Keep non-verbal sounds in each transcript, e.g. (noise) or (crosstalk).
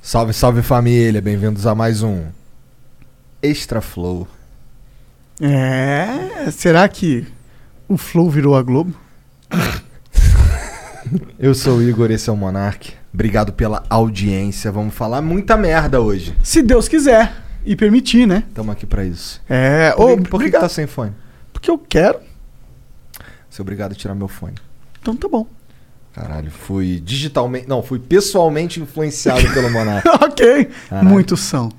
Salve, salve família, bem-vindos a mais um Extra Flow. É, será que o Flow virou a Globo? Eu sou o Igor, esse é o Monark. Obrigado pela audiência. Vamos falar muita merda hoje. Se Deus quiser e permitir, né? Tamo aqui pra isso. É, Por, que- ô, por que, que obrigado. tá sem fone? Porque eu quero, Sou obrigado a tirar meu fone. então tá bom. (laughs) Caralho, fui digitalmente. Não, fui pessoalmente influenciado pelo Monark. (laughs) ok, Caralho. muitos são.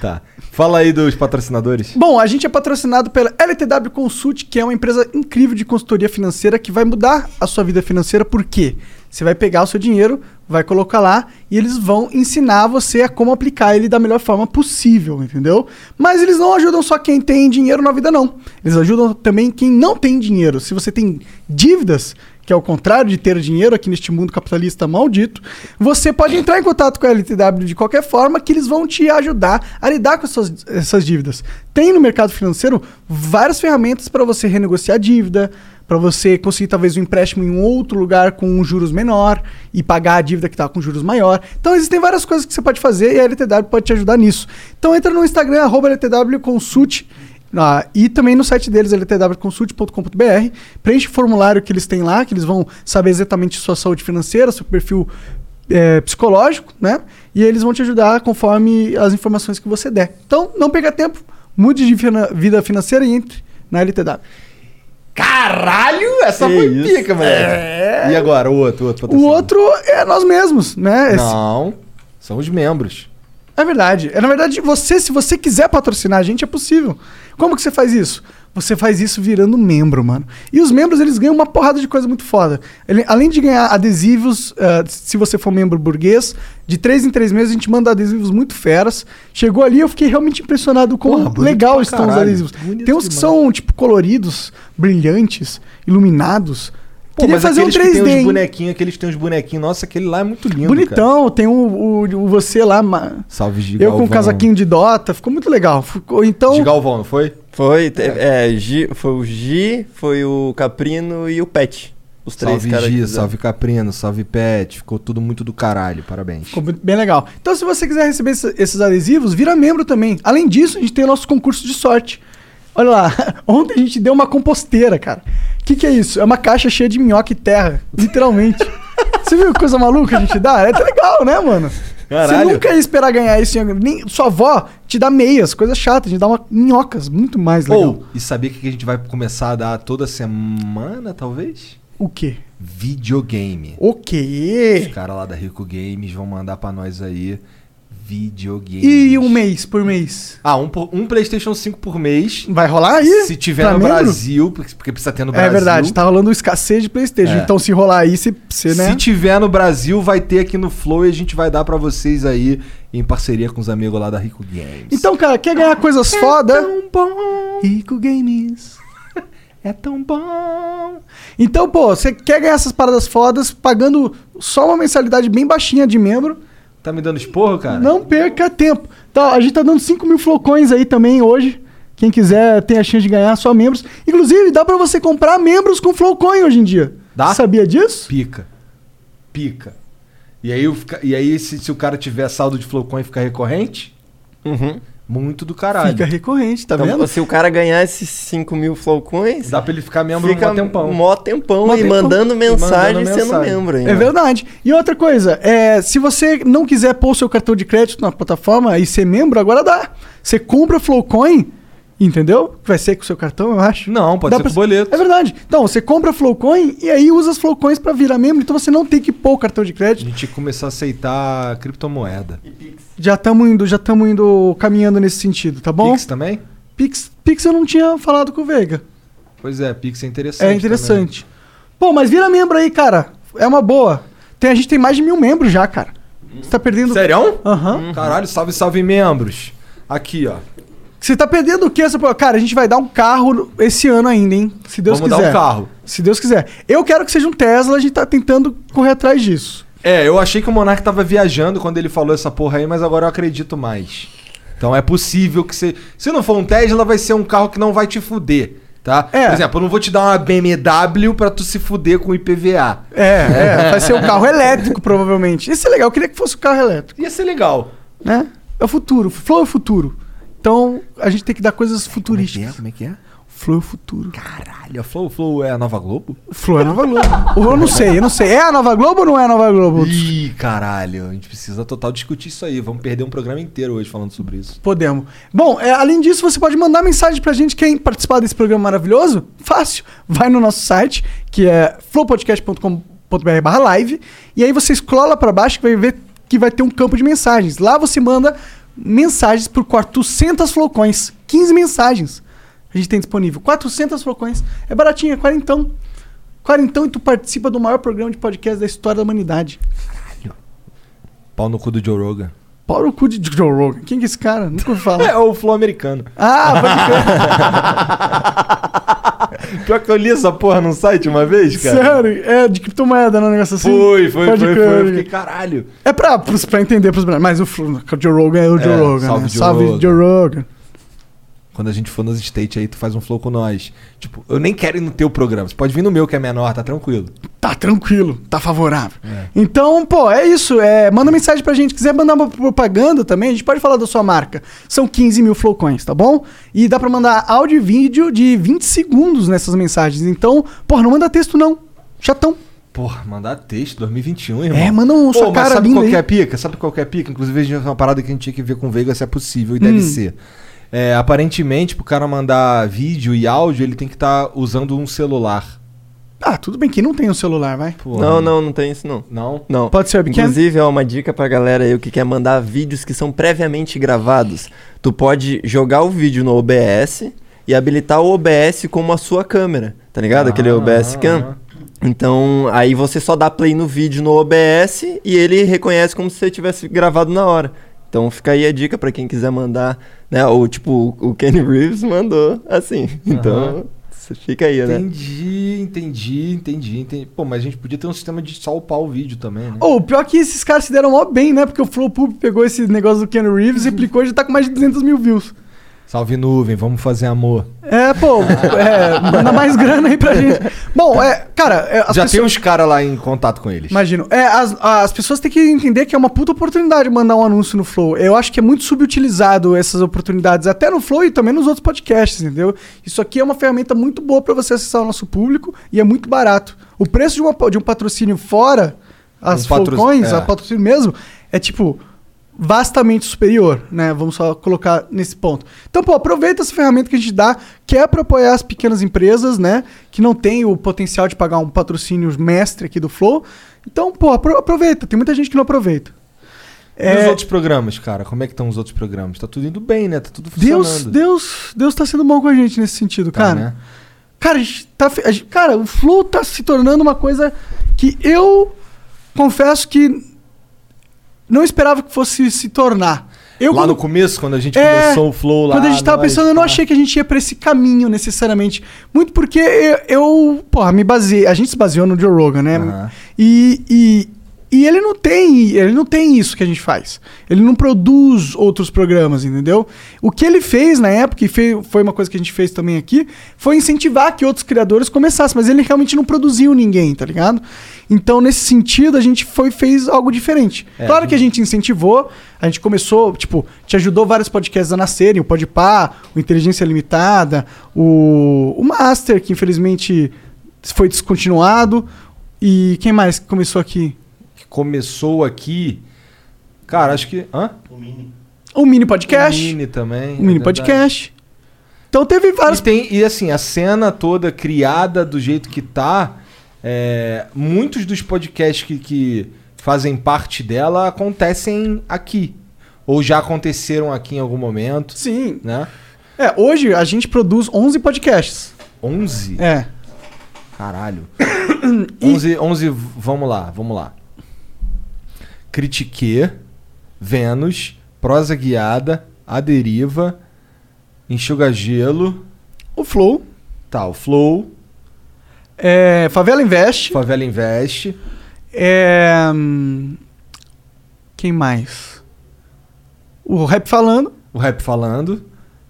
tá. Fala aí dos patrocinadores. Bom, a gente é patrocinado pela LTW Consult, que é uma empresa incrível de consultoria financeira que vai mudar a sua vida financeira. Por quê? Você vai pegar o seu dinheiro, vai colocar lá e eles vão ensinar você a como aplicar ele da melhor forma possível, entendeu? Mas eles não ajudam só quem tem dinheiro na vida, não. Eles ajudam também quem não tem dinheiro. Se você tem dívidas, que é o contrário de ter dinheiro aqui neste mundo capitalista maldito, você pode entrar em contato com a LTW de qualquer forma, que eles vão te ajudar a lidar com essas, essas dívidas. Tem no mercado financeiro várias ferramentas para você renegociar dívida, para você conseguir talvez um empréstimo em um outro lugar com um juros menor e pagar a dívida que está com juros maior. Então existem várias coisas que você pode fazer e a LTW pode te ajudar nisso. Então entra no Instagram, arroba LTW Consult, ah, e também no site deles, ltwconsult.com.br, preenche o formulário que eles têm lá, que eles vão saber exatamente sua saúde financeira, seu perfil eh, psicológico, né? E eles vão te ajudar conforme as informações que você der. Então, não perca tempo, mude de fina- vida financeira e entre na LTW. Caralho, essa foi isso. pica, moleque. É. E agora, o outro, o outro é O patrocinador? outro é nós mesmos, né? Esse- Não, são os membros. É verdade. É, na verdade, você, se você quiser patrocinar a gente, é possível. Como que você faz isso? Você faz isso virando membro, mano. E os membros, eles ganham uma porrada de coisa muito foda. Ele- além de ganhar adesivos, ah, se você for membro burguês, de três em três meses a gente manda adesivos muito feras. Chegou ali, eu fiquei realmente impressionado com Porra, quão bonito legal pra estão os caralho. adesivos. Bonito Tem uns que demais. são, tipo, coloridos, brilhantes, iluminados. Pô, Queria mas fazer um aqueles que 3D, tem os hein? bonequinhos, aqueles que tem os bonequinhos. Nossa, aquele lá é muito lindo, cara. Bonitão, tem o, o- o você lá... ma- Salve, Giga eu com o casaquinho de Dota, ficou muito legal. Ficou, então, De Galvão, não foi? Foi, te- é, Gi- foi o Gi, foi o Caprino e o Pet. Os três salve caras. que Gi, fizeram. salve Caprino, salve Pet. Ficou tudo muito do caralho, parabéns. ficou muito- bem legal. Então, se você quiser receber esse- esses adesivos, vira membro também. Além disso, a gente tem o nosso concurso de sorte. Olha lá, (laughs) ontem a gente deu uma composteira, cara. O que, que é isso? É uma caixa cheia de minhoca e terra, (laughs) literalmente. Você viu que coisa maluca que a gente dá? É até legal, né, mano? Caralho. Você nunca ia esperar ganhar isso. em- Nem, sua avó te dá meias, coisa chata. A gente dá uma minhocas, muito mais legal. Ou, e sabia que a gente vai começar a dar toda semana, talvez? O quê? Videogame. O quê? Os caras lá da Rico Games vão mandar pra nós aí videogame. E um mês por mês? Ah, um, por- um PlayStation 5 por mês. Vai rolar aí? se tiver Pra no membro? Brasil, porque porque precisa ter no É Brasil. verdade, tá rolando um escassez de Playstation. É. Então se rolar aí, você, você né? Se tiver no Brasil, vai ter aqui no Flow e a gente vai dar pra vocês aí em parceria com os amigos lá da Rico Games. Então, cara, quer ganhar coisas é foda? tão bom, Rico Games. (laughs) é tão bom. Então, pô, você quer ganhar essas paradas fodas pagando só uma mensalidade bem baixinha de membro? Tá me dando esporro, cara? Não perca tempo. Tá, a gente tá dando 5 mil flocões aí também hoje. Quem quiser tem a chance de ganhar só membros. Inclusive, dá pra você comprar membros com flocões hoje em dia. Dá? Sabia disso? Pica. Pica. E aí, eu fica- e aí se, se o cara tiver saldo de Flowcoin e ficar recorrente, Uhum. Muito do caralho. Fica recorrente, tá então, vendo? se o cara ganhar esses 5 mil flowcoins, Dá pra ele ficar membro fica um tempão. mó tempão Mó e tempão. mandando mensagem mandando sendo mensagem. membro ainda. É verdade. E outra coisa, é, se você não quiser pôr o seu cartão de crédito na plataforma e ser membro, agora dá. Você compra Flowcoin, entendeu? Vai ser com o seu cartão, eu acho. Não, pode Dá ser pra- com boleto. É verdade. Então, você compra Flowcoin e aí usa as Flowcoins pra virar membro, então você não tem que pôr o cartão de A crédito. gente tinha que começar a aceitar criptomoeda. Já estamos indo, já estamos indo caminhando nesse sentido, tá bom? Pix também? Pix, Pix eu não tinha falado com o Veiga. Pois é, Pix é interessante. É interessante. Pô, mas vira membro aí, cara. É uma boa. Tem, a gente tem mais de mil membros já, cara. Você tá perdendo. Também. Serião? Aham. Caralho, salve, salve membros. Aqui, ó. Você tá perdendo o quê? Essa... porra? Cara, a gente vai dar um carro esse ano ainda, hein? Se Deus Vamos dar quiser. um carro. Se Deus quiser. Eu quero que seja um Tesla, a gente tá tentando correr atrás disso. É, eu achei que o Monark tava viajando quando ele falou essa porra aí, mas agora eu acredito mais. Então é possível que você. Se não for um Tesla, vai ser um carro que não vai te fuder, tá? É. Por exemplo, eu não vou te dar uma BMW pra tu se fuder com IPVA. (laughs) É, é. vai ser um carro elétrico, provavelmente. Isso é legal, eu queria que fosse um carro elétrico, Ia ser legal. né? É o futuro. Flow é o futuro. Então, a gente tem que dar coisas futurísticas. Como é que é? Flow é o futuro. Caralho, a Flow, Flow é a Nova Globo? Flow é a Nova Globo. Ou eu não sei, eu não sei. É a Nova Globo ou não é a Nova Globo? Ih, caralho, a gente precisa total discutir isso aí. Vamos perder um programa inteiro hoje falando sobre isso. Podemos. Bom, é, além disso, você pode mandar mensagem pra gente. Quem participar desse programa maravilhoso? Fácil. Vai no nosso site, que é flowpodcast.com.br barra live. E aí você escrola pra baixo que vai ver que vai ter um campo de mensagens. Lá você manda mensagens por 400 flocões. 15 mensagens a gente tem disponível. 400 flocões. É baratinho, é quarentão. Quarentão e tu participa do maior programa de podcast da história da humanidade. Pau no cu do Joe Rogan. Pau no cu de Joe Rogan. Quem que é esse cara? Nunca ouvi falar. É o Flow americano. Ah, pode crer. Pior que eu li essa porra num site uma vez, cara. Sério? É, de criptomoeda, não é um negócio assim? Foi, foi, Pode foi, foi. crer. Eu fiquei, caralho. É pra, pros, pra entender pros brasileiros. Mas o, flu- o Joe Rogan é o Joe É, Rogan, salve né? Joe salve Rogan. Joe Rogan. Quando a gente for nos States aí, tu faz um flow com nós. Tipo, eu nem quero ir no teu programa. Você pode vir no meu, que é menor, tá tranquilo. Tá tranquilo, tá favorável. Então, pô, é isso. É, manda mensagem pra gente. Quiser mandar uma propaganda também, a gente pode falar da sua marca. São 15 mil flowcoins, tá bom? E dá pra mandar áudio e vídeo de 20 segundos nessas mensagens. Então, pô, não manda texto não. Chatão. Porra, mandar texto 2021, irmão. É, manda um sua mas cara sabe linda qual que é aí. a pica? Sabe qual que é a pica? Inclusive, a gente uma parada que a gente tinha que ver com o Veiga se é possível e Hum. deve ser. É, aparentemente, pro cara mandar vídeo e áudio, ele tem que estar usando um celular. Ah, tudo bem que não tem um celular, vai. Porra. Não, não, não tem isso não. Não? Não. Pode ser webcam? Inclusive, ó, uma dica pra galera aí o que quer mandar vídeos que são previamente gravados. Tu pode jogar o vídeo no OBS e habilitar o OBS como a sua câmera, tá ligado? Aquele Ah, OBS Cam. Então, aí você só dá play no vídeo no OBS e ele reconhece como se você tivesse gravado na hora. Então fica aí a dica pra quem quiser mandar, né? Ou tipo, o o Kenny Reeves mandou assim. Então, cê fica aí, né? Entendi, entendi, entendi, entendi. Pô, mas a gente podia ter um sistema de só upar o vídeo também, né? Ô, o pior é que esses caras se deram mó bem, né? Porque o Flow Pub pegou esse negócio do Ken Reeves e aplicou e já tá com mais de 200 mil views. Salve nuvem, vamos fazer amor. É, pô, é, manda mais grana aí pra gente. Bom, é, cara, é, as Já pessoas. tem um- uns caras lá em contato com eles. Imagino. É, as, as pessoas têm que entender que é uma puta oportunidade mandar um anúncio no Flow. Eu acho que é muito subutilizado essas oportunidades, até no Flow e também nos outros podcasts, entendeu? Isso aqui é uma ferramenta muito boa pra você acessar o nosso público e é muito barato. O preço de, uma- de um patrocínio fora, as Um patro- Flowcoins, é. a patrocínio mesmo, é tipo vastamente superior, né? Vamos só colocar nesse ponto. Então, pô, aproveita essa ferramenta que a gente dá, que é para apoiar as pequenas empresas, né? Que não tem o potencial de pagar um patrocínio mestre aqui do Flow. Então, pô, apro- aproveita. Tem muita gente que não aproveita. E os É, outros programas, cara? Como é que estão os outros programas? Tá tudo indo bem, né? Tá tudo funcionando. Deus, Deus, Deus tá sendo bom com a gente nesse sentido, Tá, cara. né? Cara, a gente tá fe- a gente- cara, o Flow tá se tornando uma coisa que eu confesso que não esperava que fosse se tornar. Eu, lá quando- no começo, quando a gente É, começou o flow lá. Quando a gente tava nós, tá. pensando, eu não pá. achei que a gente ia pra esse caminho necessariamente. Muito porque eu, eu, porra, me baseei. A gente se baseou no Joe Rogan, né? Aham. E, e, E ele não tem, ele não tem isso que a gente faz. Ele não produz outros programas, entendeu? O que ele fez na época, e fe- foi uma coisa que a gente fez também aqui, foi incentivar que outros criadores começassem, mas ele realmente não produziu ninguém, tá ligado? Então, nesse sentido, a gente foi fez algo diferente. Claro que a gente incentivou, a gente começou, tipo, te ajudou vários podcasts a nascerem, o Podpah, o Inteligência Limitada, o, o Master, que infelizmente foi descontinuado. E quem mais que começou aqui? Que começou aqui. Cara, acho que. Hã? O Mini Podcast. O Mini também. um mini é podcast. Então teve verdade. vários. E, tem, e assim, a cena toda criada do jeito que tá. é, muitos dos podcasts que, que fazem parte dela acontecem aqui. Ou já aconteceram aqui em algum momento, Sim. né? É, hoje a gente produz 11 podcasts. 11? É. (coughs) Caralho. 11, 11, vamos lá, vamos lá. Critique, Vênus, Prosa Guiada, A Deriva, Enxuga Gelo, O Flow, tal, Flow, é, Favela Invest, Favela Invest, é, hum, quem mais? O Rap Falando, o Rap Falando.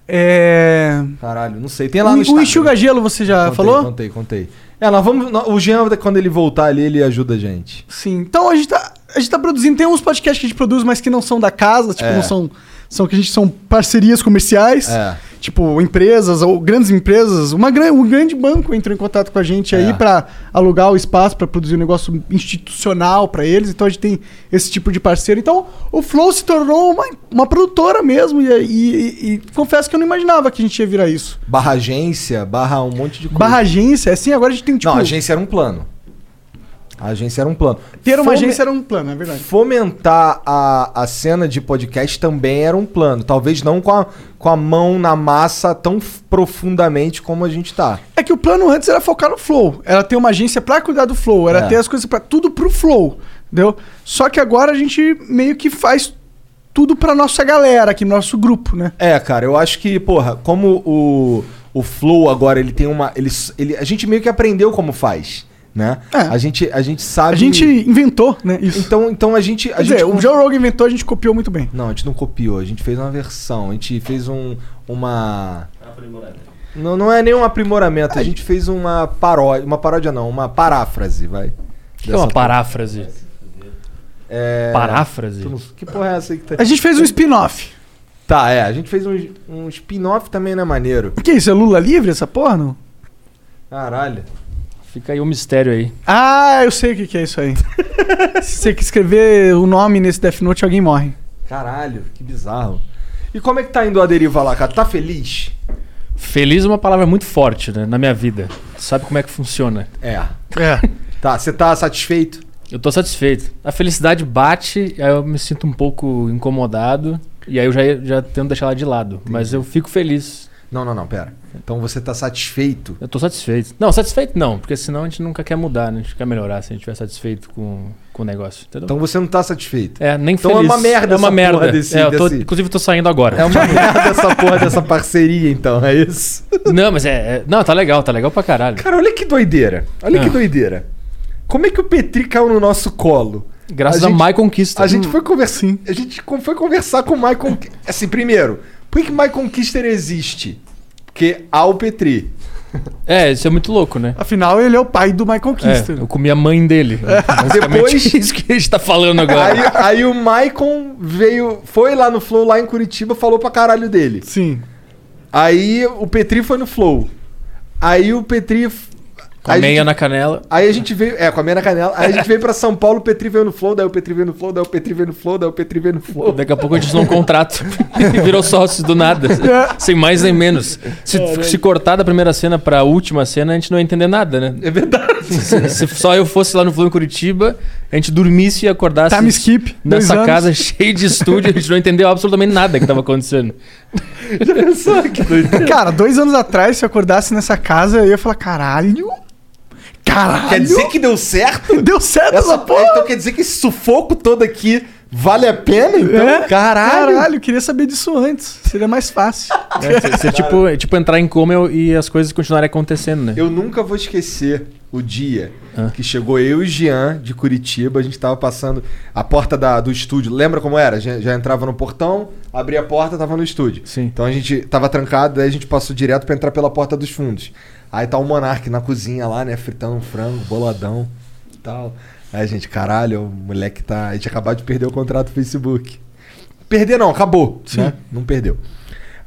é, Caralho, não sei. Tem lá o, no o Instagram. Enxuga Gelo você já Contei, falou? Contei, contei. É, nós vamos. nó- O Jean, quando ele voltar ali, ele ajuda a gente. Sim. Então a gente, tá, a gente tá produzindo. Tem uns podcasts que a gente produz, mas que não são da casa, tipo, É. não são. São que a gente são parcerias comerciais. É. Tipo, empresas ou grandes empresas. Uma, gran- um grande banco entrou em contato com a gente É. aí pra alugar o espaço, pra produzir um negócio institucional pra eles. Então a gente tem esse tipo de parceiro. Então o Flow se tornou uma, uma produtora mesmo. E, e- e- e confesso que eu não imaginava que a gente ia virar isso. Barra agência, barra um monte de coisa. Barra agência, assim, agora a gente tem tipo. Não, a agência era um plano. A agência era um plano. Ter uma Fome- agência era um plano, é verdade. Fomentar a, a cena de podcast também era um plano. Talvez não com a, com a mão na massa tão f- profundamente como a gente tá. É que o plano antes era focar no flow. Era ter uma agência pra cuidar do flow, era É. ter as coisas pra tudo pro flow, entendeu? Só que agora a gente meio que faz tudo pra nossa galera aqui, nosso grupo, né? É, cara, eu acho que, porra, como o, o Flow agora, ele tem uma. Ele, s- ele, a gente meio que aprendeu como faz, né? É. A, gente, a gente A, sabe. gente inventou, né, isso. Então, então a gente. A Quer gente dizer, con- o Joe Rogan inventou, a gente copiou muito bem. Não, a gente não copiou, a gente fez uma versão, a gente fez um. uma. Não, não é nem um aprimoramento, a É. gente fez uma paródia. Uma paródia não, uma paráfrase, vai. Que é uma Dessa- paráfrase. É, Paráfrase? tu não- Que porra é essa aí que tá. A gente fez um spin-off. Tá, é, a gente fez um, um spin-off também, né, maneiro? O que é isso? É Lula livre essa porra, não? Caralho. Fica um aí o mistério aí. Ah, eu sei o que que é isso (laughs) aí. Se você que escrever o nome nesse Death Note, alguém morre. Caralho, que bizarro. E como é que tá indo a deriva lá, cara? Tá feliz? Feliz é uma palavra muito forte, né? Na minha vida. Sabe como é que funciona. É. É. Tá, você tá satisfeito? Eu tô satisfeito. A felicidade bate, aí eu me sinto um pouco incomodado. E aí eu já, já tento deixar ela de lado. Mas eu fico feliz. Não, não, não, pera. Então você tá satisfeito. Eu tô satisfeito. Não, satisfeito não, porque senão a gente nunca quer mudar, né? A gente quer melhorar se a gente estiver satisfeito com, com o negócio, entendeu? Então você não tá satisfeito. é, nem então é feliz. uma merda é uma essa merda. porra desse- é, eu tô, desse- Inclusive, eu tô saindo agora. É (laughs) uma merda essa porra dessa parceria, então, é isso? Não, mas é, é- Não, tá legal, tá legal pra caralho. Cara, olha que doideira. Olha que Ah. doideira. Como é que o Petri caiu no nosso colo? Graças a a, gente- My Conquista. A gente foi conversar. Sim. A gente con- foi conversar com o Michael. Assim, primeiro, por que, que Michael Kister existe? Porque há o Petri. É, isso é muito louco, Ah, né? Afinal, ele é o pai do My Conquista. É, eu comi a mãe dele. (laughs) Basicamente É, Depois- isso que a gente tá falando Aí, agora. aí o Maicon veio, foi lá no Flow, lá em Curitiba, falou pra caralho dele. Sim. Aí o Petri foi no Flow. Aí o Petri. Com a aí meia gente- na canela. Aí a gente veio. É, com a meia na canela. Aí a gente veio pra São Paulo, o Petri veio no Flow, daí o Petri veio no Flow, daí o Petri veio no Flow, daí o Petri veio no Flow. Daqui a pouco a gente assinou um contrato e (laughs) virou sócio do (laughs) nada. Sem mais nem menos. Se, se cortar da primeira cena pra última cena, a gente não ia entender nada, né? É verdade. Se, se só eu fosse lá no Flow em Curitiba, a gente dormisse Assim, e Tá acordasse Time skip. dois nessa anos. casa cheia de estúdio, a gente não entendeu absolutamente nada que tava acontecendo. Cara, dois anos atrás, se eu acordasse nessa casa, eu ia falar, caralho. Caralho. Quer dizer que deu certo? Deu certo essa, Essa é porra. Então quer dizer que esse sufoco todo aqui vale a pena, então? É? Caralho. Caralho, eu queria saber disso antes. Seria mais fácil. É, você- você, tipo, é tipo entrar em coma e as coisas continuarem acontecendo, né? Ah. Eu nunca vou esquecer o dia que chegou eu e Jean de Curitiba. A gente tava passando a porta da- do estúdio. Lembra como era? Já, já entrava no portão, abria a porta, tava no estúdio. Sim. Então a gente tava trancado, daí a gente passou direto pra entrar pela porta dos fundos. Aí tá o Monark na cozinha lá, né? Fritando um frango, boladão e tal. Aí a gente, caralho, o moleque tá. A gente acabou de perder o contrato do Facebook. Perder não, acabou. Né? Não perdeu.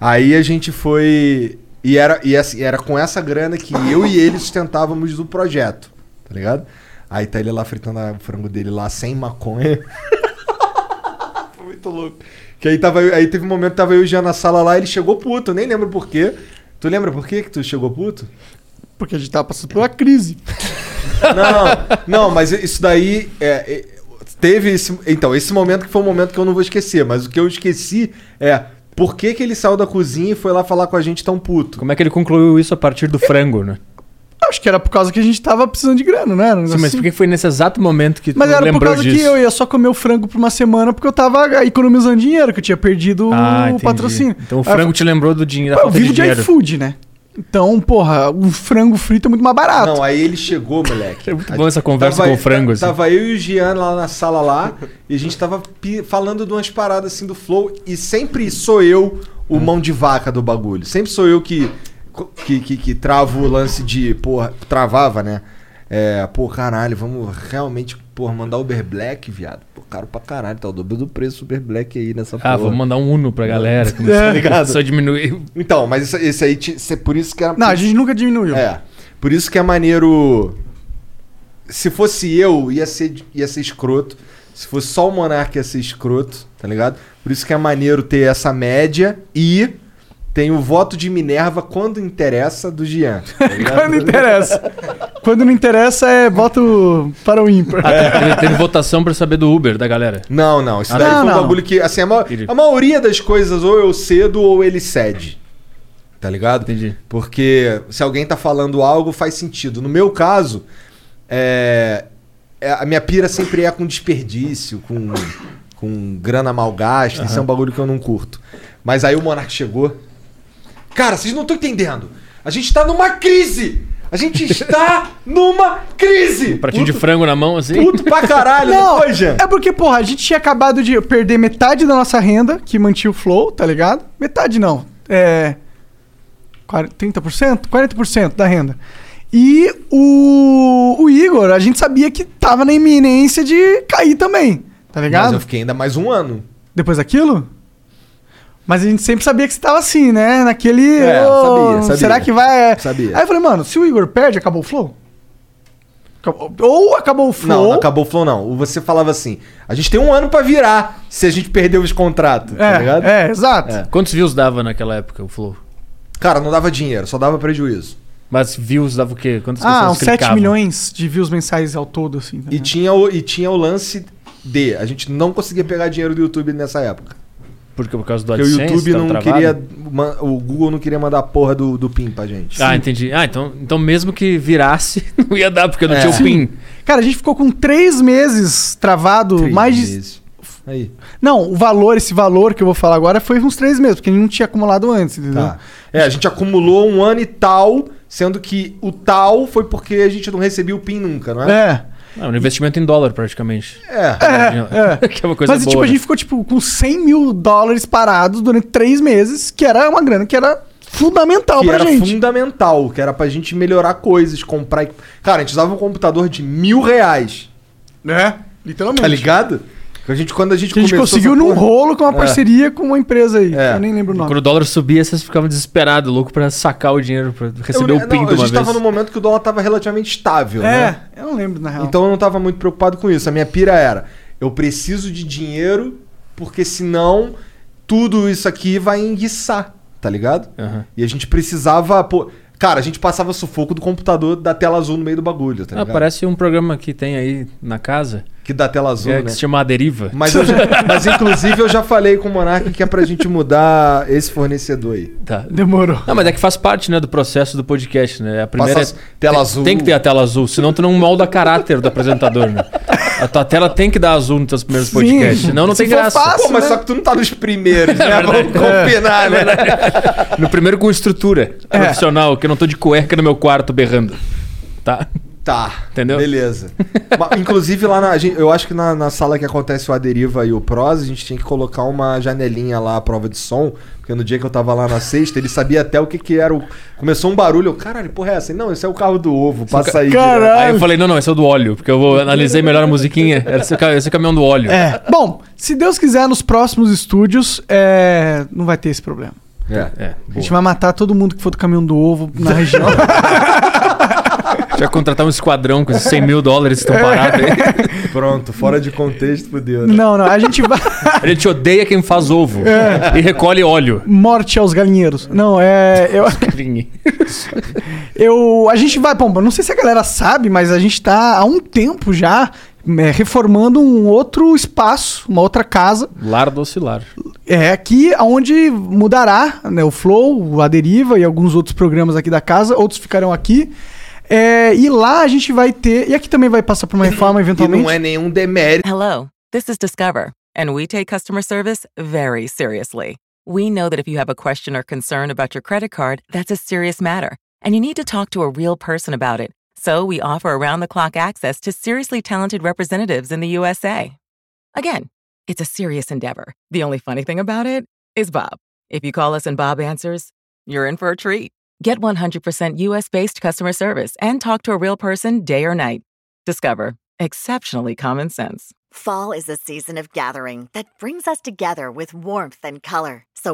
Aí a gente foi. E era, e assim, era com essa grana que eu e ele sustentávamos o projeto, tá ligado? Aí tá ele lá fritando a- o frango dele lá sem maconha. (laughs) Foi muito louco. Que aí, tava, eu- aí teve um momento que tava eu e o Jean na sala lá, ele chegou puto, eu nem lembro por quê. Tu lembra por quê que tu chegou puto? Porque a gente tava passando por uma crise. Não, não, mas isso daí é, é, teve esse, então esse momento que foi um momento que eu não vou esquecer, mas o que eu esqueci é por que, que ele saiu da cozinha e foi lá falar com a gente tão puto. Como é que ele concluiu isso a partir do frango, né? Acho que era por causa que a gente tava precisando de grana, né? Era um Sim, negócio mas assim. por que foi nesse exato momento que Mas tu era por lembrou causa disso? que eu ia só comer o frango por uma semana porque eu tava economizando dinheiro, que eu tinha perdido Ah, o entendi. patrocínio. Então o Aí eu frango te lembrou do dinheiro, da Pô, eu falta de vivo de, dinheiro. iFood, né? Então, porra, o frango frito é muito mais barato. Não, aí ele chegou, moleque. (laughs) É muito bom essa conversa com o frango, assim. Tava eu e o Gian lá na sala lá, e a gente tava pi- falando de umas paradas assim do flow, e sempre sou eu o mão de vaca do bagulho. Sempre sou eu que, que, que, que travo o lance de, porra, travava, né? É, pô, caralho, vamos realmente, porra, mandar Uber Black, viado. Pô, caro pra caralho, tá o dobro do preço Uber Black aí nessa Ah, vou mandar um Uno pra galera. que não É, sei, tá ligado? Só diminuir. Então, mas esse, esse aí, ti- esse é por isso que era... Não, a gente nunca diminuiu. É. Por isso que é maneiro. Se fosse eu, ia ser, ia ser escroto. Se fosse só o Monark, ia ser escroto, tá ligado? Por isso que é maneiro ter essa média e tem o voto de Minerva quando interessa do Jean. tá ligado? Quando interessa. Quando não interessa, é voto para o ímpar. Teve, teve votação pra saber do Uber da galera. Não, não. Isso Ah, daí não, foi um não. bagulho que, assim, a, ma- Entendi. a maioria das coisas ou eu cedo ou ele cede. Tá ligado? Entendi. Porque se alguém tá falando algo, faz sentido. No meu caso, é, é- a minha pira sempre é com desperdício, com, com grana mal gasta. Isso é um bagulho que eu não curto. Mas aí o Monark chegou. Cara, vocês não estão entendendo. A gente tá numa crise! A gente está numa crise! Pratinho de puto, frango na mão, assim. puto pra caralho, não, Não, foi, Jean? é porque, porra, a gente tinha acabado de perder metade da nossa renda, que mantinha o flow, tá ligado? Metade não. É. 40, 30%? 40% da renda. E o, o Igor, a gente sabia que tava na iminência de cair também, tá Mas ligado? eu fiquei ainda mais um ano. Depois daquilo? Mas a gente sempre sabia que você tava assim, né? Naquele. É, eu "Ô, sabia, sabia. Será que vai. é?" Sabia. Aí eu falei, mano, se o Igor perde, acabou o flow? Acabou- Ou acabou o flow. Não, não acabou o flow, não. Você falava assim: a gente tem um ano pra virar se a gente perder os contratos, É, tá ligado? é, exato. É. Quantos views dava naquela época o Flow? Cara, não dava dinheiro, só dava prejuízo. Mas views dava o quê? Quantas Ah, pessoas uns 7 clicavam? milhões de views mensais ao todo, assim. tá E, ligado? tinha o, e tinha o lance de. A gente não conseguia pegar dinheiro do YouTube nessa época. Por, quê? por causa do Porque o AdSense? YouTube tava não travado? queria. ma- O Google não queria mandar a porra do, do PIN pra gente. Ah, entendi. Ah, então, então mesmo que virasse, (laughs) não ia dar, porque não É. tinha o Sim. PIN. Cara, a gente ficou com 3 meses travado, Três mais de. meses. Aí. Não, o valor, esse valor que eu vou falar agora foi uns 3 meses, porque a gente não tinha acumulado antes, entendeu? Tá. É, a gente acumulou um ano e tal, sendo que o tal foi porque a gente não recebia o PIN nunca, não é? É. Ah, um investimento em dólar, praticamente. É. (laughs) (laughs) é. que é uma coisa Mas, boa. tipo, a né? gente ficou, tipo, com 100 mil dólares parados durante três meses, que era uma grana que era fundamental que pra era gente. fundamental, que era pra gente melhorar coisas, comprar. equi- Cara, a gente usava um computador de mil reais, É, literalmente. tá ligado? Que A gente, quando a gente que a gente conseguiu essa num porra- rolo com uma É. parceria com uma empresa aí. É. Eu nem lembro o nome. Quando o dólar subia, vocês ficavam desesperados, louco, pra sacar o dinheiro, pra receber Eu- o PIN não, de A uma gente vez. tava num momento que o dólar tava relativamente estável, É, né? eu não lembro, na real. Então eu não tava muito preocupado com isso. A minha pira era: eu preciso de dinheiro, porque senão tudo isso aqui vai enguiçar, tá ligado? Aham. E a gente precisava. pô- Cara, a gente passava sufoco do computador da tela azul no meio do bagulho, tá Ah, ligado? parece um programa que tem aí na casa, Que da tela que, azul, é, né? que se chama A Deriva. Mas, eu já- mas, inclusive eu já falei com o Monark que é pra gente mudar esse fornecedor aí. Tá. Demorou. Não, mas é que faz parte, né, do processo do podcast, né? A primeira Passa as- tela tem, azul. Tem que ter a tela azul, senão tu não molda caráter do apresentador, né? A tua tela tem que dar azul nos teus primeiros Sim. podcasts, senão não Se tem for graça. fácil- Pô, mas né? É só que tu não tá nos primeiros, né? Vamos combinar, né? É. No primeiro com estrutura profissional, que eu não tô de cueca no meu quarto berrando. Tá? Tá. Entendeu? Beleza. Ma- Inclusive, lá na. a gente- Eu acho que na, na sala que acontece o A Deriva e o Pros, a gente tinha que colocar uma janelinha lá, a prova de som. Porque no dia que eu tava lá na sexta, ele sabia até o que que era o. Começou um barulho. Eu, caralho, porra, é essa? Ele, Não, esse é o carro do ovo, passa aí. é Caralho. direto." Aí eu falei, não, não, esse é o do óleo, porque eu vou- analisei melhor a musiquinha. Era Esse, é o ca- esse é o caminhão do óleo. É. Bom, se Deus quiser, nos próximos estúdios, é, não vai ter esse problema. É. É. A gente vai matar todo mundo que for do caminhão do ovo (laughs) na região. Já contratar um esquadrão com esses 100 mil dólares É. que estão parados aí. Pronto, fora de contexto, fudeu. né? não, não. A gente vai. A gente odeia quem faz ovo É. e recolhe óleo. Morte aos galinheiros. Não, é. Eu, (laughs) eu, a gente vai. Bom, não sei se a galera sabe, mas a gente tá há um tempo já é, reformando um outro espaço, uma outra casa. Lar do oscilar. É aqui onde mudará né, o Flow, a Deriva e alguns outros programas aqui da casa, outros ficarão aqui. É, e lá a gente vai ter. E aqui também vai passar por uma reforma E eventualmente. não é nenhum demérito. Hello, this is Discover, and we take customer service very seriously. We know that if you have a question or concern about your credit card, that's a serious matter, and you need to talk to a real person about it. So we offer around the clock access to seriously talented representatives in the USA. Again, it's a serious endeavor. The only funny thing about it is Bob. If you call us and Bob answers, you're in for a treat. Get 100% US based customer service and talk to a real person day or night. Discover exceptionally common sense. Fall is a season of gathering that brings us together with warmth and color. So,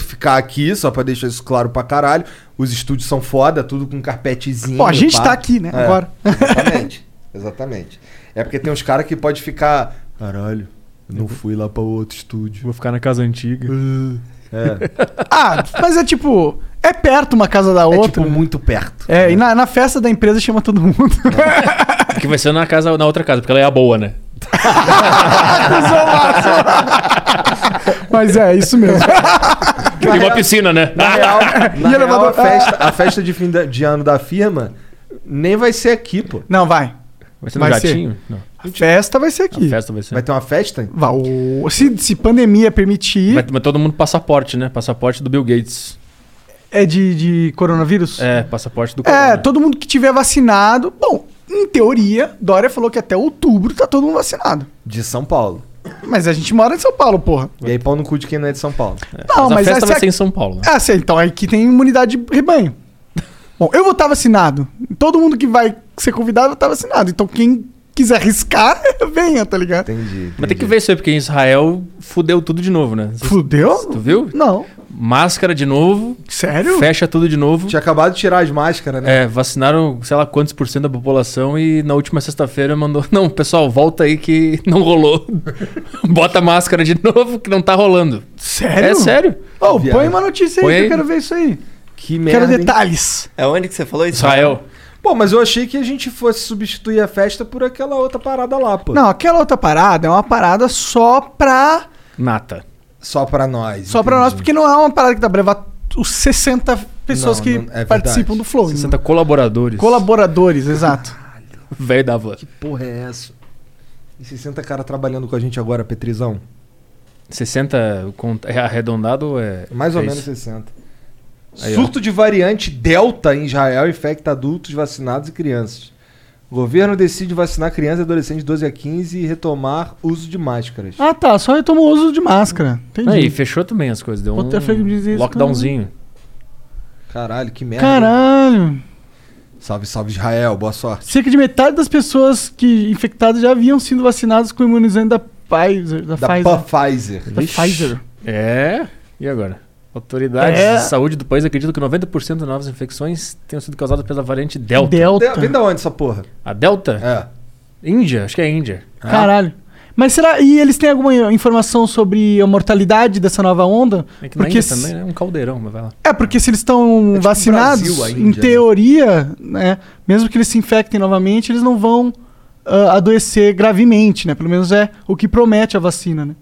ficar aqui, só pra deixar isso claro pra caralho. Os estúdios são foda, tudo com carpetezinho. Pô, a gente pá. tá aqui, né? É, Agora. Exatamente. Exatamente. É porque tem uns caras que pode ficar. Caralho, eu não fui lá pra outro estúdio. Vou ficar na casa antiga. É, Ah, mas é tipo. É perto uma casa da é outra. tipo né? muito perto. É, e na, na festa da empresa chama todo mundo. Que vai ser na casa, na outra casa, porque ela é a boa, né? (laughs) Mas é, isso mesmo. Tem uma piscina, né? Na real, na (laughs) E real, elevador? a, festa, a festa de fim da- de ano da firma nem vai ser aqui, pô. Não, vai. Vai ser no Vai jatinho? Não. A festa vai ser A aqui. festa vai ser. Vai ter uma festa? Vai, o- se, se pandemia permitir, Vai, mas todo mundo passaporte, né? Passaporte do Bill Gates. é de, de coronavírus? É, passaporte do É, corona. todo mundo que tiver vacinado. Bom, em teoria, Dória falou que até outubro tá todo mundo vacinado. De São Paulo. Mas a gente mora em São Paulo, porra. E aí pau no cu de quem não é de São Paulo. Não, mas, mas, a festa essa- vai ser em São Paulo. né? Ah, sim, então aqui tem imunidade de rebanho. Bom, eu vou estar vacinado. Todo mundo que vai ser convidado vai estar vacinado. Então quem quiser arriscar, (laughs) venha, tá ligado? Entendi. Mas tem que entendi. ver isso aí, porque em Israel fudeu tudo de novo, né? Fudeu? Tu viu? Não. Máscara de novo, Sério? fecha tudo de novo. Tinha acabado de tirar as máscaras, né? É, vacinaram sei lá quantos por cento da população e na última sexta-feira mandou. (laughs) Não, pessoal, volta aí que não rolou. (laughs) Bota a máscara de novo que não tá rolando. Sério? É sério. Ô, Viado. põe uma notícia aí, Põe que aí. eu quero ver isso aí. Que merda. quero hein? detalhes. É onde que você falou isso? Israel. Pô, mas eu achei que a gente fosse substituir a festa por aquela outra parada lá, pô. Não, aquela outra parada é uma parada só pra. Nata. Só pra nós. Só pra entendi. nós, porque não é uma parada que dá pra levar os 60 pessoas Não, que não- é verdade. participam do Flow. 60 colaboradores. Colaboradores, exato. Velho da van. Porra, é essa? E 60 cara trabalhando com a gente agora, Petrizão? 60 com- é arredondado ou é. Mais ou é menos isso? 60. Aí, ó. Surto de variante Delta em Israel infecta adultos vacinados e crianças. O governo decide vacinar crianças e adolescentes de 12 a 15 e retomar uso de máscaras. (laughs) Ah, tá. Só eu tomo uso de máscara. Entendi. Aí, fechou também as coisas. Deu um Puta, foi que me dizia isso, né? lockdownzinho. Caralho, que merda. Caralho. Salve, salve Israel, boa sorte. Cerca de metade das pessoas que infectadas já haviam sido vacinadas com imunizante da Pfizer. Da, Da Pfizer. Pfizer. Da Pfizer. É. E agora? Autoridades É. de saúde do país acreditam que 90% das novas infecções tenham sido causadas pela variante Delta. Delta. De- Vem da onde essa porra? A Delta? É. Índia? Acho que é Índia. Caralho. Mas será. E eles têm alguma informação sobre a mortalidade dessa nova onda? É que na Índia se- também, né? Um caldeirão, mas vai lá. É, porque se eles estão tipo vacinados, Brasil, a em Índia, né? teoria, né? Mesmo que eles se infectem novamente, eles não vão ah, adoecer gravemente, né? Pelo menos é o que promete a vacina, né?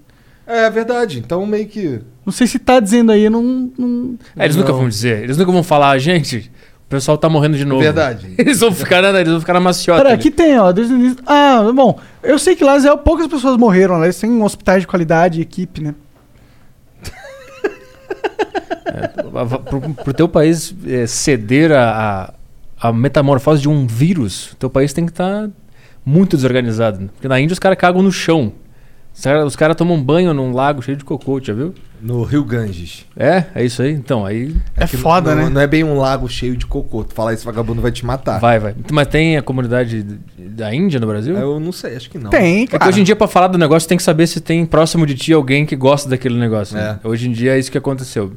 É verdade. Então meio que. Não sei se tá dizendo aí, eu não, não- É, eles nunca vão dizer, eles nunca vão falar, gente, o pessoal tá morrendo de novo. Verdade. (laughs) Eles vão ficar na, eles vão ficar na maciota. Peraí, ali. aqui tem, ó. desde o início- Ah, bom. Eu sei que lá em Israel poucas pessoas morreram, lá eles têm um hospitais de qualidade, equipe, né? A- a- Pro, pro teu país é, ceder a, a, a metamorfose de um vírus, teu país tem que estar muito desorganizado. né? Porque na Índia os caras cagam no chão. Os caras cara tomam banho num lago cheio de cocô, já viu? No Rio Ganges. É, é isso aí. Então, aí É, que foda, não, né? Não é bem um lago cheio de cocô. Tu falar isso, vagabundo vai te matar. vai, vai. Mas tem a comunidade da Índia no Brasil? Eu não sei, acho que não. Tem, É cara. que hoje em dia, pra falar do negócio, tem que saber se tem próximo de ti alguém que gosta daquele negócio. né? É. Hoje em dia é isso que aconteceu.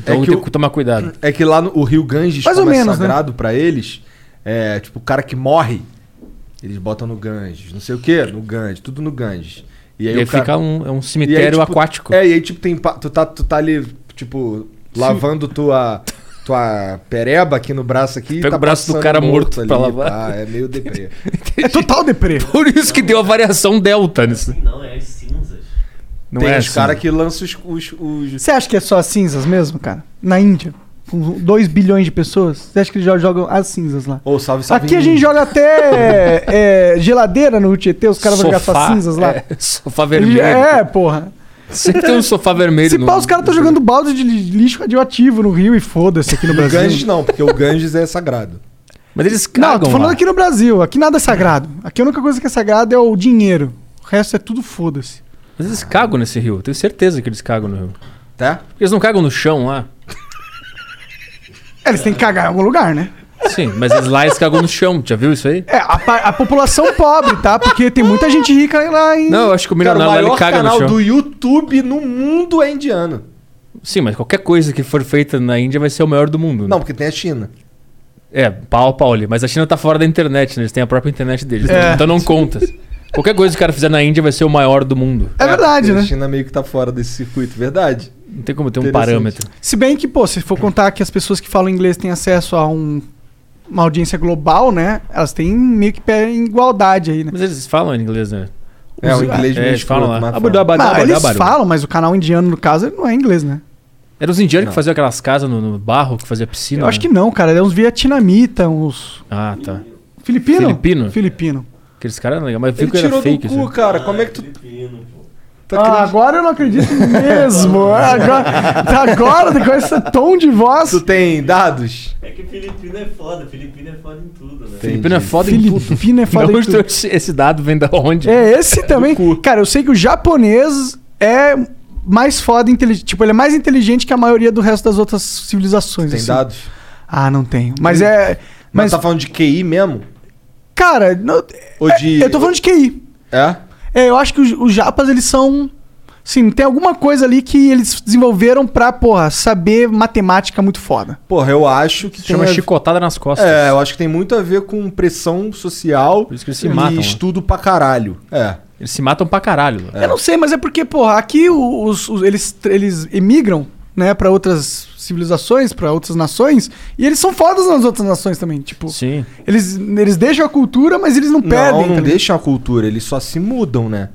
Então É que tem o- que tomar cuidado. É que lá no o Rio Ganges, Mais ou como é menos, né? sagrado pra eles, é tipo o cara que morre, eles botam no Ganges, não sei o quê, no Ganges, tudo no Ganges. E E aí, aí o cara- fica um, é um e aí, cemitério tipo, aquático. É, e aí tipo tem pa- tu tá tu tá ali tipo lavando tua tua pereba aqui no braço aqui, e Pega tá o braço do passando cara morto pra lavar. tá, é meio deprê. É total deprê. (laughs) Por isso que deu a variação delta nisso. Não, é as cinzas. (laughs) Não tem é os assim. caras que lançam os, os, os- Você acha que é só as cinzas mesmo, cara? Na Índia, com 2 bilhões de pessoas, você acha que eles já jogam as cinzas lá? Ô, salve, salve. Aqui a gente joga até é, geladeira no Tietê, os caras vão jogar Sofá, suas cinzas lá. é, (laughs) sofá vermelho. É, porra. Sempre tem um sofá vermelho. Se no- pá, os caras estão jogando balde de lixo radioativo no Rio e foda-se aqui no No Ganges Brasil. não, porque o Ganges é sagrado. Mas eles cagam Não, tô falando lá. aqui no Brasil. Aqui nada é sagrado. Aqui a única coisa que é sagrada é o dinheiro. O resto é tudo foda-se. Mas eles cagam nesse rio. Tenho certeza que eles cagam no rio. Tá? Porque eles não cagam no chão lá. É, eles têm que cagar em algum lugar, né? Sim, mas eles lá eles cagam no chão. Já viu isso aí? É, a, pa- a população pobre, tá? Porque tem muita gente rica lá em. Não, eu acho que o Cara, o milionário lá maior ele caga no canal chão. do YouTube no mundo é indiano. Sim, mas qualquer coisa que for feita na Índia vai ser o maior do mundo. né? Não, porque tem a China. É, pau a pau ali. Mas a China tá fora da internet, né? Eles têm a própria internet deles. É. Então não conta. Qualquer coisa que o cara fizer na Índia vai ser o maior do mundo. É verdade, porque né? A China meio que tá fora desse circuito, verdade. Não tem como ter um Interessante. parâmetro. Se bem que, pô, se for contar que as pessoas que falam inglês têm acesso a um- uma audiência global, né? Elas têm meio que pé em igualdade aí, né? Mas eles falam em inglês, né? É, o inglês É, meio eles falam escroto, lá. mas Abudabadá, Não, eles abudabadá. falam, mas o canal indiano, no caso, ele não é inglês, né? Eram os indianos Não. que faziam aquelas casas no, no barro, que fazia piscina. Eu acho né? que não, cara. É uns vietnamita, uns. Ah, tá. Filipino? Filipino? Filipino. Aqueles caras eram legais, mas viu Ele que era tirou fake. do cu, Assim. cara. Como é que tu Ah, Filipino, pô. tá Ah, acreditando? agora eu não acredito (laughs) mesmo. Agora, agora, com esse tom de voz. Tu tem dados? É que Filipino é foda, Filipino é foda em tudo, né? Filipino é foda em tudo. Filipino é (laughs) foda Não, em onde tudo. trouxe esse dado vem da onde? É, esse também. Cara, eu sei que o japonês é mais foda, inteligente. Tipo, ele é mais inteligente que a maioria do resto das outras civilizações. Tem assim. dados? Ah, não tenho. Mas é. Mas Mas, tá falando de QI mesmo? cara, não- Ou é, de- eu tô falando de QI. É? É, eu acho que os, os japas, eles são. Sim, tem alguma coisa ali que eles desenvolveram pra, porra, saber matemática muito foda. Porra, eu acho que tem. Chama a- chicotada nas costas. É, eu acho que tem muito a ver com pressão social Por isso que eles se matam, e né? estudo pra caralho. É. Eles se matam pra caralho. lá. Eu não sei, mas é porque, porra, aqui os, os- eles, eles emigram, né, pra outras civilizações, pra outras nações, e eles são fodas nas outras nações também, tipo. Sim. Eles, eles deixam a cultura, mas eles não perdem. não, não tá ligado? deixam a cultura, eles só se mudam, né?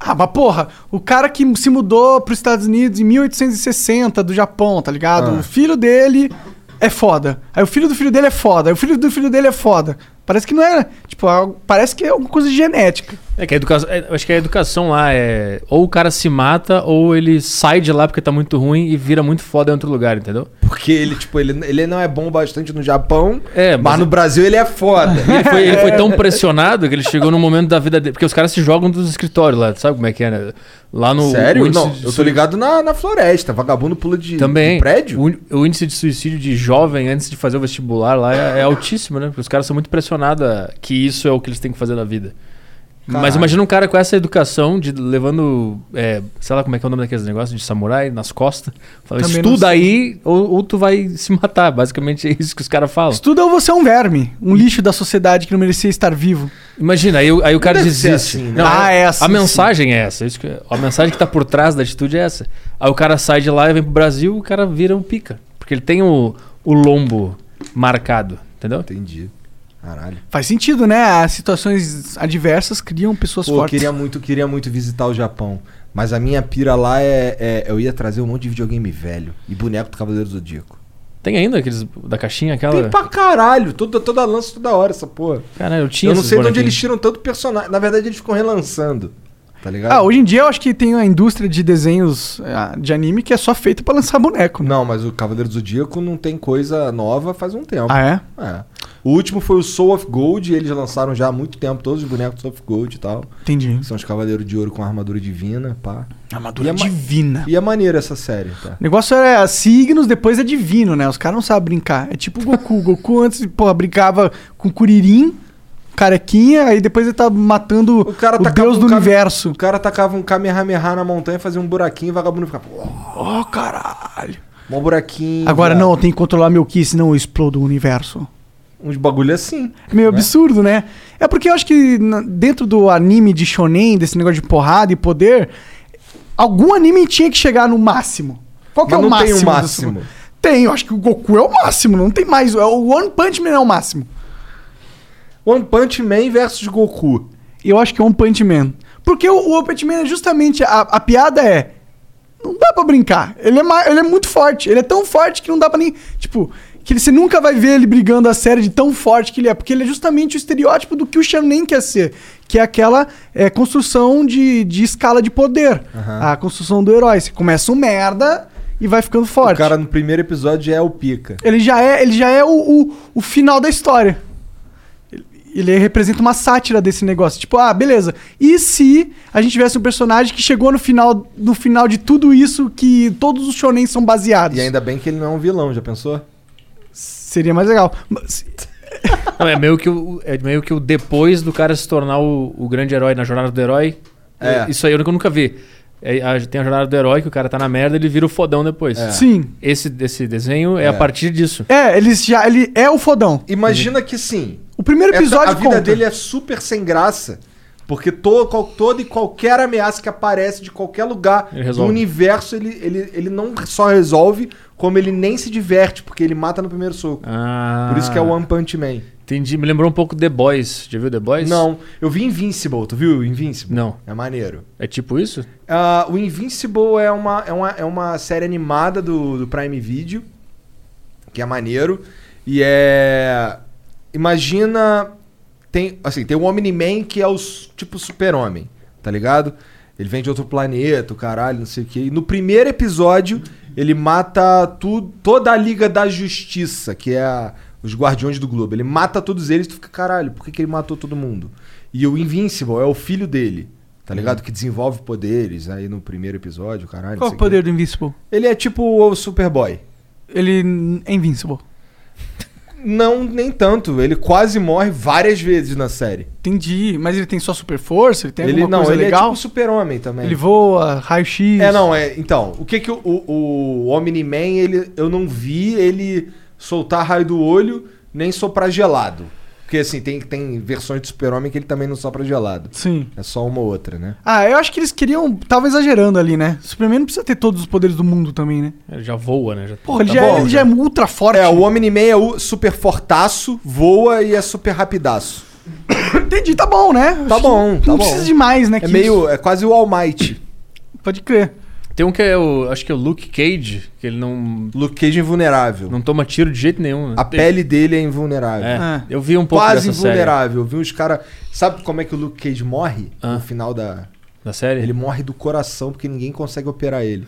Ah, mas porra, o cara que se mudou pros Estados Unidos em 1860 do Japão, tá ligado? Ah. O filho dele é foda. Aí o filho do filho dele é foda. Aí o filho do filho dele é foda. Parece que não é, tipo, algo- parece que é alguma coisa de genética. É que a educação. é, eu acho que a educação lá é. Ou o cara se mata, ou ele sai de lá porque tá muito ruim e vira muito foda em outro lugar, entendeu? Porque ele, tipo, ele, ele não é bom bastante no Japão, É, mas mas- no Brasil ele é foda. (laughs) Ele foi, ele foi tão pressionado que ele chegou num momento da vida dele. Porque os caras se jogam dos escritórios lá, sabe como é que é, né? Lá no. (laughs) o Sério? índice Não, de eu tô sui- ligado na, na floresta. Vagabundo pula de, Também. de prédio. O, ín- o índice de suicídio de jovem antes de fazer o vestibular lá é, é altíssimo, né? Porque os caras são muito pressionados a- que isso é o que eles têm que fazer na vida. Mas Caralho. imagina um cara com essa educação, de levando, é, sei lá como é que é o nome daqueles negócios, de samurai nas costas. Fala, Também não estuda sei. aí ou, ou tu vai se matar. Basicamente é isso que os caras falam. Estuda ou você é um verme, um lixo da sociedade que não merecia estar vivo. Imagina, aí, o- aí o cara deve ser desiste. assim, né? Não, Ah, é assim, A sim. mensagem é essa. isso que- a mensagem que tá por trás da atitude é essa. Aí o cara sai de lá e vem pro Brasil, o cara vira um pica. Porque ele tem o, o lombo marcado, entendeu? Entendi. Caralho. Faz sentido, né? As situações adversas criam pessoas Pô, eu fortes. queria muito, queria muito visitar o Japão. Mas a minha pira lá é, é- Eu ia trazer um monte de videogame velho e boneco do Cavaleiro do Zodíaco. Tem ainda aqueles da caixinha aquela? Tem pra caralho. Toda, toda lança, toda hora essa porra. Caralho, eu tinha eu não esses sei de onde bonequinhos. eles tiram tanto personagem. Na verdade, eles ficam relançando. Tá ligado? Ah, hoje em dia eu acho que tem a indústria de desenhos ah, de anime que é só feita pra lançar boneco. né? Não, mas o Cavaleiro do Zodíaco não tem coisa nova faz um tempo. Ah, é? É. O último foi o Soul of Gold, e eles lançaram já há muito tempo todos os bonecos do Soul of Gold e tal. Entendi. Que são os Cavaleiros de Ouro com armadura divina, pá. Armadura E é ma- divina. E é maneiro essa série, tá? O negócio era signos, depois é divino, né? Os caras não sabem brincar. É tipo o Goku. O Goku antes, porra, brincava com Kuririn, carequinha, aí depois ele tá matando o, O cara tacava deus um do cam- universo. O cara tacava um Kamehameha na montanha, fazia um buraquinho e o vagabundo ficava. "Uau, Oh, caralho. Um buraquinho. Agora viado." não, tem que controlar meu Ki, senão eu explodo o universo. Uns bagulho assim. Meio absurdo, né? É porque eu acho que na- dentro do anime de shonen, desse negócio de porrada e poder, algum anime tinha que chegar no máximo. Qual que Mas é o não tem máximo? o desse- máximo. Tem, eu acho que o Goku é o máximo, não tem mais. O One Punch Man é o máximo. One Punch Man versus Goku. Eu acho que é One Punch Man. Porque o, o One Punch Man é justamente a, a piada é não dá pra brincar. Ele é, ma- ele é muito forte. Ele é tão forte que não dá pra nem. Tipo, que ele- você nunca vai ver ele brigando a série de tão forte que ele é. Porque ele é justamente o estereótipo do que o Shonen quer ser. Que é aquela é, construção de, de escala de poder. A construção do herói. Você começa um merda e vai ficando forte. O cara no primeiro episódio é o Pica. Ele já é, ele já é o, o, o final da história. Ele- Ele representa uma sátira desse negócio. Tipo, ah, beleza. E se a gente tivesse um personagem que chegou no final, no final de tudo isso que todos os shonen são baseados? E ainda bem que ele não é um vilão, já pensou? Seria mais legal. Mas- Não, é, meio que o, é meio que o depois do cara se tornar o, o grande herói na jornada do herói. É. Isso aí eu nunca, nunca vi. É, a- tem a jornada do herói que o cara tá na merda ele vira o fodão depois. É. Sim. Esse, esse desenho é, a partir disso. É, ele já ele é o fodão. Imagina que sim. O primeiro essa- episódio a vida conta. dele é super sem graça. Porque to, qual- toda e qualquer ameaça que aparece de qualquer lugar Ele resolve. do universo, ele, ele, ele não só resolve, como ele nem se diverte, porque ele mata no primeiro soco. Ah, Por isso que é o One Punch Man. Entendi. Me lembrou um pouco The Boys. Já viu The Boys? Não, eu vi Invincible, tu viu Invincible? Não. É maneiro. É tipo isso? Ah, o Invincible é uma, é uma, é uma série animada do, do Prime Video, que é maneiro. E é. Imagina. Tem, assim, tem o Omni-Man que é o s- tipo super-homem, tá ligado? Ele vem de outro planeta, o caralho, não sei o quê. E no primeiro episódio, ele mata tu, toda a Liga da Justiça, que é a- os Guardiões do Globo. Ele mata todos eles e tu fica, caralho, por que, que ele matou todo mundo? E o Invincible é o filho dele, tá ligado? Que desenvolve poderes aí no primeiro episódio, caralho. Uhum. Qual não é sei o poder quê. do Invincible? Ele é tipo o Superboy. Ele n- é invincible. Não, nem tanto. Ele quase morre várias vezes na série. Entendi, mas ele tem só super força, ele tem ele alguma não, coisa ele é legal. tipo super-homem também. Ele voa, raio-x. É, não, é. Então, o que que o, o, o Omni-Man, ele, eu não vi ele soltar raio do olho nem soprar gelado. Porque, assim, tem, tem versões do super-homem que ele também não sopra gelado. Sim. É só uma ou outra, né? Ah, eu acho que eles queriam. Tava exagerando ali, né? Superman não precisa ter todos os poderes do mundo também, né? Ele já voa, né? Já... Porra, ele, Tá já, bom, ele já. já é ultra forte. É, o Omni-Man é o super fortaço, voa e é super rapidaço. Entendi, tá bom, né? Tá Acho bom, que tá Não bom. precisa de mais, né? É que meio. É quase o All Might. isso. Pode crer. Tem um que é o. Acho que é o Luke Cage, que ele não, Luke Cage invulnerável. não toma tiro de jeito nenhum. né? A Tem- pele dele é invulnerável. É, Ah. Eu vi um pouco Quase dessa série. invulnerável. Eu vi os caras. Sabe como é que o Luke Cage morre? Ah. No final da. Da série? Ele morre do coração porque ninguém consegue operar ele.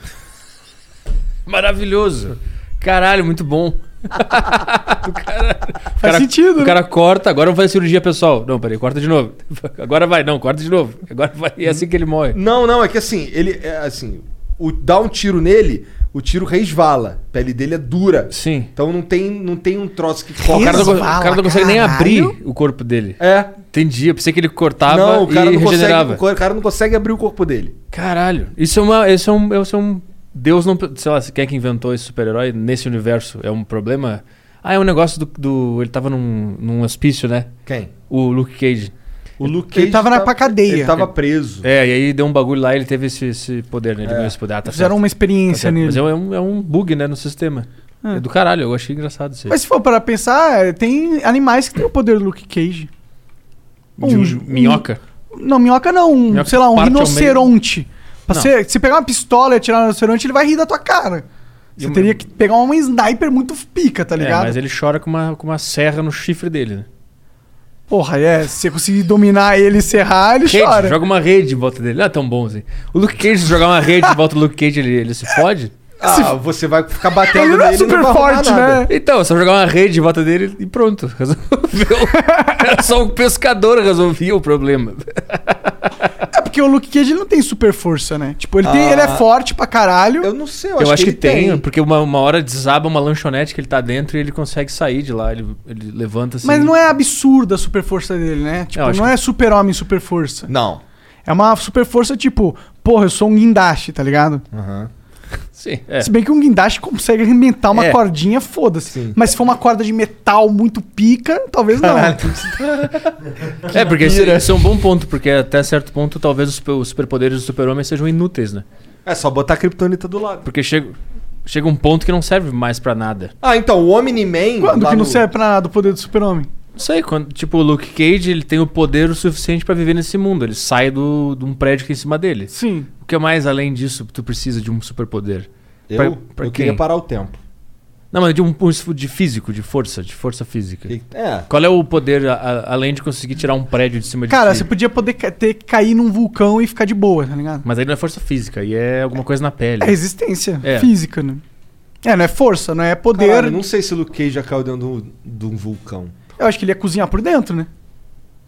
Maravilhoso. Caralho, (laughs) muito bom. o cara, o Faz sentido, né? O cara corta, agora vai cirurgia pessoal. Não, peraí, corta de novo. (laughs) Agora vai, não, corta de novo. Agora vai. E é assim que ele morre. Não, não, é que assim, ele é assim, o, dá um tiro nele, o tiro resvala. A pele dele é dura. Sim. Então não tem, não tem um troço que O corta. cara, não, o Resvala, cara não consegue nem abrir caralho. o corpo dele. É. Entendi, eu pensei que ele cortava não, o cara e não consegue, regenerava. o co- o cara não consegue abrir o corpo dele. Caralho. Isso é uma. Isso é um. Isso é um Deus não. Sei lá, quem é que inventou esse super-herói nesse universo? É um problema? Ah, é um negócio do. do- ele tava num, num hospício, né? Quem? O Luke Cage. O Luke tá- ele tava na pra cadeia. Ele tava preso. É, e aí deu um bagulho lá e ele teve esse, esse poder, né? Ele ganhou esse poder. Ah, tá É. Fizeram um certo. uma experiência Tá certo. nele. Mas é um, é um bug, né, no sistema. É do caralho, eu achei engraçado isso aí. Mas se for para pensar, é, tem animais que têm o poder do Luke Cage. De um- minhoca. Não, minhoca não. Um, Minhoca sei lá, um parte ao meio. rinoceronte. Pra Não. você, se pegar uma pistola e atirar no rinoceronte, ele vai rir da tua cara. Você E uma- teria que pegar um sniper muito pica, tá É, ligado? mas ele chora com uma, com uma serra no chifre dele, né? Porra, é. Se você conseguir dominar ele e serrar, ele Cage, chora. joga uma rede em volta dele. Não é tão bom assim. O Luke Cage, se jogar uma rede em volta do Luke Cage, ele, ele se fode? Ah, você vai ficar batendo Ele não é nele e super vai arrumar forte, nada. né? Então, é só jogar uma rede em volta dele e pronto. Resolveu. Era só um pescador resolvia o problema. É porque o Luke Cage ele não tem super força, né? Tipo, ele, tem, ele é forte pra caralho. Ah. Eu não sei, eu, Eu, acho que, ele tem, porque uma, uma hora desaba uma lanchonete que ele tá dentro e ele consegue sair de lá. Ele, ele levanta assim. Mas não é absurda a super força dele, né? Tipo, Eu acho não que- é super-homem super força. Não. É uma super força tipo, porra, eu sou um guindaste, tá ligado? É. Sim, é. Se bem que um guindaste consegue arrebentar uma É. cordinha, foda-se. Sim. Mas se for uma corda de metal muito pica, talvez não. Tipo, É, porque esse, esse é um bom ponto, porque até certo ponto talvez os, super- os superpoderes do super-homem sejam inúteis, né? É só botar a Kryptonita do lado. Porque chega, chega um ponto que não serve mais pra nada. Ah, então, o Omni-Man... Quando lá que não no- serve pra nada o poder do super-homem? Não sei, quando, tipo, o Luke Cage ele tem o poder o suficiente pra viver nesse mundo. Ele sai do, de um prédio que é em cima dele. Sim. O que é mais além disso tu precisa de um superpoder? Eu, Pra- pra eu queria quem? parar o tempo. Não, mas de um pulso de físico, de força, de força física. É, Qual é o poder, a- a- além de conseguir tirar um prédio de cima de Cara, ti? você podia poder ca- ter que cair num vulcão e ficar de boa, tá ligado? Mas aí não é força física, aí é alguma coisa na pele. É resistência É. física, né? É, não é força, não é poder. caralho, não sei se o Luke Cage já caiu dentro de um- de um vulcão. Eu acho que ele ia cozinhar por dentro, né?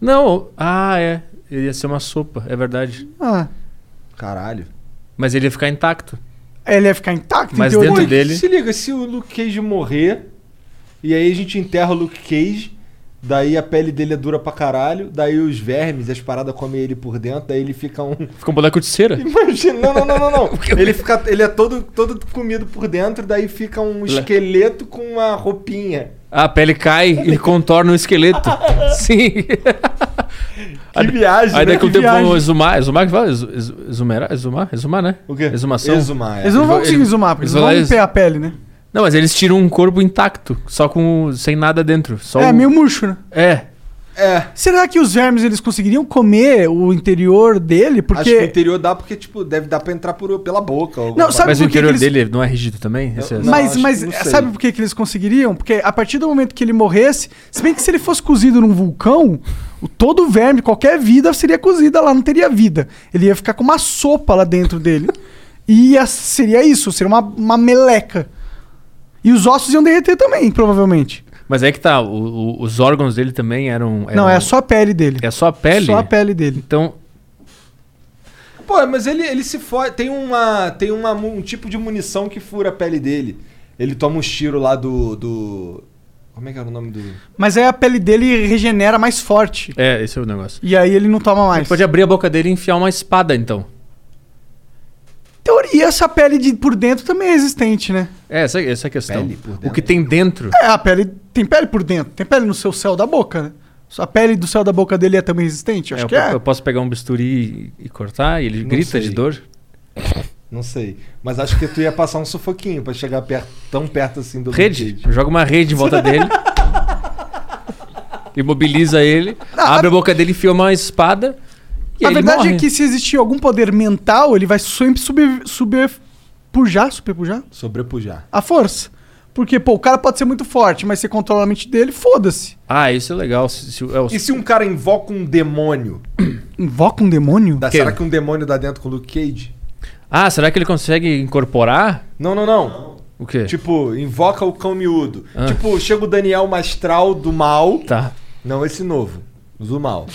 Não, ah, é. Ele ia ser uma sopa, é verdade. Ah. Caralho. Mas ele ia ficar intacto. Ele ia ficar intacto, Mas em teoria. dentro Pô, e dele- Se liga, se o Luke Cage morrer, e aí a gente enterra o Luke Cage, daí a pele dele é dura pra caralho, daí os vermes, as paradas comem ele por dentro, daí ele fica um. (laughs) Fica um boneco de cera. Imagina, não, não, não, não, (laughs) não. Ele, fica, ele é todo, todo comido por dentro, daí fica um esqueleto com uma roupinha. Ah, a pele cai e contorna o esqueleto. Sim. Que viagem, Aí né? daqui a um Que tempo viagem. vão exumar, exumar que fala? Exu- exu- Exumerar? Exumar? Exumar, né? O quê? Exumação. Exumar, é. Eles não Ele vão vai- conseguir ele- zoomar, porque eles ele não vão vai lá e- limpar a pele, né? Não, mas eles tiram um corpo intacto, só com. sem nada dentro. Só É, o- meio murcho, né? É. É, Será que os vermes eles conseguiriam comer o interior acho dele? que o Porque. interior dá porque, tipo, deve dar pra entrar por, pela boca. alguma Não, parada. Sabe Mas por o que que interior eles- dele não é rígido também? Esse é- Não, Mas, acho mas que não sei. sabe por que, que eles conseguiriam? Porque a partir do momento que ele morresse, se bem que se ele fosse cozido num vulcão, o todo verme, qualquer vida seria cozida lá, não teria vida. Ele ia ficar com uma sopa lá dentro dele. E ia- seria isso, seria uma, uma meleca. E os ossos iam derreter também, provavelmente. Mas é que tá, o- o- os órgãos dele também eram. eram- Não, é só a pele dele. É só a pele? Só a pele dele. Então. Pô, mas ele, ele se fode. Tem, uma, tem uma, mu- um tipo de munição que fura a pele dele. Ele toma um tiro lá do. do... Como é que era o nome do. Mas aí a pele dele regenera mais forte. É, esse é o negócio. E aí ele não toma mais. Ele pode abrir a boca dele e enfiar uma espada, então. teoria, essa pele de por dentro também é resistente, né? É, essa, essa é a questão. Pele por dentro. o que tem dentro. É, a pele tem pele por dentro, tem pele no seu céu da boca, né? A pele do céu da boca dele é também resistente? Acho eu, que é. eu posso pegar um bisturi e, e cortar e ele Não grita sei. de dor? Não sei. Mas acho que tu ia passar um sufoquinho pra chegar perto, tão perto assim do. Rede. do- Joga uma rede em volta (laughs) dele. Imobiliza ele. abre a boca dele, enfia uma espada. E a aí ele verdade morre. é que se existir algum poder mental, ele vai sempre subir, subir pujar, superpujar Sobrepujar. a força. Porque, pô, o cara pode ser muito forte, mas você controla a mente dele, foda-se. Ah, isso é legal. Se- se- é o- E se um cara invoca um demônio? Invoca um demônio? Dá- Que? Será que um demônio dá dentro com o Luke Cage? Ah, será que ele consegue incorporar? Não, não, não. O quê? Tipo, invoca o cão miúdo. Ah. Tipo, chega o Daniel Mastral do mal. Tá. Não, esse novo. Do mal.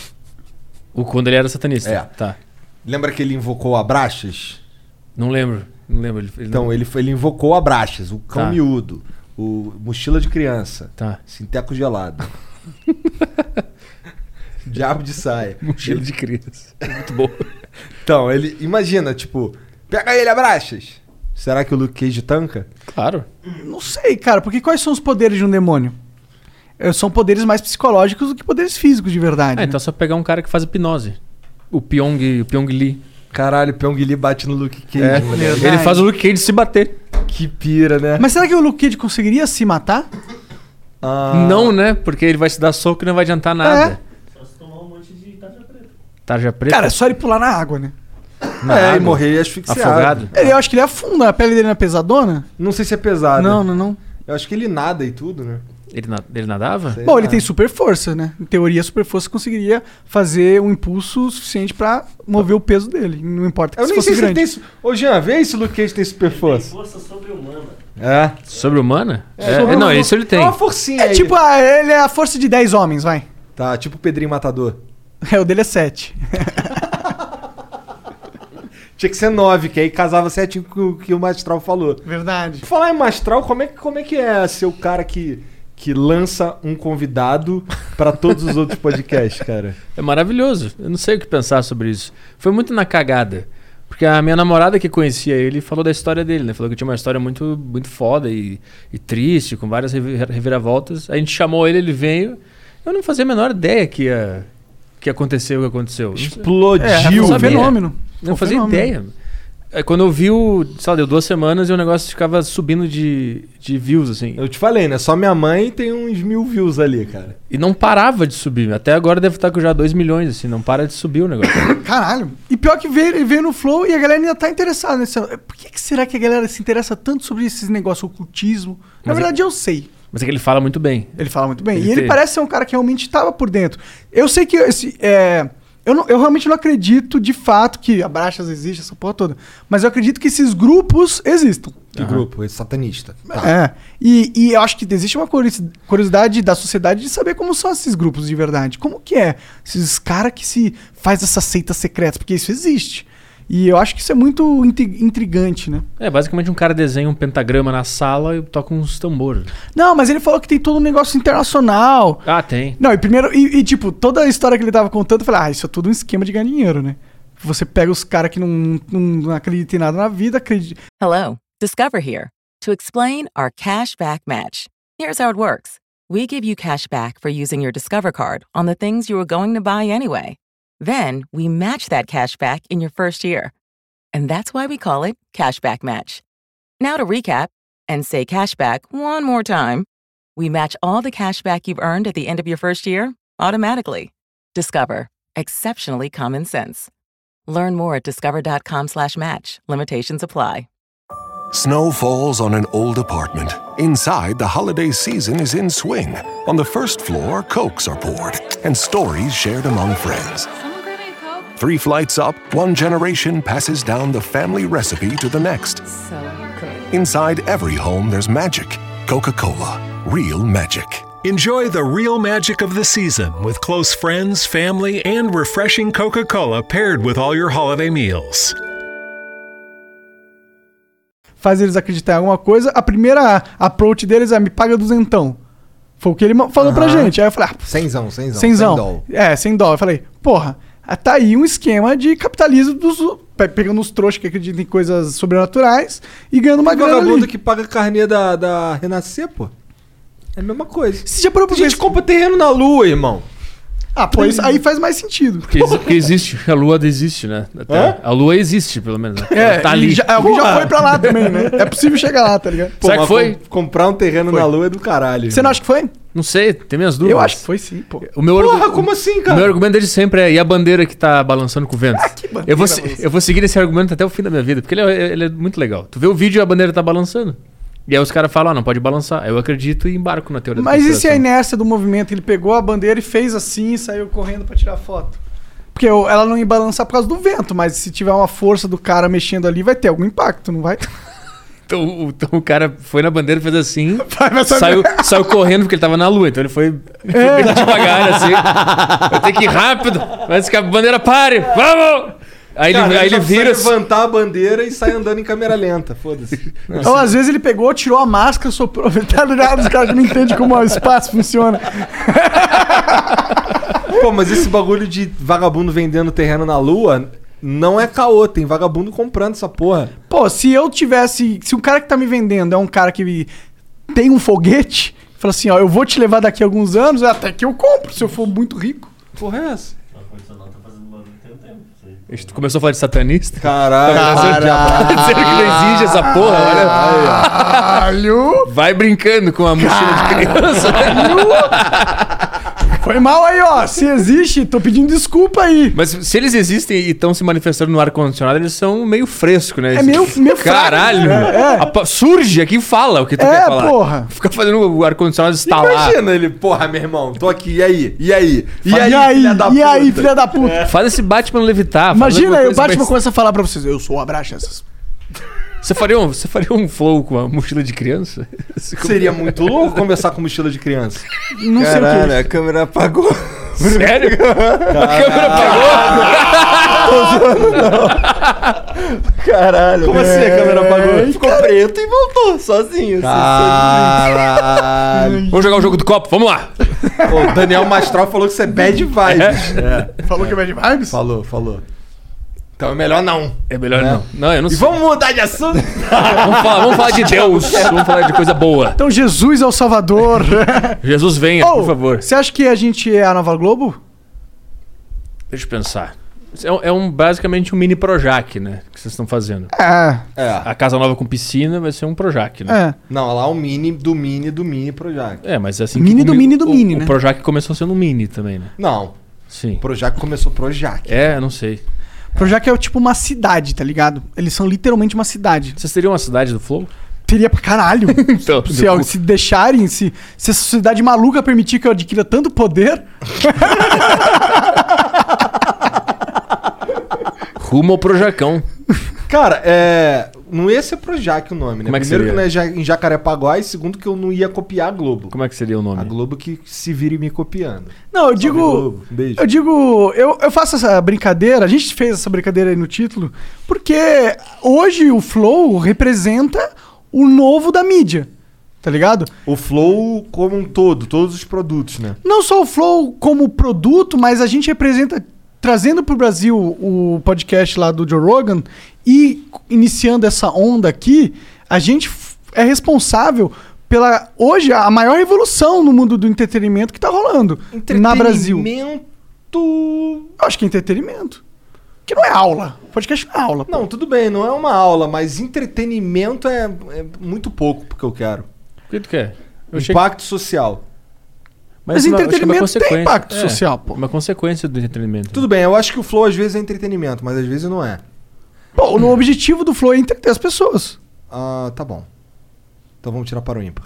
O, quando ele era satanista. É. Tá. Lembra que ele invocou Abraxas? Não lembro. Não lembro. Ele, ele Então, não- ele, foi- ele invocou Abraxas, o cão Tá. miúdo, o mochila de criança, (laughs) Tá. sinteco gelado. Diabo Um de saia. Mochila de criança. É (laughs) Muito bom. Então, ele. Imagina, tipo, pega ele, Abraxas! Será que o Luke Cage tanca? claro. Não sei, cara, porque quais são os poderes de um demônio? Eh, São poderes mais psicológicos do que poderes físicos de verdade. Ah, né? então é só pegar um cara que faz hipnose. O Pyong, o Pyong Lee. Caralho, o Pyong Lee bate no Luke Cage. É, moleque. ele faz o Luke Cage se bater. Que pira, né? Mas será que o Luke Cage conseguiria se matar? Ah, É. Não, né? Porque ele vai se dar soco e não vai adiantar nada. Só se tomar um monte de tarja preta. Tarja preta. Cara, é só ele pular na água, né? na é, água, e morrer asfixiado. afogado. Ele, eu acho que ele afunda, a pele dele não é pesadona? Não sei se é pesado. Não, não, não. Eu acho que ele nada e tudo, né? Ele, na- ele nadava? Sei Bom, lá. ele tem super força, né? Em teoria, a super força conseguiria fazer um impulso suficiente pra mover o peso dele. Não importa que Eu se nem fosse sei se ele grande. tem. su- Ô, Jean, vê se o Luke Cage tem super força. Força sobre-humana. É. Sobre-humana? É, não, isso ele tem. É uma forcinha É aí. tipo, ah, ele é a força de 10 homens, vai. Tá, tipo o Pedrinho Matador. É, o dele é 7. Tinha que ser nove, que aí casava certinho com o que o Mastral falou. Verdade. Por falar em Mastral, como é que, como é, que é ser o cara que, que lança um convidado pra todos os outros podcasts, cara? É maravilhoso. Eu não sei o que pensar sobre isso. Foi muito na cagada. Porque a minha namorada que conhecia ele falou da história dele, né? Falou que tinha uma história muito, muito foda e, e triste, com várias revi- reviravoltas. A gente chamou ele, ele veio. Eu não fazia a menor ideia que ia, que ia acontecer o que aconteceu. Não sei- Explodiu. é, um sabia. fenômeno. Eu não Foi um fazia fenômeno. ideia. É, Quando eu vi o. Sei lá, deu duas semanas e o negócio ficava subindo de, de views, assim. Eu te falei, né? Só minha mãe tem uns mil views ali, cara. E não parava de subir. Até agora deve estar com já 2 milhões, assim. Não para de subir o negócio. Caralho. E pior que veio, ele veio no Flow e a galera ainda tá interessada nesse. Por que, que será que a galera se interessa tanto sobre esses negócios, ocultismo? Na Mas verdade, eu sei. Mas é que ele fala muito bem. Ele fala muito bem. Ele e ele tem- parece ser um cara que realmente estava por dentro. Eu sei que esse. é, eu, não- eu realmente não acredito de fato que abraxas existe, essa porra toda. Mas eu acredito que esses grupos existam. Que grupo? Esse satanista. Tá. É. E, e eu acho que existe uma curi- curiosidade da sociedade de saber como são esses grupos de verdade. Como que é esses caras que se faz essas seitas secretas? Porque isso existe. E eu acho que isso é muito inti- intrigante, né? É, basicamente um cara desenha um pentagrama na sala e toca uns tambores. Não, mas ele falou que tem todo um negócio internacional. Ah, tem. Não, e primeiro, e, e, tipo, toda a história que ele tava contando, eu falei, ah, isso é tudo um esquema de ganhar dinheiro, né? Você pega os caras que não, não, não acreditam em nada na vida, acredita. Hello, Discover here to explain our cash back match. Here's how it works we give you cash back for using your Discover card on the things you were going to buy anyway. Then we match that cash back in your first year. And that's why we call it cash back Match. Now to recap and say cash back one more time. We match all the cash back you've earned at the end of your first year automatically. Discover. Exceptionally common sense. Learn more at discover.com slash match. Limitations apply. Snow falls on an old apartment. Inside, the holiday season is in swing. On the first floor, cokes are poured and stories shared among friends. Someone grab me a Coke. Three flights up, one generation passes down the family recipe to the next. So good. Inside every home, there's magic. Coca Cola, real magic. Enjoy the real magic of the season with close friends, family, and refreshing Coca Cola paired with all your holiday meals. Faz eles acreditar em alguma coisa. A primeira approach deles é me paga duzentão. Foi o que ele ma- falou pra gente. Aí eu falei, ah, pô, Cenzão, cenzão. Cenzão. Cendol. É, sem dó. Eu falei, porra, ah, tá aí um esquema de capitalismo dos. pe- Pegando os trouxas que acreditam em coisas sobrenaturais e ganhando uma Uma grana vagabunda ali. que paga carnê da, da Renascer, pô. É a mesma coisa. Você já parou pra A gente pensar- compra terreno na lua, irmão. Ah, pô, isso aí faz mais sentido. Que, exi- que existe. A lua existe, né? Até- Hã? a lua existe, pelo menos. né? É, tá e ali. já- alguém já foi pra lá também, né? É possível chegar lá, tá ligado? Será que mas foi? com- comprar um terreno na lua é do caralho. Você não acha que foi? Não sei, tem minhas dúvidas. Eu acho que foi sim, pô. O meu Porra, argu- como assim, O meu cara? argumento desde sempre é e a bandeira que tá balançando com o (laughs) vento. bandeira eu, vou se- balançando? eu vou seguir esse argumento até o fim da minha vida, porque ele é, ele é muito legal. Tu vê o vídeo e a bandeira tá balançando. E aí os caras falam, ah, não pode balançar. Aí Eu acredito e embarco na teoria da Mas é e se a conspiração. inércia do movimento? Ele pegou a bandeira e fez assim e saiu correndo pra tirar foto. Porque eu- ela não ia balançar por causa do vento, mas se tiver uma força do cara mexendo ali, vai ter algum impacto, não vai? Então, o- então o cara foi na bandeira, fez assim, (laughs) Vai, vai saber. saiu, saiu correndo porque ele tava na lua, então ele foi, foi bem devagar, assim. Eu tenho que ir rápido, mas que a bandeira pare, vamos! Aí ele, aí ele vira. assim. levantar a bandeira e sai andando em câmera lenta. (laughs) Foda-se. É. Ou Então, às vezes ele pegou, tirou a máscara, soprou. (laughs) Tá ligado? Os caras que não entendem como o espaço funciona. Pô, mas esse bagulho de vagabundo vendendo terreno na lua não é caô. Tem vagabundo comprando essa porra. Pô, se eu tivesse. Se o cara que tá me vendendo é um cara que me- tem um foguete, fala assim, ó, eu vou te levar daqui a alguns é, anos, até que eu compro, se eu for muito rico. Porra é essa? O ar-condicionado tá fazendo barulho tem um tempo. Você A gente começou a falar de satanista. Caralho. (laughs) Tá dizendo que não existe essa porra, olha. Caralho! Vai brincando com a mochila de criança. Foi mal aí, ó. Se existe, tô pedindo desculpa aí. Mas se eles existem e estão se manifestando no ar-condicionado, eles são meio fresco, né? É meio- meio fraco, Caralho! né? É. Apa- Surge aqui e fala o que tu É, quer falar. porra. Fica fazendo o ar-condicionado estalar. Imagina ele, porra, meu irmão, tô aqui, e aí? E aí? E aí, e aí, filha da puta? Faz esse Batman levitar. faz alguma Imagina aí, o coisa assim. Batman mais- começa a falar pra vocês: Eu sou um o Abraxas. Você faria, um, você faria um flow com a mochila de criança? (laughs) é? Você come- (laughs) Seria muito louco conversar com mochila de criança. Não sei o Caralho, que. a câmera apagou. Sério? A câmera apagou? Caralho. É, Como assim a câmera apagou? Ficou preto e voltou sozinho. assim, Caralho. Vamos jogar o jogo do copo, vamos lá! Pô, o Daniel Mastral falou que você é bad vibes. Falou que é bad vibes? Falou, falou. Então é melhor não. É melhor não. Não, eu não E sei. vamos mudar de assunto? Vamos falar, vamos (laughs) falar de Deus. Vamos falar de coisa boa. Então Jesus é o Salvador. Jesus venha, Ô, por favor. Você acha que a gente é a Nova Globo? Deixa eu pensar. Isso É, um- é um, basicamente um mini Projac, né? Que vocês estão fazendo. É. É. A casa nova com piscina vai ser um Projac, né? É. Não, lá o mini do mini do mini Projac. É, mas é assim Mini o do mi- mini do o- mini, o né? Projac começou sendo um mini também, né? Não, Sim. Projac começou Projac. É, não sei. Projac é tipo uma cidade, tá ligado? Eles são literalmente uma cidade. Vocês teriam uma cidade do Flow? Teria pra caralho. Então, se, se deixarem, se, se a sociedade maluca permitir que eu adquira tanto poder, Rumo ao Projacão. Cara, é. Não ia ser Projac o nome, né? Como é que Primeiro seria? que não é ja- em Jacarepaguá e segundo que eu não ia copiar a Globo. Como é que seria o A nome? Globo que se vire me copiando. Não, eu digo. Globo. Beijo. Eu digo. Eu, eu faço essa brincadeira, a gente fez essa brincadeira aí no título, porque hoje o Flow representa o novo da mídia. Tá ligado? O Flow como um todo, todos os produtos, né? Não só o Flow como produto, mas a gente representa. Trazendo pro Brasil o podcast lá do Joe Rogan e iniciando essa onda aqui, a gente f- é responsável pela hoje a maior revolução no mundo do entretenimento que tá rolando na Brasil. Entretenimento. Eu acho que é entretenimento. Que não é aula. Podcast não é aula. pô. Não, tudo bem, não é uma aula, mas entretenimento é, é muito pouco porque eu quero. O que tu quer? Eu achei que- Impacto social. Mas isso não- acho que é uma entretenimento tem consequência. impacto social, pô. Uma consequência do entretenimento. Tudo bem, eu acho que o flow às vezes é entretenimento, mas às vezes não é. Pô, o objetivo do Flow é entreter as pessoas. Ah, tá bom. Então vamos tirar para o ímpar.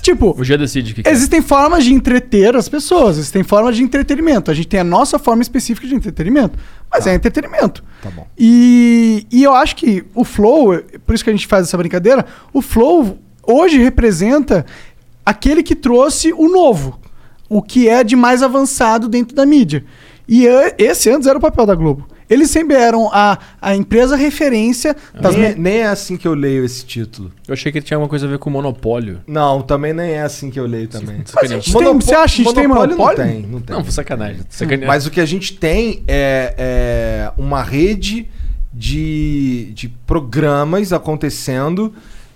Tipo, O Gia decide o que quer. existem formas de entreter as pessoas, existem formas de entretenimento. A gente tem a nossa forma específica de entretenimento, mas é entretenimento. Tá bom. E, e eu acho que o Flow, por isso que a gente faz essa brincadeira, o Flow hoje representa aquele que trouxe o novo, o que é de mais avançado dentro da mídia. E a- esse antes era o papel da Globo. Eles sempre eram a, a empresa referência das. nem, me- nem é assim que eu leio esse título. Eu achei que ele tinha alguma coisa a ver com monopólio. Não, também nem é assim que eu leio também. Mas a Sacaneando. gente tem, você acha que a gente tem monopólio? Hum. Não tem, não tem. Não, sacanagem. Sacaneando. Mas o que a gente tem é, é uma rede de, de programas acontecendo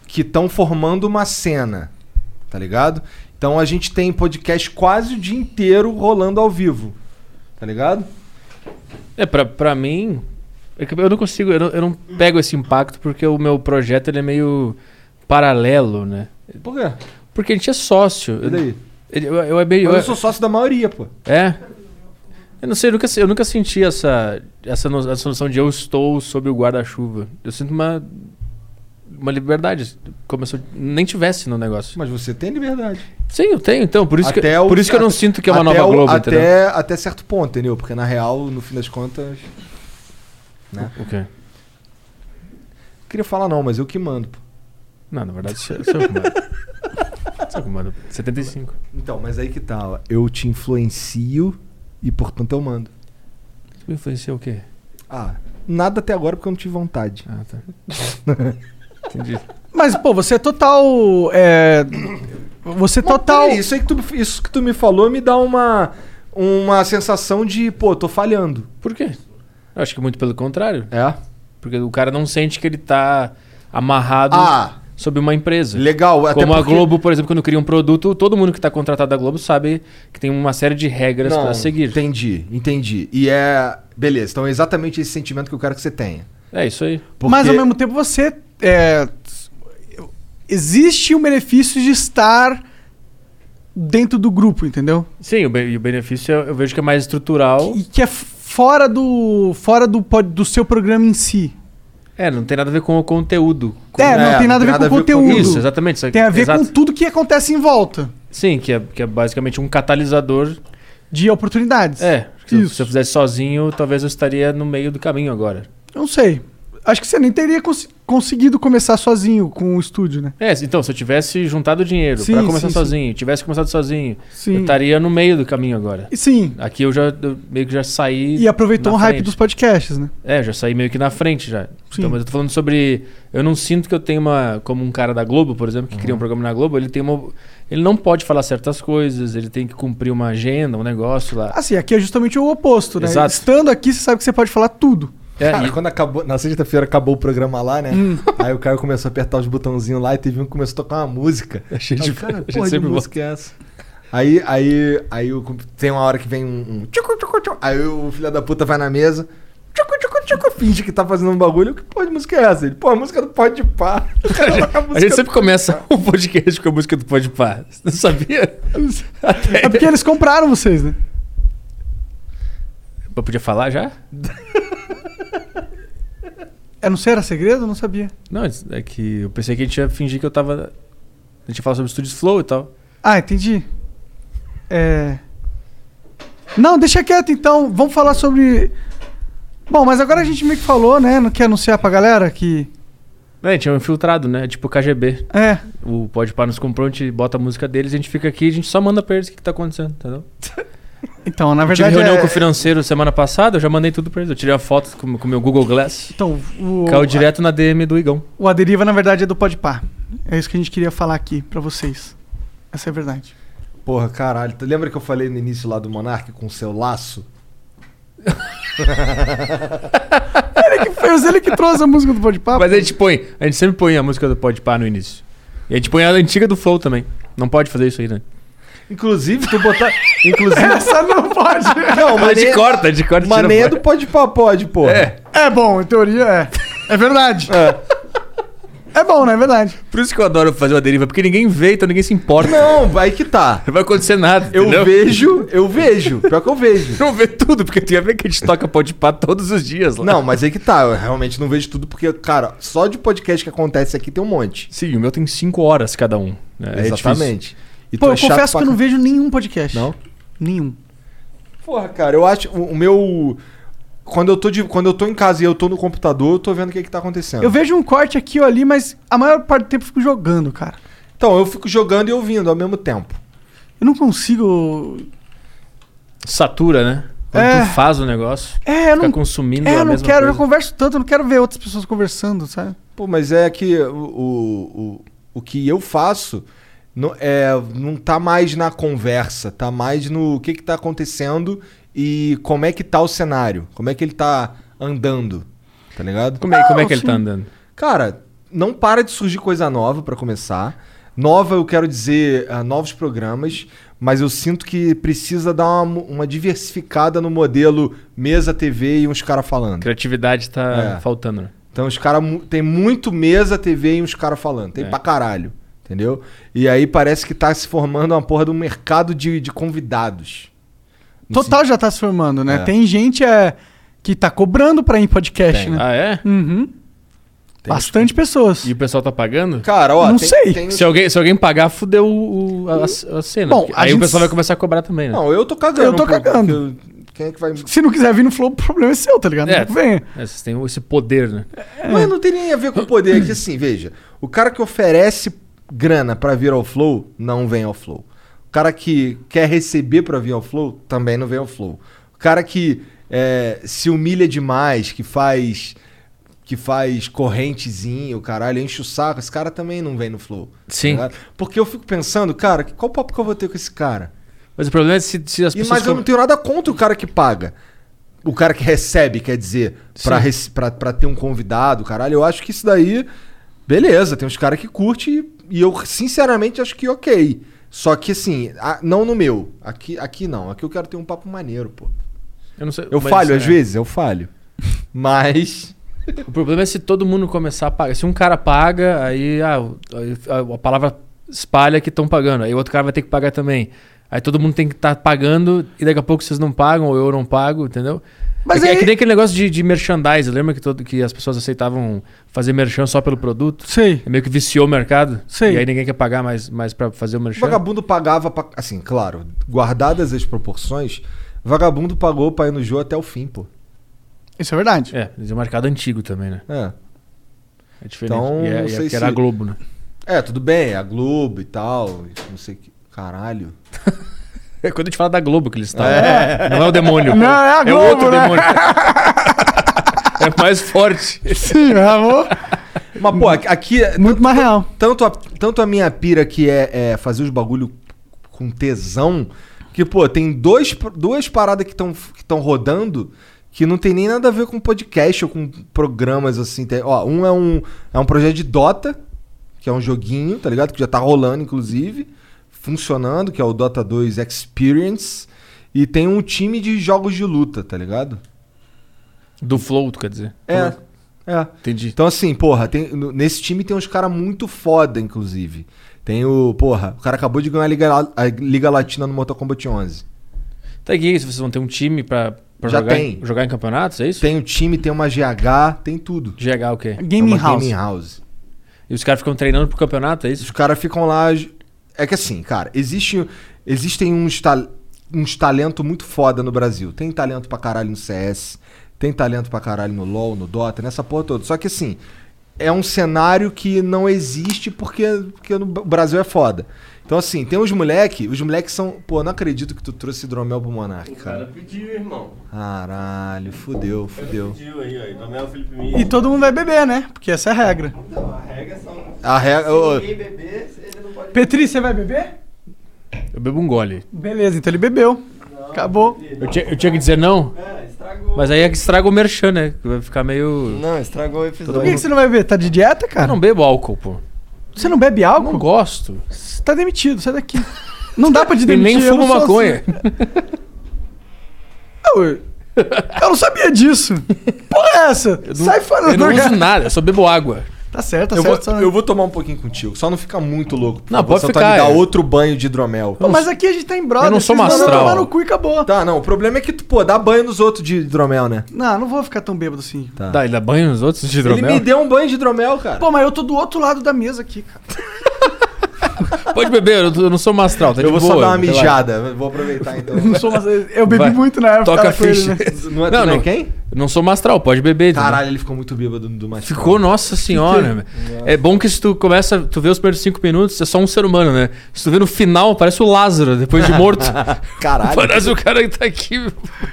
que estão formando uma cena, tá ligado? Então a gente tem podcast quase o dia inteiro rolando ao vivo, tá ligado? É, pra, pra mim. é que Eu não consigo, eu não, eu não pego esse impacto porque o meu projeto ele é meio paralelo, né? Por quê? Porque a gente é sócio. E daí? Ele- Eu, eu é meio. Mas eu sou sócio da maioria, pô. É? Eu não sei, eu nunca, eu nunca senti essa, essa, no- essa noção de eu estou sob o guarda-chuva. Eu sinto uma. Uma liberdade, como se eu nem tivesse no negócio. Mas você tem liberdade. Sim, eu tenho, então. Por isso, que, Até o- por isso que eu não até- sinto que é uma até nova o- Globo, entendeu? até, até certo ponto, entendeu? Porque na real, no fim das contas. O quê? Queria falar não, mas eu que mando, pô. Não, na verdade, é sou sou eu que mando. Sou eu que mando. 75. Então, mas aí que tá, ó. Eu te influencio e, portanto, eu mando. Tu influenciou o quê? Ah, nada até agora porque eu não tive vontade. Ah, tá. Entendi. Mas, pô, você é total. É, você é total. Peraí, Isso aí que tu, isso que tu me falou me dá uma, uma sensação de, pô, tô falhando. Por quê? Eu acho que muito pelo contrário. É? Porque o cara não sente que ele tá amarrado. Ah, sobre uma empresa. Legal, até Como a porque- Globo, por exemplo, quando cria um produto, todo mundo que está contratado da Globo sabe que tem uma série de regras Não, para seguir. Entendi, entendi. E é. Beleza, então é exatamente esse sentimento que eu quero que você tenha. É isso aí. Porque- Mas ao mesmo tempo você. é, existe o benefício de estar dentro do grupo, entendeu? Sim, o, be- e o benefício eu eu vejo que é mais estrutural. E que é fora do. fora do, pod- do seu programa em si. É, não tem nada a ver com o conteúdo. Com- né? é, não é, tem nada a ver com o conteúdo. Isso, exatamente. isso aí- Tem a ver exato. com tudo que acontece em volta Sim, que é, que é basicamente um catalisador. de oportunidades. É, porque se eu- Isso. se eu fizesse sozinho, talvez eu estaria no meio do caminho agora. Eu não sei. Acho que você nem teria cons- conseguido começar sozinho com o estúdio, né? É, então, se eu tivesse juntado dinheiro Sim, pra começar sim, sozinho, tivesse começado sozinho, eu Sim. estaria no meio do caminho agora. E Sim. Aqui eu já eu meio que já saí. E aproveitou o na hype frente. dos podcasts, né? É, já saí meio que na frente já. Sim. Então, mas eu tô falando sobre. Eu não sinto que eu tenho uma. Como um cara da Globo, por exemplo, que cria Uhum. um programa na Globo, ele tem uma. Ele não pode falar certas coisas, ele tem que cumprir uma agenda, um negócio (laughs) lá. Assim, aqui é justamente o oposto, né? Exato. Estando aqui, você sabe que você pode falar tudo. É, Cara, e- Hum. quando acabou. Na sexta-feira acabou o programa lá, né? (laughs) Aí o cara começou a apertar os botãozinhos lá e teve um que começou a tocar uma música. É Achei de (laughs) cara, gente porra de sempre música é essa? Aí, aí, aí o comp- tem uma hora que vem um. um tchucu, tchucu, tchucu. aí o filho da puta vai na mesa. Tchucu, tchucu, tchucu, finge que tá fazendo um bagulho. Que porra de música é essa? Ele, pô, a música do pode pá. (laughs) O cara toca a A música gente sempre começa (laughs) o podcast com a música do Pode Pá. Você não (laughs) sabia? Até... É porque eles compraram vocês, né? Eu podia falar já? É, não sei, era segredo? Eu não sabia. Não, é que eu pensei que a gente ia fingir que eu tava. A gente ia falar sobre Studios Flow e tal. Ah, entendi. É. Não, deixa quieto então. Vamos falar sobre. Bom, mas agora a gente meio que falou, né? Não quer anunciar pra galera que. É, tinha um infiltrado, né? Tipo o KGB. É. O Podpah nos comprou, a gente bota a música deles, a gente fica aqui, a gente só manda pra eles o que, que tá acontecendo, entendeu? Então, na Eu tive verdade. reunião é- com o financeiro semana passada, eu já mandei tudo pra eles. Eu tirei a foto com com o meu Google Glass. Então, o, Caiu direto na DM do Igão. o A Deriva, na verdade, é do Podpar. É isso que a gente queria falar aqui pra vocês. Essa é a verdade. Porra, caralho. Tu lembra que eu falei no início lá do Monark com o seu laço? Foi ele que trouxe a música do Podpar. Mas a gente põe, a gente sempre põe a música do Podpah no início. E a gente põe a antiga do Flow também. Não pode fazer isso aí, né? Inclusive, tu botar. (laughs) Inclusive. Essa não pode. Não, A gente maneira, corta, a gente corta. e tira maneira fora. do pode pá, pode, porra. (laughs) É. É bom, em teoria é. É verdade. É, bom, né? É verdade. Por isso que eu adoro fazer uma deriva, porque ninguém vê, então ninguém se importa. Não, vai que tá. Não vai acontecer nada. Eu entendeu? vejo, eu vejo. Pior que eu vejo. (laughs) Não vê tudo, porque tem a ver que a gente toca pode pá todos os dias lá. Não, mas aí que tá. Eu realmente não vejo tudo, porque, cara, só de podcast que acontece aqui tem um monte. Sim, o meu tem cinco horas cada um. né? É difícil. Exatamente. E Pô, tu eu é chato confesso pra que eu não ca- vejo nenhum podcast. Não? Nenhum. Porra, cara, eu acho. O, o meu. Quando eu, tô de, quando eu tô em casa e eu tô no computador, eu tô vendo o que, que tá acontecendo. Eu vejo um corte aqui ou ali, mas a maior parte do tempo eu fico jogando, cara. Então, eu fico jogando e ouvindo ao mesmo tempo. Eu não consigo. Satura, né? Quando É. tu faz o negócio, É, eu fica não. consumindo É, a eu não mesma quero, eu coisa. converso tanto, eu não quero ver outras pessoas conversando, sabe? Pô, mas é que o, o, o, o que eu faço não, é, não tá mais na conversa, tá mais no que que tá acontecendo e como é que tá o cenário, como é que ele tá andando, tá ligado? Como é, como é que Não, ele tá sim. andando? Cara, não para de surgir coisa nova pra começar. Nova, eu quero dizer, ah, novos programas, mas eu sinto que precisa dar uma, mo- uma diversificada no modelo mesa, TV e uns caras falando. Criatividade tá É. faltando, né? Então os caras. Tem muito mesa, TV e uns caras falando. Tem É. pra caralho. Entendeu? E aí parece que tá se formando uma porra de um mercado de, de convidados. Total já tá se formando, né? É. Tem gente é, que tá cobrando pra ir em podcast, Tem. né? Ah, é? Uhum. Bastante pessoas. E o pessoal tá pagando? Cara, ó. Não tem- sei. tem os- Se alguém, se alguém pagar, fudeu o- o- a, a cena. Bom, porque a aí gente o pessoal s- vai começar a cobrar também, né? Não, eu tô cagando. Eu tô pô, porque cagando. eu- Quem é que vai. Se não quiser vir no Flow, o problema é seu, tá ligado? É. Não venha. É, vocês têm esse poder, né? É. Mas não tem nem a ver com o poder aqui, assim, veja. O cara que oferece grana pra vir ao Flow, não vem ao Flow. O cara que quer receber pra vir ao Flow, também não vem ao Flow. O cara que é, se humilha demais, que faz que faz correntezinho, caralho, enche o saco, esse cara também não vem no Flow. tá Sim. ligado? Porque eu fico pensando, cara, que- qual papo que eu vou ter com esse cara? Mas o problema é se, se as E, pessoas. mas eu co- não tenho nada contra o cara que paga. O cara que recebe, quer dizer, pra, Sim. rece- pra, pra ter um convidado, caralho. Eu acho que isso daí beleza, tem uns caras que curte e eu sinceramente acho que ok. Só que assim, a- não no meu. Aqui, aqui não. Aqui eu quero ter um papo maneiro, pô. Eu, não sei, Eu mas, falho às é, vezes, eu (laughs) falho. Mas O problema é se todo mundo começar a pagar. Se um cara paga, aí, ah, o- aí a, a palavra espalha que estão pagando. Aí o outro cara vai ter que pagar também. Aí todo mundo tem que estar pagando e daqui a pouco vocês não pagam ou eu não pago, entendeu? é, Mas que- é aí- que nem aquele negócio de, de merchandise. Lembra que, todo, que as pessoas aceitavam fazer merchan só pelo produto? Sei. É meio que viciou o mercado. Sei. E aí ninguém quer pagar mais, mais para fazer o merchan. vagabundo pagava pra... Assim, claro, guardadas as proporções, vagabundo pagou pra ir no jogo até o fim, pô. Isso é verdade. É, mas é um mercado antigo também, né? É. É diferente. Então, e é, não e é sei porque se- era a Globo, né? É, tudo bem, a Globo e tal, não sei o que. Caralho. É quando a gente fala da Globo que eles estão. né? Não é o demônio. Não, é a Globo, É outro né? (laughs) demônio. é mais forte. Sim, meu amor. Mas, pô, aqui- aqui é Muito mais real. tanto a, tanto a minha pira que é, é fazer os bagulho com tesão, que, pô, tem dois, duas paradas que estão que tão rodando que não tem nem nada a ver com podcast ou com programas assim. Tem- ó, um é um, é um projeto de Dota, que é um joguinho, tá ligado? Que já tá rolando, inclusive, funcionando, que é o Dota 2 Experience. E tem um time de jogos de luta, tá ligado? Do Flow, tu quer dizer? É. É. Entendi. Então, assim, porra, tem- no- nesse time tem uns caras muito foda, inclusive. Tem o. Porra, o cara acabou de ganhar a Liga, La- a Liga Latina no Mortal Kombat 11. Tá aqui, se vocês vão ter um time pra, pra Já jogar, tem. Em, jogar em campeonatos, é isso? Tem o time, tem uma GH, tem tudo. GH o quê? Tá Gaming É uma House. Gaming House. E os caras ficam treinando pro campeonato, é Os isso? caras ficam lá. É que assim, cara, existe, existem uns, ta- uns talento muito foda no Brasil. Tem talento pra caralho no CS, tem talento pra caralho no LoL, no Dota, nessa porra toda. Só que assim, é um cenário que não existe porque, porque no B- o Brasil é foda. Então assim, tem uns moleque, os moleques são... Pô, não acredito que tu trouxe hidromel pro Monark, cara cara. pediu, irmão. Caralho, fudeu, fudeu. Pediu aí, ó. Hidromel Felipe Mini. E todo mundo vai beber, né? Porque essa é a regra. A regra... ô, Petri, você vai beber? Eu bebo um gole. Beleza, então ele bebeu. Acabou. Eu tinha, eu tinha que dizer não? Mas aí é que estraga o merchan, né? Que Vai ficar meio. Não, estragou o episódio. Por que, que você não vai beber? Tá de dieta, Eu cara? não bebo álcool, pô. Você não bebe Eu não álcool? gosto. Você tá demitido, sai daqui. Não dá pra (laughs) te E demitir. nem eu fumo não sou maconha. assim. Eu, eu não sabia disso. Porra é essa? Sai fora Eu não do lugar. uso nada, eu só bebo água. Tá certo, tá Eu certo. vou, tá- eu vou tomar um pouquinho contigo, só não fica muito louco. por Não, favor, pode senão tu vai ficar, me é. dar outro banho de hidromel. Pô, mas aqui a gente tá em brother. Eu não sou vocês mandam mastral. tomar no cu e acabou. Tá, não. O problema é que tu, pô, dá banho nos outros de hidromel, né? Não, não vou ficar tão bêbado assim. Tá. Tá, ele dá banho nos outros de hidromel? Ele me deu um banho de hidromel, cara. Pô, mas eu tô do outro lado da mesa aqui, cara. Pode beber, eu, tô- eu não sou mastral, tá eu de vou só boa, dar uma relaxa. mijada. Vou aproveitar (laughs) então. Eu, não sou mas eu bebi Vai. muito na época. Toca tava a com ele, ficha. né? Não é, Não, tu não é não. quem? Eu Não sou mastral, pode beber. entendeu? Caralho, ele ficou muito bêbado do macho. Ficou, nossa senhora. velho. É bom que se tu começa, tu vê os primeiros cinco minutos, é só um ser humano, né? Se tu vê no final, parece o Lázaro, depois de morto. Caralho. parece o cara que tá aqui.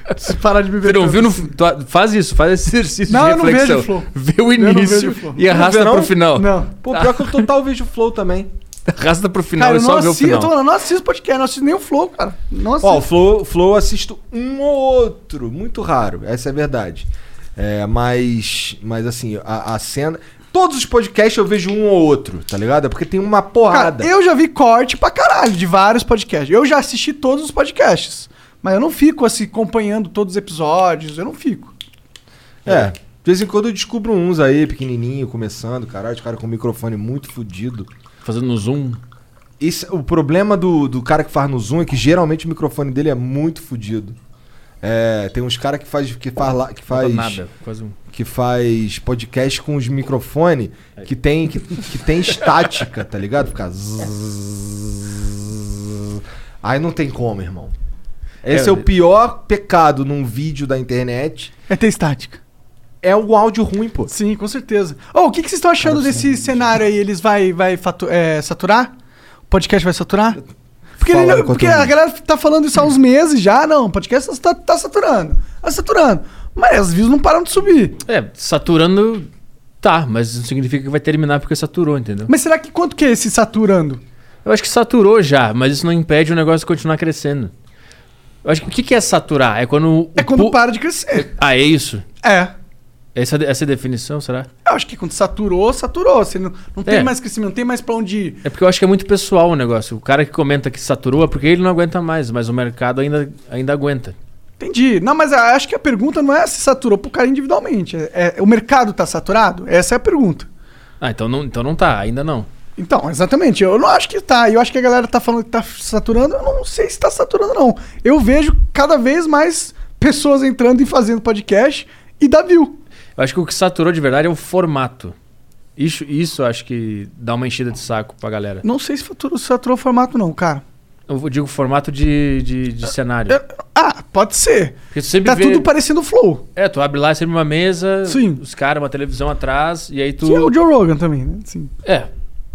Preciso parar de beber. Você não tanto viu? No, assim. tu- faz isso, faz esse exercício Não, de eu não vejo, reflexão. Flo. Vê o não vejo, início Flo. e arrasta Não vê, pro não? final. Não. Pô, pior que eu total vejo o Flow também. Arrasta pro final Cara, e eu não só vê o assisto. Eu tô final. falando, não assisto podcast, não assisto nem o Flow, cara. Não assisto. Ó, o Flow, Flow eu assisto um ou outro. Muito raro. Essa é a verdade. É, mas. Mas assim, a, a cena. Todos os podcasts eu vejo um ou outro, tá ligado? É porque tem uma porrada. Cara, eu já vi corte pra caralho de vários podcasts. Eu já assisti todos os podcasts. Mas eu não fico assim, acompanhando todos os episódios. Eu não fico. É. De vez em quando eu descubro uns aí, pequenininho, começando, caralho, os caras com o microfone muito fudido. Fazendo no zoom. Esse, o problema do, do cara que faz no Zoom é que geralmente o microfone dele é muito fudido. É, tem uns caras que faz, que faz, lá- que Não faz, Nada, quase um. que faz podcast com os microfones que tem, que, que tem estática, tá ligado? Fica... zzzz. Aí não tem como, irmão. Esse é, É, o pior pecado num vídeo da internet. É ter estática. É o áudio ruim, pô. Sim, com certeza. Ô, o que, que vocês estão achando desse cenário aí? Eles vai, vai fatu- é, saturar? O podcast vai saturar? Porque, ele Fala não- enquanto porque eu a ligo. galera tá falando isso há uns meses já. Não, o podcast tá, tá saturando. Tá saturando. Mas as views não param de subir. É, saturando. Tá, mas não significa que vai terminar porque saturou, entendeu? Mas será que quanto que é esse saturando? Eu acho que saturou já, mas isso não impede o negócio de continuar crescendo. Eu acho que o que que é saturar? É quando. o É quando pu- para de crescer. Ah, é isso. É. Essa, essa é a definição, será? Eu acho que quando saturou, saturou. Você não, não É. tem mais crescimento, não tem mais pra onde ir. É porque eu acho que é muito pessoal o negócio. O cara que comenta que saturou é porque ele não aguenta mais, mas o mercado ainda, ainda aguenta. Entendi. Não, mas a- acho que a pergunta não é se saturou pro cara individualmente. É, é- o mercado tá saturado? Essa é a pergunta. Ah, então não, então não tá, ainda não. Então, exatamente. Eu não acho que tá. Eu acho que a galera tá falando que tá saturando. Eu não sei se tá saturando, não. Eu vejo cada vez mais pessoas entrando e fazendo podcast e dá view. Eu acho que o que saturou de verdade é o formato. Isso, isso eu acho que dá uma enchida de saco pra galera. Não sei se faturou- saturou o formato, não, cara. Eu digo formato de, de, de cenário. Eu- ah, pode ser. Porque tu sempre Tá vê- tudo parecendo o Flow. É, tu abre lá sempre uma mesa, Sim. os caras, uma televisão atrás, e aí tu. Que é o Joe Rogan também, né? Sim. É.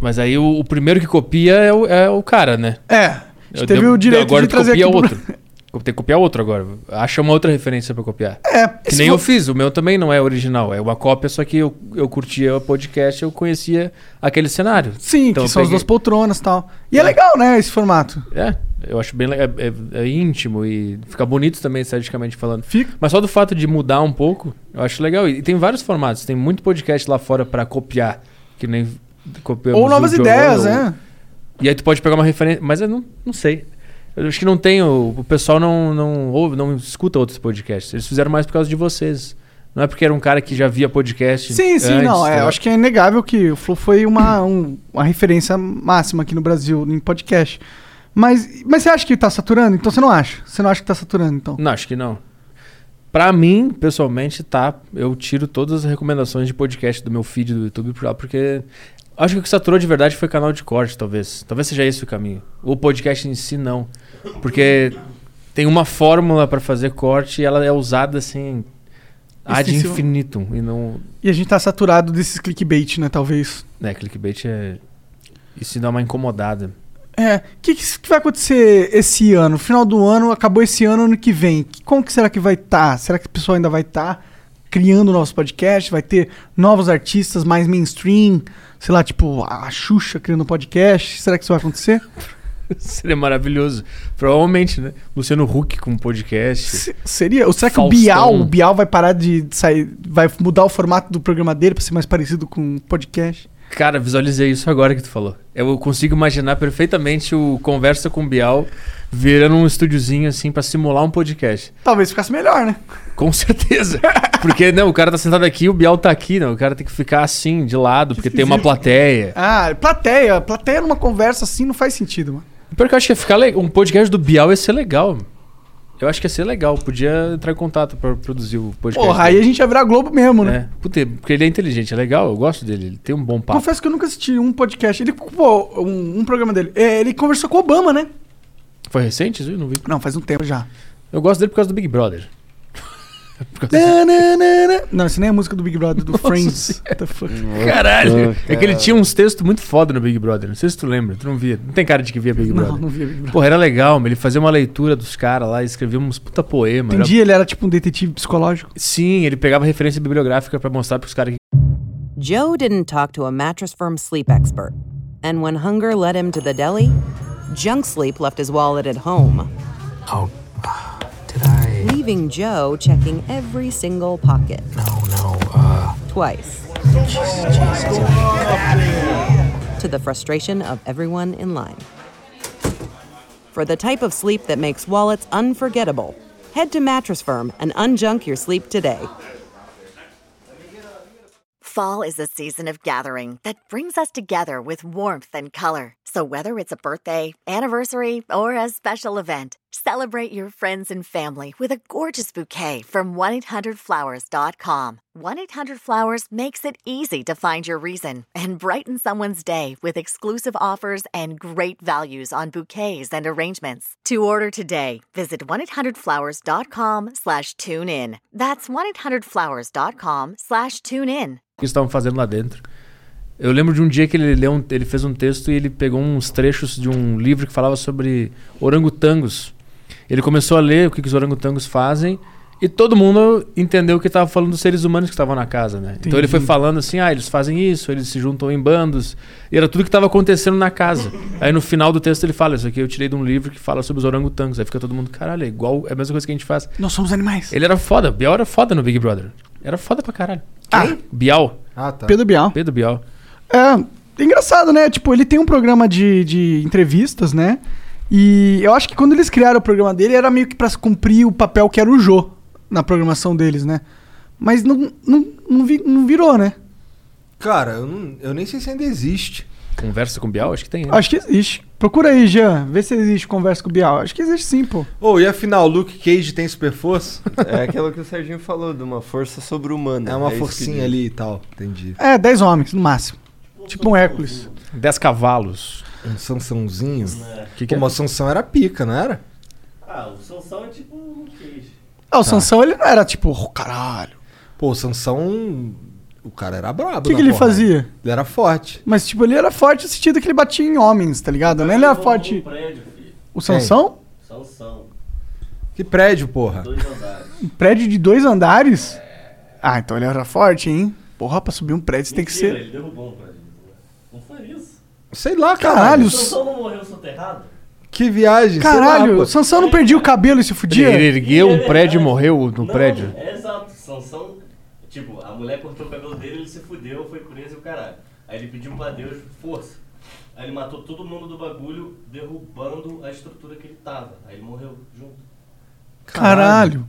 Mas aí o, o primeiro que copia é o, é o cara, né? É. A gente Eu- teve eu- o direito agora de tu trazer aqui. copia pro- outro. (laughs) Tem que copiar outro agora. Acha uma outra referência pra copiar. É, Que esse nem vo- eu fiz, o meu também não é original. É uma cópia, só que eu, eu curtia o podcast, eu conhecia aquele cenário. Sim, Então eu que são as peguei. duas poltronas e tal. E é. legal, né, esse formato. É, eu acho bem legal. É, é- é íntimo e fica bonito também, esteticamente falando. Fica. Mas só do fato de mudar um pouco, eu acho legal. E tem vários formatos. Tem muito podcast lá fora pra copiar, que nem copiamos Ou novas o um Joe ideias, Rogan, né? ou- E aí tu pode pegar uma referência. Mas eu não, não sei. Eu acho que não tem. O, o pessoal não, não ouve, não escuta outros podcasts. Eles fizeram mais por causa de vocês. Não é porque era um cara que já via podcast. Sim, sim, antes, não. tá É, eu ligado? acho que é inegável que o Flow (coughs) foi uma, um- uma referência máxima aqui no Brasil em podcast. Mas, mas você acha que tá saturando? Então você não acha. Você não acha que tá saturando, então. Não, acho que não. Pra mim, pessoalmente, tá. Eu tiro todas as recomendações de podcast do meu feed do YouTube por lá, porque acho que o que saturou de verdade foi canal de corte, talvez. Talvez seja esse o caminho. O podcast em si, não. Porque tem uma fórmula pra fazer corte e ela é usada assim. Ad Extensivo. infinitum. E não. E a gente tá saturado desses clickbait, né, talvez. Né, clickbait é. Isso dá uma incomodada. É. O que, que que vai acontecer esse ano? Final do ano, acabou esse ano, ano que vem. Que- Como que será que vai estar? Será que o pessoal ainda vai estar criando novos podcasts? Vai ter novos artistas mais mainstream? Sei lá, tipo, a Xuxa criando um podcast? Será que isso vai acontecer? (laughs) Seria maravilhoso. Provavelmente, né? Luciano Huck com podcast. Se- Seria? Ou será que o Faustão. Bial, o Bial vai parar de sair, vai mudar o formato do programa dele pra ser mais parecido com podcast? Cara, visualizei isso agora que tu falou. Eu consigo imaginar perfeitamente o Conversa com o Bial virando um estúdiozinho assim pra simular um podcast. Talvez ficasse melhor, né? Com (laughs) certeza. Porque, não, o cara tá sentado aqui o Bial tá aqui, não. O cara tem que ficar assim, de lado, porque tem uma plateia. Ah, plateia. Plateia numa conversa assim não faz sentido, mano. Pior que eu acho que ia ficar legal. Um podcast do Bial ia ser legal. Eu acho que ia ser legal. Podia entrar em contato pra produzir o podcast. Porra, aí a gente ia virar Globo mesmo, né? É. Puta, porque ele é inteligente, é legal, eu gosto dele, ele tem um bom papo. Confesso que eu nunca assisti um podcast. Ele, pô, um, um programa dele. É, ele conversou com o Obama, né? Foi recente isso? Eu não vi. Não, faz um tempo já. Eu gosto dele por causa do Big Brother. (laughs) por causa Na, na, na, na. Não, isso nem é a música do Big Brother, do Friends. What the fuck? Hum, Caralho! É que ele tinha uns textos muito foda no Big Brother. Não sei se tu lembra, tu não via. Não tem cara de que via Big Não, Brother. não vi Big Brother. Porra, era legal, meu. Ele fazia uma leitura dos caras lá, escrevia uns puta poema. era- Entendi, ele era tipo um detetive psicológico. Sim, ele pegava referência bibliográfica pra mostrar pros caras que Joe didn't talk to a mattress firm sleep expert. And when hunger led him to the deli, junk sleep left his wallet at home. Oh, did I? leaving Joe checking e- every single pocket No, no. Uh, twice. To the frustration of everyone in line. For the type of sleep that makes wallets unforgettable, head to Mattress Firm and unjunk your sleep today. Fall is a season of gathering that brings us together with warmth and color. So, whether it's a birthday, anniversary, or a special event, celebrate your friends and family with a gorgeous bouquet from 1-800-Flowers.com. 1-800-Flowers makes it easy to find your reason and brighten someone's day with exclusive offers and great values on bouquets and arrangements. To order today, visit 1-800-Flowers.com slash tune in. That's 1-800-Flowers.com slash tune in. estavam fazendo lá dentro. Eu lembro de um dia que ele, leu um- ele fez um texto e ele pegou uns trechos de um livro que falava sobre orangotangos. Ele começou a ler o que, que os orangotangos fazem e todo mundo entendeu que estava falando dos seres humanos que estavam na casa, né? Então ele foi falando assim, ah, eles fazem isso, eles se juntam em bandos. E era tudo que estava acontecendo na casa. Aí no final do texto ele fala, isso aqui eu tirei de um livro que fala sobre os orangotangos. Aí fica todo mundo, caralho, é igual, é a mesma coisa que a gente faz. Nós somos animais. Ele era foda, o Biel era foda no Big Brother. Era foda pra caralho. Ah. Bial. Ah, tá. Pedro Bial. Pedro Bial. É, engraçado, né? Tipo, ele tem um programa de, de entrevistas, né? E eu acho que quando eles criaram o programa dele, era meio que pra cumprir o papel que era o Jô na programação deles, né? Mas não, não, não, vi- não virou, né? Cara, eu, não- eu nem sei se ainda existe. Conversa com Bial? Acho que tem. né? Acho que existe. Procura aí, Jean. Vê se existe conversa com o Bial. Acho que existe sim, pô. Ô, e afinal, Luke Cage tem super força? É aquilo que o Serginho falou, de uma força sobre-humana. É uma isso que forcinha diz. ali e tal. Entendi. É, 10 homens, no máximo. Tipo um Hércules. Dez cavalos. Um Sansãozinho. O que, que Pô, é? mas Sansão era pica, não era? Ah, o Sansão é tipo um queijo. Ah, o Sansão, ele não era tipo, oh, caralho. Pô, o Sansão. O cara era brabo. O que, na que ele porrada. fazia? Ele era forte. Mas, tipo, ele era forte no sentido que ele batia em homens, tá ligado? Não ele era forte. Um prédio, filho. O Sansão? Sansão. Que prédio, porra. Dois andares. um Prédio de dois andares? Ah, então ele era forte, hein? Porra, pra subir um prédio você tem que Mentira, ser. Ele derrubou um prédio. Não foi isso. Sei lá, Caralho, caralho. O Sansão não morreu soterrado? Que viagem. sei lá, Caralho, pô. o Sansão não perdia o cabelo e se fudia? Ele ergueu É um verdade. prédio e morreu Não, no prédio. É exato. Sansão. Tipo, a mulher cortou o cabelo dele, ele se fudeu, foi preso e o caralho. Aí ele pediu pra Deus força. Aí ele matou todo mundo do bagulho, derrubando a estrutura que ele tava. Aí ele morreu junto. Caralho.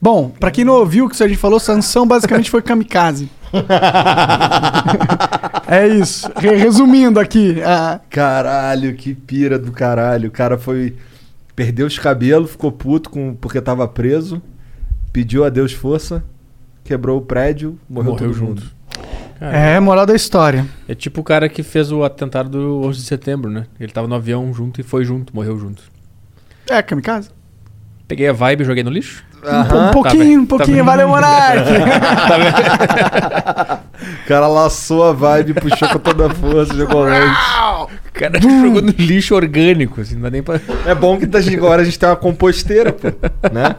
Bom, pra quem não ouviu o que o Serginho falou, Sansão basicamente foi kamikaze. é isso. Re- Resumindo aqui, ah, Caralho, que pira do caralho. O cara foi. Perdeu os cabelos, ficou puto com... porque tava preso. Pediu a Deus força. Quebrou o prédio, morreu, Morreu todo junto. mundo. é moral da história. É tipo o cara que fez o atentado do 11 de setembro, né? Ele tava no avião junto e foi junto, morreu junto. É, kamikaze. Peguei a vibe e joguei no lixo. um pouquinho, bem, um tá pouquinho. bem. Valeu, (laughs) Monark. O cara laçou a vibe, puxou com toda a força, jogou longe. O cara (laughs) jogou no lixo orgânico, assim, não dá nem pra. É bom que tá- agora a gente tem uma composteira, pô. Né?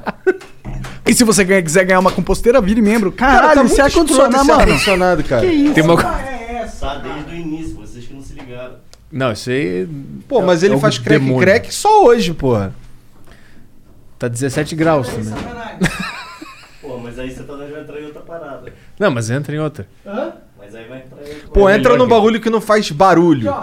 e se você ganha- quiser ganhar uma composteira, vire membro. Caralho, tá se muito escroto ar-condicionar, esse mano. ar-condicionado, cara. Tem uma... Tá desde o início, vocês que não se ligaram. Não, isso aí. Pô, mas É ele o faz crack demônio. crack só hoje, porra. Tá 17 graus também. Pô, mas aí você tá já entrando em outra parada. Não, mas entra em outra. Mas aí vai entrar em outra Pô, É entra melhor num que- bagulho que não faz barulho.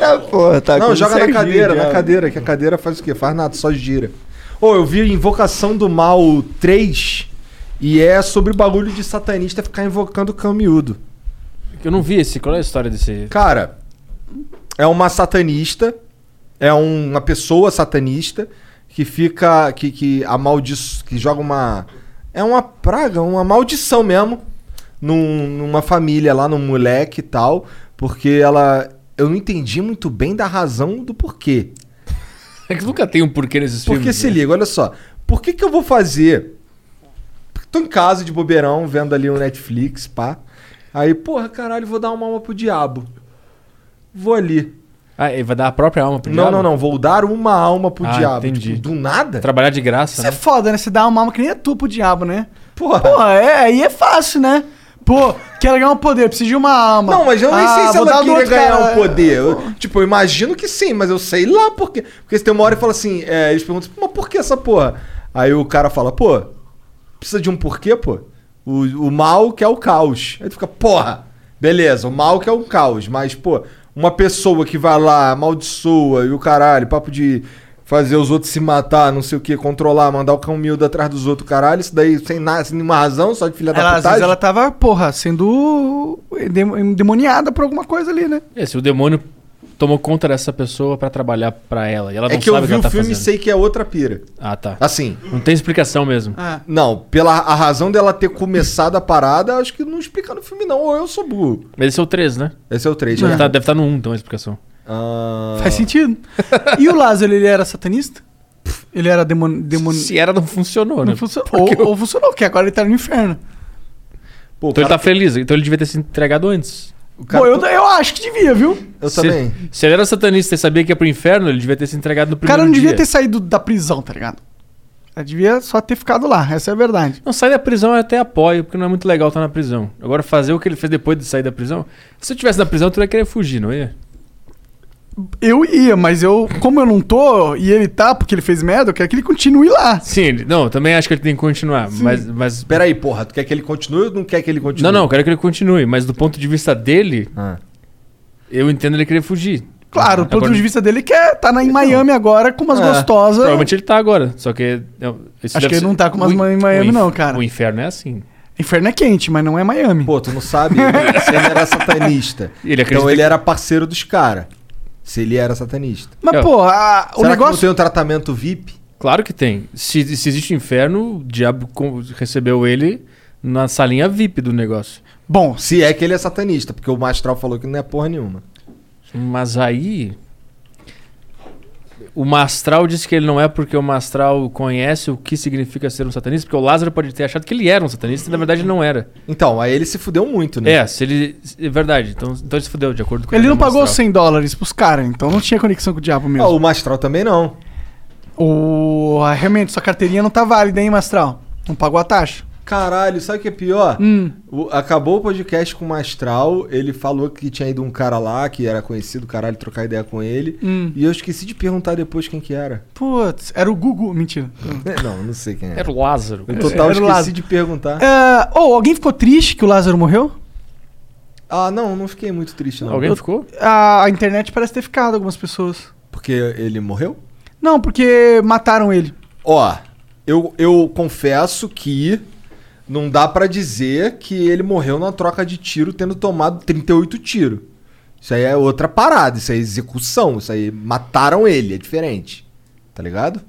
Ah, porra, tá com não, o joga na Serginho cadeira, é. já. na cadeira, que a cadeira faz o quê? Faz nada, só gira. Ô, eu vi Invocação do Mal 3 e é sobre bagulho de satanista ficar invocando o cão miúdo. Eu não vi esse. Qual é a história desse. (laughs) Cara, é uma satanista, é um- uma pessoa satanista que fica. que, que amaldiço. que joga uma. É uma praga, uma maldição mesmo. num- numa família lá, num moleque e tal. Porque ela. Eu não entendi muito bem da razão do porquê. É que nunca tem um porquê nesses filmes. Porque se né? liga, olha só. Por que, que eu vou fazer. Tô em casa de bobeirão, vendo ali o Netflix, pá. Aí, porra, caralho, vou dar uma alma pro diabo. Vou ali. Ah, ele vai dar a própria alma pro Não, diabo? não, não. Vou dar uma alma pro Ah, diabo. entendi. Tipo, do nada? Trabalhar de graça, Isso né? é foda, né? Você dá uma alma que nem é tua pro diabo, né? Porra. Pô, é, aí é fácil, né? Pô, quero ganhar um poder, preciso de uma alma. Não, mas eu nem Ah, sei se vou dar ela do queria outro ganhar cara. é. um poder. Eu, tipo, eu imagino que sim, mas eu sei lá por quê. Porque se tem uma hora e fala assim, é, eles perguntam, mas por que essa porra? Aí o cara fala, pô, precisa de um porquê, pô? O, o mal que é o caos. Aí tu fica, porra, beleza, o mal que é o caos, mas, pô, uma pessoa que vai lá, amaldiçoa e o caralho, papo de fazer os outros se matar, não sei o que, controlar, mandar o cão miúdo atrás dos outros, caralho, isso daí sem, nada, sem nenhuma razão, só de filha da Ela, às vezes putagem. ela tava, porra, sendo endem- endemoniada por alguma coisa ali, né? É, se o demônio tomou conta dessa pessoa pra trabalhar pra ela. E ela É não que eu sabe o vi o que ela tá filme e fazendo. sei que é outra pira. Ah, tá. Assim, Não tem explicação mesmo. Ah. não, pela a razão dela ter começado a parada, acho que não explica no filme, não. Ou eu sou burro. Mas esse é o 3, né? Esse é o 3, Deve né? tá- deve estar no 1, então, a explicação. Ah, (laughs) Faz sentido. E o Lázaro, ele era satanista? Ele era demônio. Demon... Se era, não funcionou, né? Não funcionou. Ou, ou funcionou, porque agora ele tá no inferno. pô, o Então ele cara- tá feliz. Então ele devia ter se entregado antes. o cara- Pô, eu, eu acho que devia, viu? eu se, também. Se ele era satanista e sabia que ia pro inferno, ele devia ter se entregado no O primeiro cara não devia dia. ter saído da prisão, tá ligado? Ela devia só ter ficado lá, essa é a verdade. Não, sair da prisão eu até apoio, porque não é muito legal estar na prisão. Agora, fazer o que ele fez depois de sair da prisão... Se eu tivesse na prisão, tu ia querer fugir, não ia? eu ia, mas eu, como eu não tô e ele tá porque ele fez merda, eu quero que ele continue lá. Sim, ele- não, eu também acho que ele tem que continuar. Mas, mas. Peraí, porra, tu quer que ele continue ou não quer que ele continue? Não, não, eu quero que ele continue. Mas do ponto de vista dele, Ah. eu entendo ele querer fugir. Claro, do Agora- ponto de vista dele, ele quer tá na, em Miami agora com umas É, gostosas. Provavelmente ele tá agora. Só que. não, isso Acho deve que ele ser- não tá com umas o in- mães em Miami, o inf- não, cara. O inferno é assim. Inferno é quente, mas não é Miami. Pô, tu não sabe se ele era satanista. E (laughs) ele então acredita ele que- era parceiro dos caras. Se ele era satanista. mas, é, pô, a- o Será que não negócio. tem um tratamento VIP? Claro que tem. Se, se existe o inferno, o diabo com- recebeu ele na salinha VIP do negócio. Bom, Se é que ele é satanista, porque o Mastral falou que não é porra nenhuma. Mas aí. O Mastral disse que ele não é porque o Mastral conhece o que significa ser um satanista, porque o Lázaro pode ter achado que ele era um satanista e na verdade ele não era. Então, aí ele se fudeu muito, né? É, se ele. É verdade. Então, então ele se fudeu, de acordo com ele não o pagou Mastral. 100 dólares pros caras, então não tinha conexão com o diabo Ah, mesmo. o Mastral também não. O... ah, Realmente, sua carteirinha não tá válida, hein, Mastral? Não pagou a taxa. Caralho, sabe o que é pior? Hum. O- acabou o podcast com o Mastral, ele falou que tinha ido um cara lá, que era conhecido, caralho, trocar ideia com ele. Hum. E eu esqueci de perguntar depois quem que era. (laughs) Putz, era o Gugu. Mentira. É, Não, não sei quem era. Era o Lázaro. No total, era o eu esqueci Lázaro. de perguntar. Ah, Ô, alguém ficou triste que o Lázaro morreu? Ah, não, não fiquei muito triste, não. Alguém ficou? A, a internet parece ter ficado algumas pessoas. Porque ele morreu? Não, porque mataram ele. Ó, eu, eu confesso que não dá pra dizer que ele morreu numa troca de tiro tendo tomado 38 tiros. Isso aí é outra parada, isso aí é execução, isso aí mataram ele, é diferente. Tá ligado?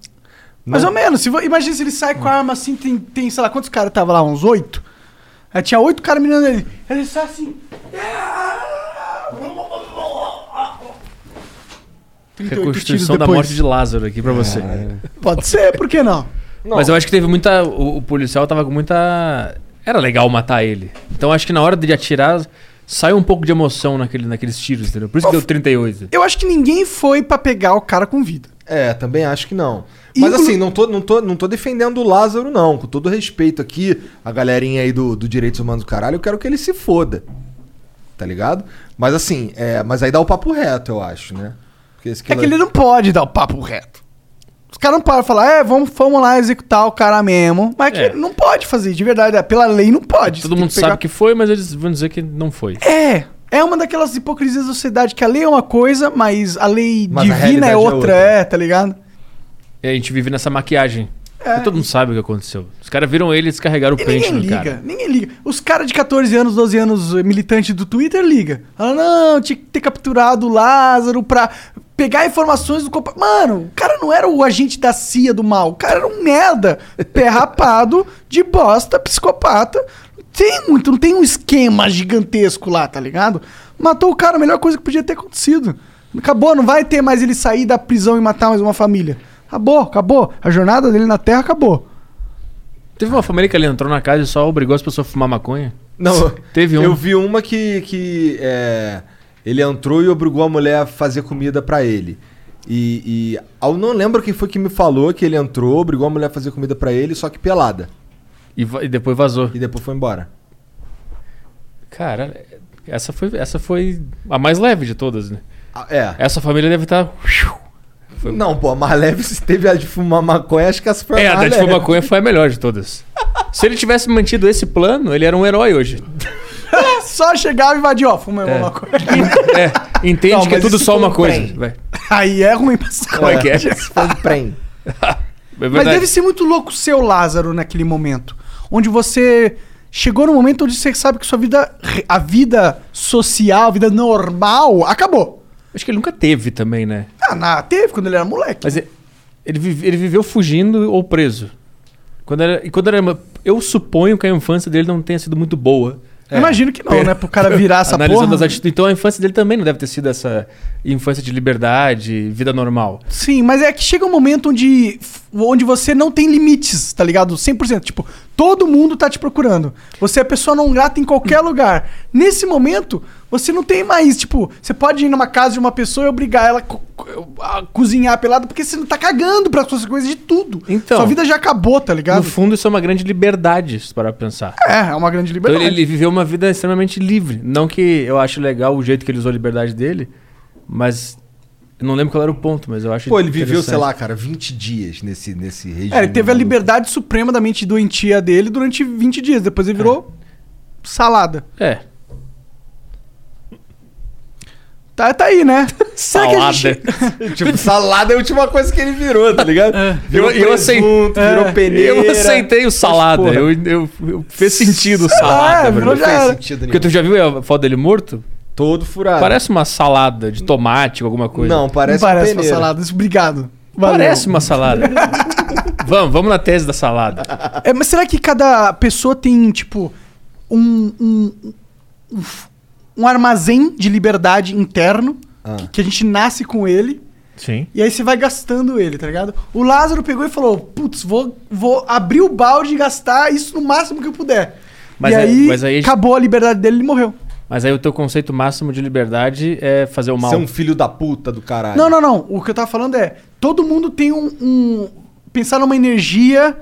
Mais Não- ou menos. Se vo- Imagina se ele sai com a arma assim, tem, tem sei lá, quantos caras tava lá? Uns oito? Aí tinha oito caras mirando ele. Ele sai assim. 38 tiros Reconstrução da depois. morte de Lázaro aqui pra você. Pode ser, por que não? Mas eu acho que teve muita. O, o policial tava com muita. Era legal matar ele. Então acho que na hora de atirar, saiu um pouco de emoção naquele, naqueles tiros, entendeu? Por isso que deu 38. Eu acho que ninguém foi pra pegar o cara com vida. É, também acho que não. Mas Inclu- assim, não tô, não, tô, não tô defendendo o Lázaro, não. Com todo respeito aqui, a galerinha aí do, do Direitos Humanos do caralho, eu quero que ele se foda. Tá ligado? Mas assim, é, mas aí dá o papo reto, eu acho, né? Porque esse É que ele não pode dar o papo reto. Os caras não param de falar, é, vamos, vamos lá executar o cara mesmo. Mas é que É. não pode fazer, de verdade. é, Pela lei não pode. Todo Você tem mundo pegar- sabe que foi, mas eles vão dizer que não foi. É. É uma daquelas hipocrisias da sociedade que a lei é uma coisa, mas a lei Mas a divina realidade é é outra, é outra. tá ligado? E a gente vive nessa maquiagem. E todo mundo sabe o que aconteceu. Os caras viram ele e descarregaram o É. E pente ninguém no liga, cara. ninguém liga. Os caras de 14 anos, 12 anos, eh, militante do Twitter, liga. Fala, não, tinha que ter capturado o Lázaro pra pegar informações do compa... Mano, o cara não era o agente da CIA do mal. O cara era um merda, (laughs) pé rapado, de bosta, psicopata. Não tem muito, não tem um esquema gigantesco lá, tá ligado? Matou o cara, a melhor coisa que podia ter acontecido. Acabou, não vai ter mais ele sair da prisão e matar mais uma família. Acabou, acabou. A jornada dele na Terra acabou. Teve uma família que ele entrou na casa e só obrigou as pessoas a fumar maconha. (laughs) Não, Teve um. Eu vi uma que, que é, ele entrou e obrigou a mulher a fazer comida pra ele. E, e eu não lembro quem foi que me falou que ele entrou, obrigou a mulher a fazer comida pra ele, só que pelada. E, va- e depois vazou. E depois foi embora. Cara, essa foi, essa foi a mais leve de todas, né? Ah, É. Essa família deve tá estar. Não, pô, a mais leve (laughs) se teve a de fumar maconha, acho que essa foi É, a mais da de leve. fumar maconha foi a melhor de todas. Se ele tivesse mantido esse plano, ele era um herói (laughs) hoje. Só chegava e invadia, ó, fuma É. uma coisa. (laughs) É, entende Não, que é mas tudo isso só foi um uma coisa. trem. vai. Aí é ruim pra essa Como é que é? Isso foi um trem. É Mas verdade. deve ser muito louco ser o Lázaro naquele momento. Onde você chegou no momento onde você sabe que sua vida, a vida social, a vida normal, acabou. Acho que ele nunca teve também, né? Ah, na, teve quando ele era moleque. Mas e- ele, vive- ele viveu fugindo ou preso. Quando era, e quando era. uma- Eu suponho que a infância dele não tenha sido muito boa. Eu Imagino que não, né? Pro cara virar essa é. (laughs) analisando porra. as atitudes. Então a infância dele também não deve ter sido essa infância de liberdade, vida normal. Sim, mas é que chega um momento onde, onde você não tem limites, tá ligado? 100%. Tipo, todo mundo tá te procurando. Você é pessoa não grata em qualquer lugar. Nesse momento, você não tem mais. Tipo, você pode ir numa casa de uma pessoa e obrigar ela a co- co- a cozinhar pelado, porque você não tá cagando pras consequências de tudo. Então. Sua vida já acabou, tá ligado? No fundo, isso é uma grande liberdade, se parar pra pensar. É, é uma grande Então liberdade. ele, ele viveu uma vida extremamente livre. Não que eu acho legal o jeito que ele usou a liberdade dele, mas Eu não lembro qual era o ponto, mas eu acho Pô, ele viveu, interessante. sei lá, cara, 20 dias nesse, nesse regime. É, ele teve a maluco. liberdade suprema da mente doentia dele durante 20 dias. Depois ele virou salada. É. Tá, tá aí, (laughs) né? Será que a Salada. gente- (laughs) Tipo, salada é a última coisa que ele virou, tá (laughs) ligado? É. Virou Eu- eu aceitei. É. presunto, virou peneira. Eu aceitei o salada. Porra. Eu, eu, eu- fez sentido o salada. pra É, mim. virou Não já fez era. sentido Porque nenhum. tu já viu a foto dele morto? Todo furado. Parece uma salada de tomate, alguma coisa. Não, Não parece, parece um uma peneiro. salada. isso, Obrigado. Valeu. Parece (laughs) uma salada. vamos, vamos na tese da salada. É, mas será que cada pessoa tem, tipo, um. um, um- um armazém de liberdade interno que, que a gente nasce com ele Sim. e aí você vai gastando ele, tá ligado? O Lázaro pegou e falou: Putz, vou, vou abrir o balde e gastar isso no máximo que eu puder. Mas e é- aí, mas aí a gente- acabou a liberdade dele e ele morreu. Mas aí o teu conceito máximo de liberdade é fazer o mal. Ser um filho da puta do caralho. Não, não, não. O que eu tava falando é: todo mundo tem um. um- pensar numa energia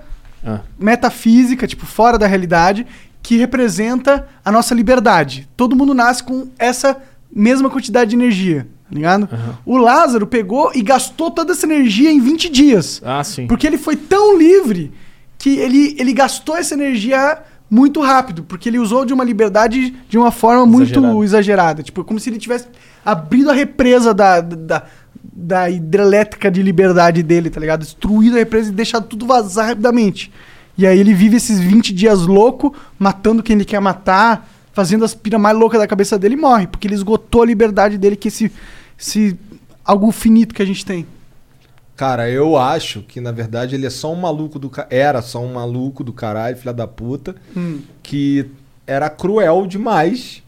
Ah. metafísica, tipo, fora da realidade, que representa a nossa liberdade. Todo mundo nasce com essa mesma quantidade de energia, tá ligado? O Lázaro pegou e gastou toda essa energia em 20 dias. Ah, sim. Porque ele foi tão livre que ele, ele gastou essa energia muito rápido, porque ele usou de uma liberdade de uma forma muito Exagerado. exagerada. Tipo, como se ele tivesse abrido a represa da, da, da hidrelétrica de liberdade dele, tá ligado? Destruído a represa e deixado tudo vazar rapidamente. E aí ele vive esses 20 dias louco, matando quem ele quer matar, fazendo as piras mais loucas da cabeça dele e morre, porque ele esgotou a liberdade dele, que é esse, esse algo finito que a gente tem. Cara, eu acho que, na verdade, ele é só um maluco do... ca- Era só um maluco do caralho, filha da puta. Hum. Que era cruel demais.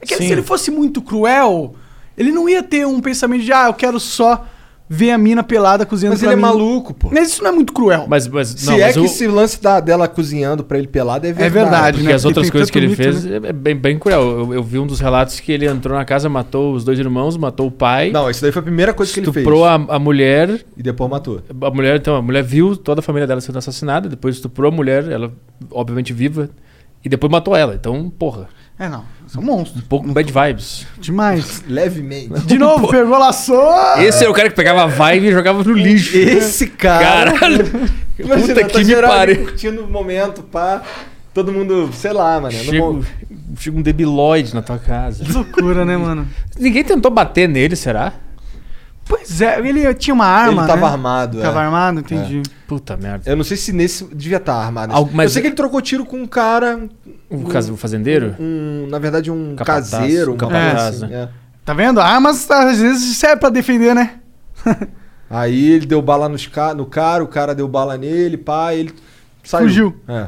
É que se ele fosse muito cruel, ele não ia ter um pensamento de, ah, eu quero só ver a mina pelada cozinhando Mas pra ele é mim." maluco, pô. Mas isso não é muito cruel. Mas, mas, Se não, é mas que o- esse lance da, dela cozinhando pra ele pelado é verdade. verdade, Porque né? as Porque outras tem coisas tanto que ele mito, fez né? é bem, bem cruel. Eu, eu vi um dos relatos que ele entrou na casa, matou os dois irmãos, matou o pai, Não, isso daí foi a primeira coisa que ele fez. estuprou a, a mulher. E depois matou. A mulher, então, a mulher viu toda a família dela sendo assassinada, depois estuprou a mulher, ela obviamente viva, e depois matou ela. Então, porra, É, não. Isso é um monstro. um pouco bad vibes. Demais. (laughs) Levemente. De novo, pegou laçou. Esse era o cara que pegava a vibe e jogava no lixo. Ah. Esse cara. Caralho! (laughs) Imagina, Puta tá que me geral ali pariu. Curtindo o momento, pá. Todo mundo, sei lá, mano. Chega, Não, mo- chega um debilóide na tua casa. Que loucura, né, mano? Ninguém tentou bater nele, será? Pois é, ele tinha uma arma. ele tava né? armado, Tava é. armado, entendi. Puta merda. Eu não sei se nesse devia estar armado. Algo- mas- Eu sei que ele trocou tiro com um cara, O, cas- o um fazendeiro? um, na verdade um Capataz, caseiro, um capataz, assim, né? é. Tá vendo? Armas às vezes serve pra defender, né? Aí ele deu bala nos ca- no cara, o cara deu bala nele, pá, ele saiu. Fugiu. É.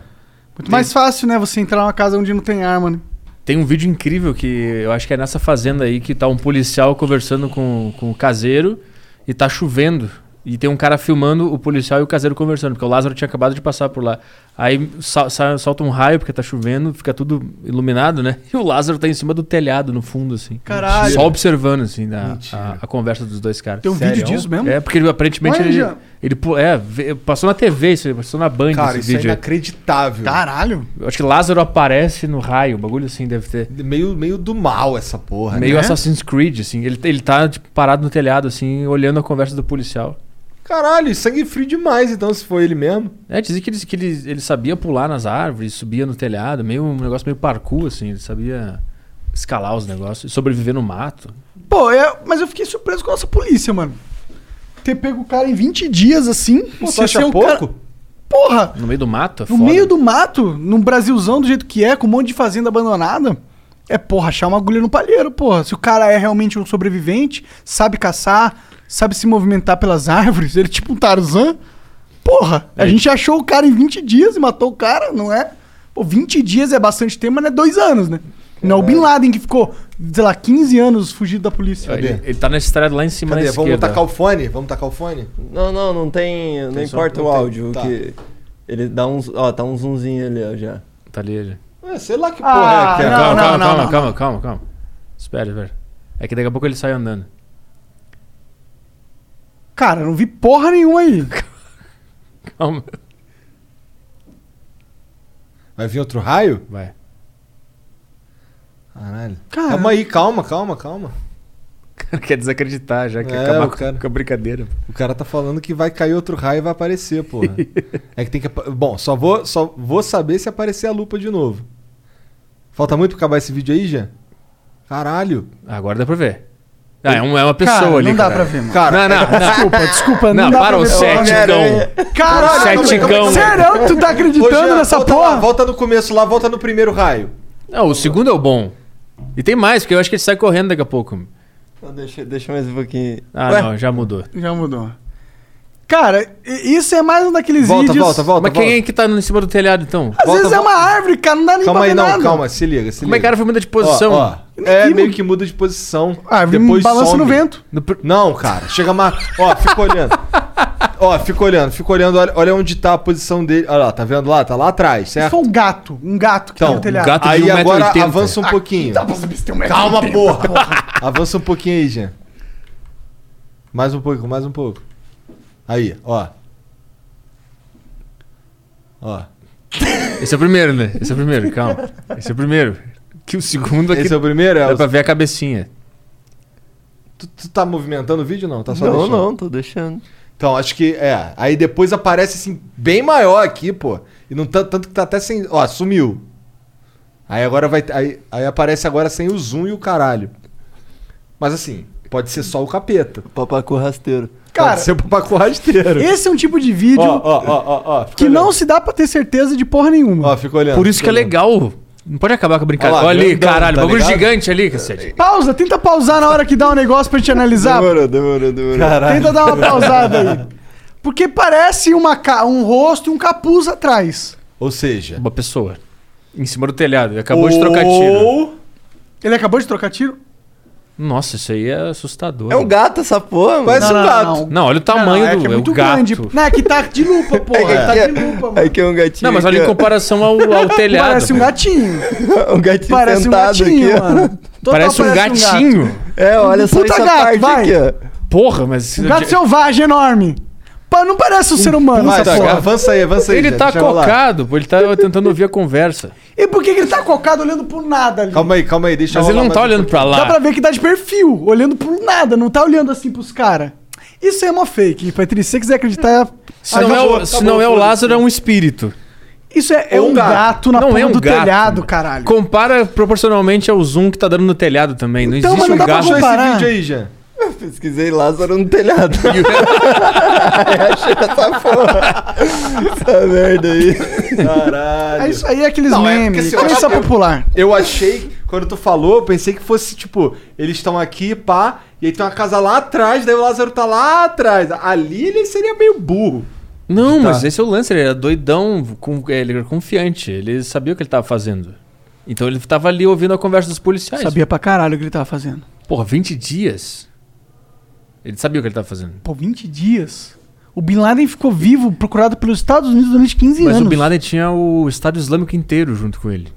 Muito mais fácil, né? Você entrar numa casa onde não tem arma, né? Tem um vídeo incrível que eu acho que é nessa fazenda aí que tá um policial conversando com, com o caseiro e tá chovendo. E tem um cara filmando o policial e o caseiro conversando, porque o Lázaro tinha acabado de passar por lá. Aí sa- sa- solta um raio porque tá chovendo, fica tudo iluminado, né? E o Lázaro tá em cima do telhado, no fundo, assim. Caralho. Só observando, assim, a, Mentira. a- a conversa dos dois caras. Tem um Sério? vídeo disso mesmo? É, porque ele, aparentemente Olha, ele, Jean. ele pu- é, vê- passou na TV isso aí, passou na Band Cara, isso esse é vídeo. aí. inacreditável. Caralho. Eu Acho que Lázaro aparece no raio, o bagulho assim deve ter. Meio, meio do mal essa Ah, porra. Meio né? Assassin's Creed, assim. Ele, ele tá tipo, parado no telhado, assim, olhando a conversa do policial. Caralho, sangue frio demais, então, se foi ele mesmo. É, dizia que, ele, que ele, ele sabia pular nas árvores, subia no telhado, meio um negócio meio parkour, assim. Ele sabia escalar os negócios, sobreviver no mato. Pô, eu- mas eu fiquei surpreso com a nossa polícia, mano. Ter pego o cara em 20 dias assim. Pô, você tu acha é ser o pouco? cara- Porra! No meio do mato, é No foda. meio do mato, num Brasilzão do jeito que é, com um monte de fazenda abandonada, é, porra, achar uma agulha no palheiro, porra. Se o cara é realmente um sobrevivente, sabe caçar, sabe se movimentar pelas (laughs) árvores, ele é tipo um Tarzan, porra, a gente achou o cara em 20 dias e matou o cara, não é? Pô, 20 dias é bastante tempo, mas não é dois anos, né? Não é o Bin Laden que ficou, sei lá, 15 anos fugido da polícia. Ele, ele tá nessa estrada lá em cima Cadê? na Vamos esquerda. tacar o fone? Vamos tacar o fone? Não, não, não tem. Não Tem som? importa Não o tem. áudio. Tá. Que ele dá um. Ó, tá um zoomzinho ali, ó, já. Tá ali, ele. É, sei lá que porra Ah, é que é. Não, calma, calma, não, não, calma, não. calma, calma, calma. Espera, espera. É que daqui a pouco ele sai andando. (laughs) Cara, eu não vi porra nenhuma aí. Calma. Vai vir outro raio? Vai. Caralho. Cara. Calma aí, calma, calma, calma. cara (laughs) quer desacreditar já, quer É, acabar o com- cara- com a brincadeira. O cara tá falando que vai cair outro raio e vai aparecer, (laughs) porra. é que tem que. apa- Bom, só vou, só vou saber se aparecer a lupa de novo. Falta muito pra acabar esse vídeo aí, Jean? Caralho. Agora dá pra ver. Ah, é, um- é uma pessoa Cara, ali. não dá cara. pra ver, mano. Cara, não, não, não. Desculpa, desculpa, não, Não, dá para pra o ver. Septicão. Caralho, Sete como é que- cão. Sério? Tu tá Ô, acreditando Jean, nessa volta Lá, porra? volta no começo lá, volta no primeiro raio. Não, o segundo é o bom. E tem mais, porque eu acho que ele sai correndo daqui a pouco. Então, Deixa, deixa mais um pouquinho. Ah, Ué, não, já mudou. Já mudou. Cara, i- isso é mais um daqueles Volta, vídeos. volta, volta. Mas quem é que tá em cima do telhado, então? Às Volta, vezes é volta. uma árvore, cara, não dá nem Calma pra aí, ver não, nada. calma, se liga, se liga. Como é que era foi mudar de Ó, posição? ó, é Que meio mu- que muda de posição. A árvore depois balança some. no vento. No pr- Não, cara, chega mais. Ó, fica olhando. Ó, fica olhando, fica olhando. Olha, olha onde tá a posição dele. Olha lá, tá vendo lá? Tá lá atrás, Isso certo? é um gato, um gato que Então, tá no telhado. gato- de aí 1,80. agora avança um Ah, pouquinho. Dá pra saber se tem um metro Calma, e oitenta. porra. avança um pouquinho aí, Jean. Mais um pouco, mais um pouco. Aí, ó. Ó. Esse é o primeiro, né? Esse é o primeiro, calma. Esse é o primeiro. Que o segundo aqui Esse é o primeiro? É dá o- pra ver a cabecinha. tu, tu tá movimentando o vídeo ou não? Tá só não, deixando? não, tô deixando. Então, acho que é. Aí depois aparece assim, bem maior aqui, pô. E não tá- tanto que tá até sem. Ó, sumiu. Aí agora vai. Aí, aí aparece agora sem o zoom e o caralho. Mas assim, pode ser só o capeta. Papacu rasteiro. Cara, pode ser o papaco rasteiro. esse é um tipo de vídeo Ó, ó, ó, ó, ó. fica que olhando. não se dá pra ter certeza de porra nenhuma. Ó, fica olhando. Por isso que fica é olhando. legal. Não pode acabar com a brincadeira. Olha lá, Olha ali, grandão, caralho. tá bagulho ligado? gigante ali, cacete. Pausa, tenta pausar na hora que dá um negócio pra gente analisar. Demorou, demorou, demorou. Caralho. Tenta dar uma pausada aí. (laughs) Porque parece uma ca- um rosto e um capuz atrás. Ou seja. Uma pessoa. Em cima do telhado. Ele acabou de trocar tiro. Ou Ele acabou de trocar tiro? Nossa, isso aí é assustador. É um gato essa porra, mano. Parece um gato. Não, olha o tamanho é do que é é o muito gato. grande. Não, é que tá de lupa, porra. É, Tá é, de lupa, mano. Aí que é um gatinho. Não, mas aqui, olha ó. em comparação ao, ao telhado. Parece um pô. (laughs) gatinho. (laughs) um gatinho Parece um sentado gatinho, aqui, ó. mano. Total Parece um parece gato. gatinho. É, olha só Puta essa gato, parte vai. aqui, ó. Porra, mas. Um gato selvagem enorme. Pa- Não parece um ser humano Vai, essa tá, porra. avança aí, avança aí. Ele Jean, tá deixa eu rolar. cocado, pô. Ele tá (laughs) tentando ouvir a conversa. E por que, que ele tá cocado olhando pro nada ali? Calma aí, calma aí, deixa Mas eu ele rolar não tá mais um olhando pra lá. Dá pra ver que tá de perfil, olhando pro nada, não tá olhando assim pros caras. Isso é uma fake, Patrícia. Se você quiser acreditar, Se não, é o, se não é o Lázaro, é um espírito. isso é, é Ou um um gato. gato na não ponta é um do gato. telhado, mano. caralho. Compara proporcionalmente ao zoom que tá dando no telhado também. Não Então, mas existe não um dá pra gato. Achou esse comparar. vídeo aí, Jean? Pesquisei Lázaro no telhado. Achei essa porra. Essa merda aí. Caralho. É isso aí, é aqueles Não, é porque memes, se eu crença achar- popular. Eu achei, quando tu falou, eu pensei que fosse tipo, eles estão aqui, pá, e aí tem uma casa lá atrás, daí o Lázaro tá lá atrás. Ali ele seria meio burro. Não, mas Tá. esse é o lance. Ele era doidão, com, é, ele era confiante. Ele sabia o que ele tava fazendo. Então ele tava ali ouvindo a conversa dos policiais. Sabia pra caralho o que ele tava fazendo. Porra, 20 dias? Ele sabia o que ele tava fazendo. Pô, 20 dias. O Bin Laden ficou vivo, procurado pelos Estados Unidos durante 15 Mas anos. o Bin Laden tinha o Estado Islâmico inteiro junto com ele.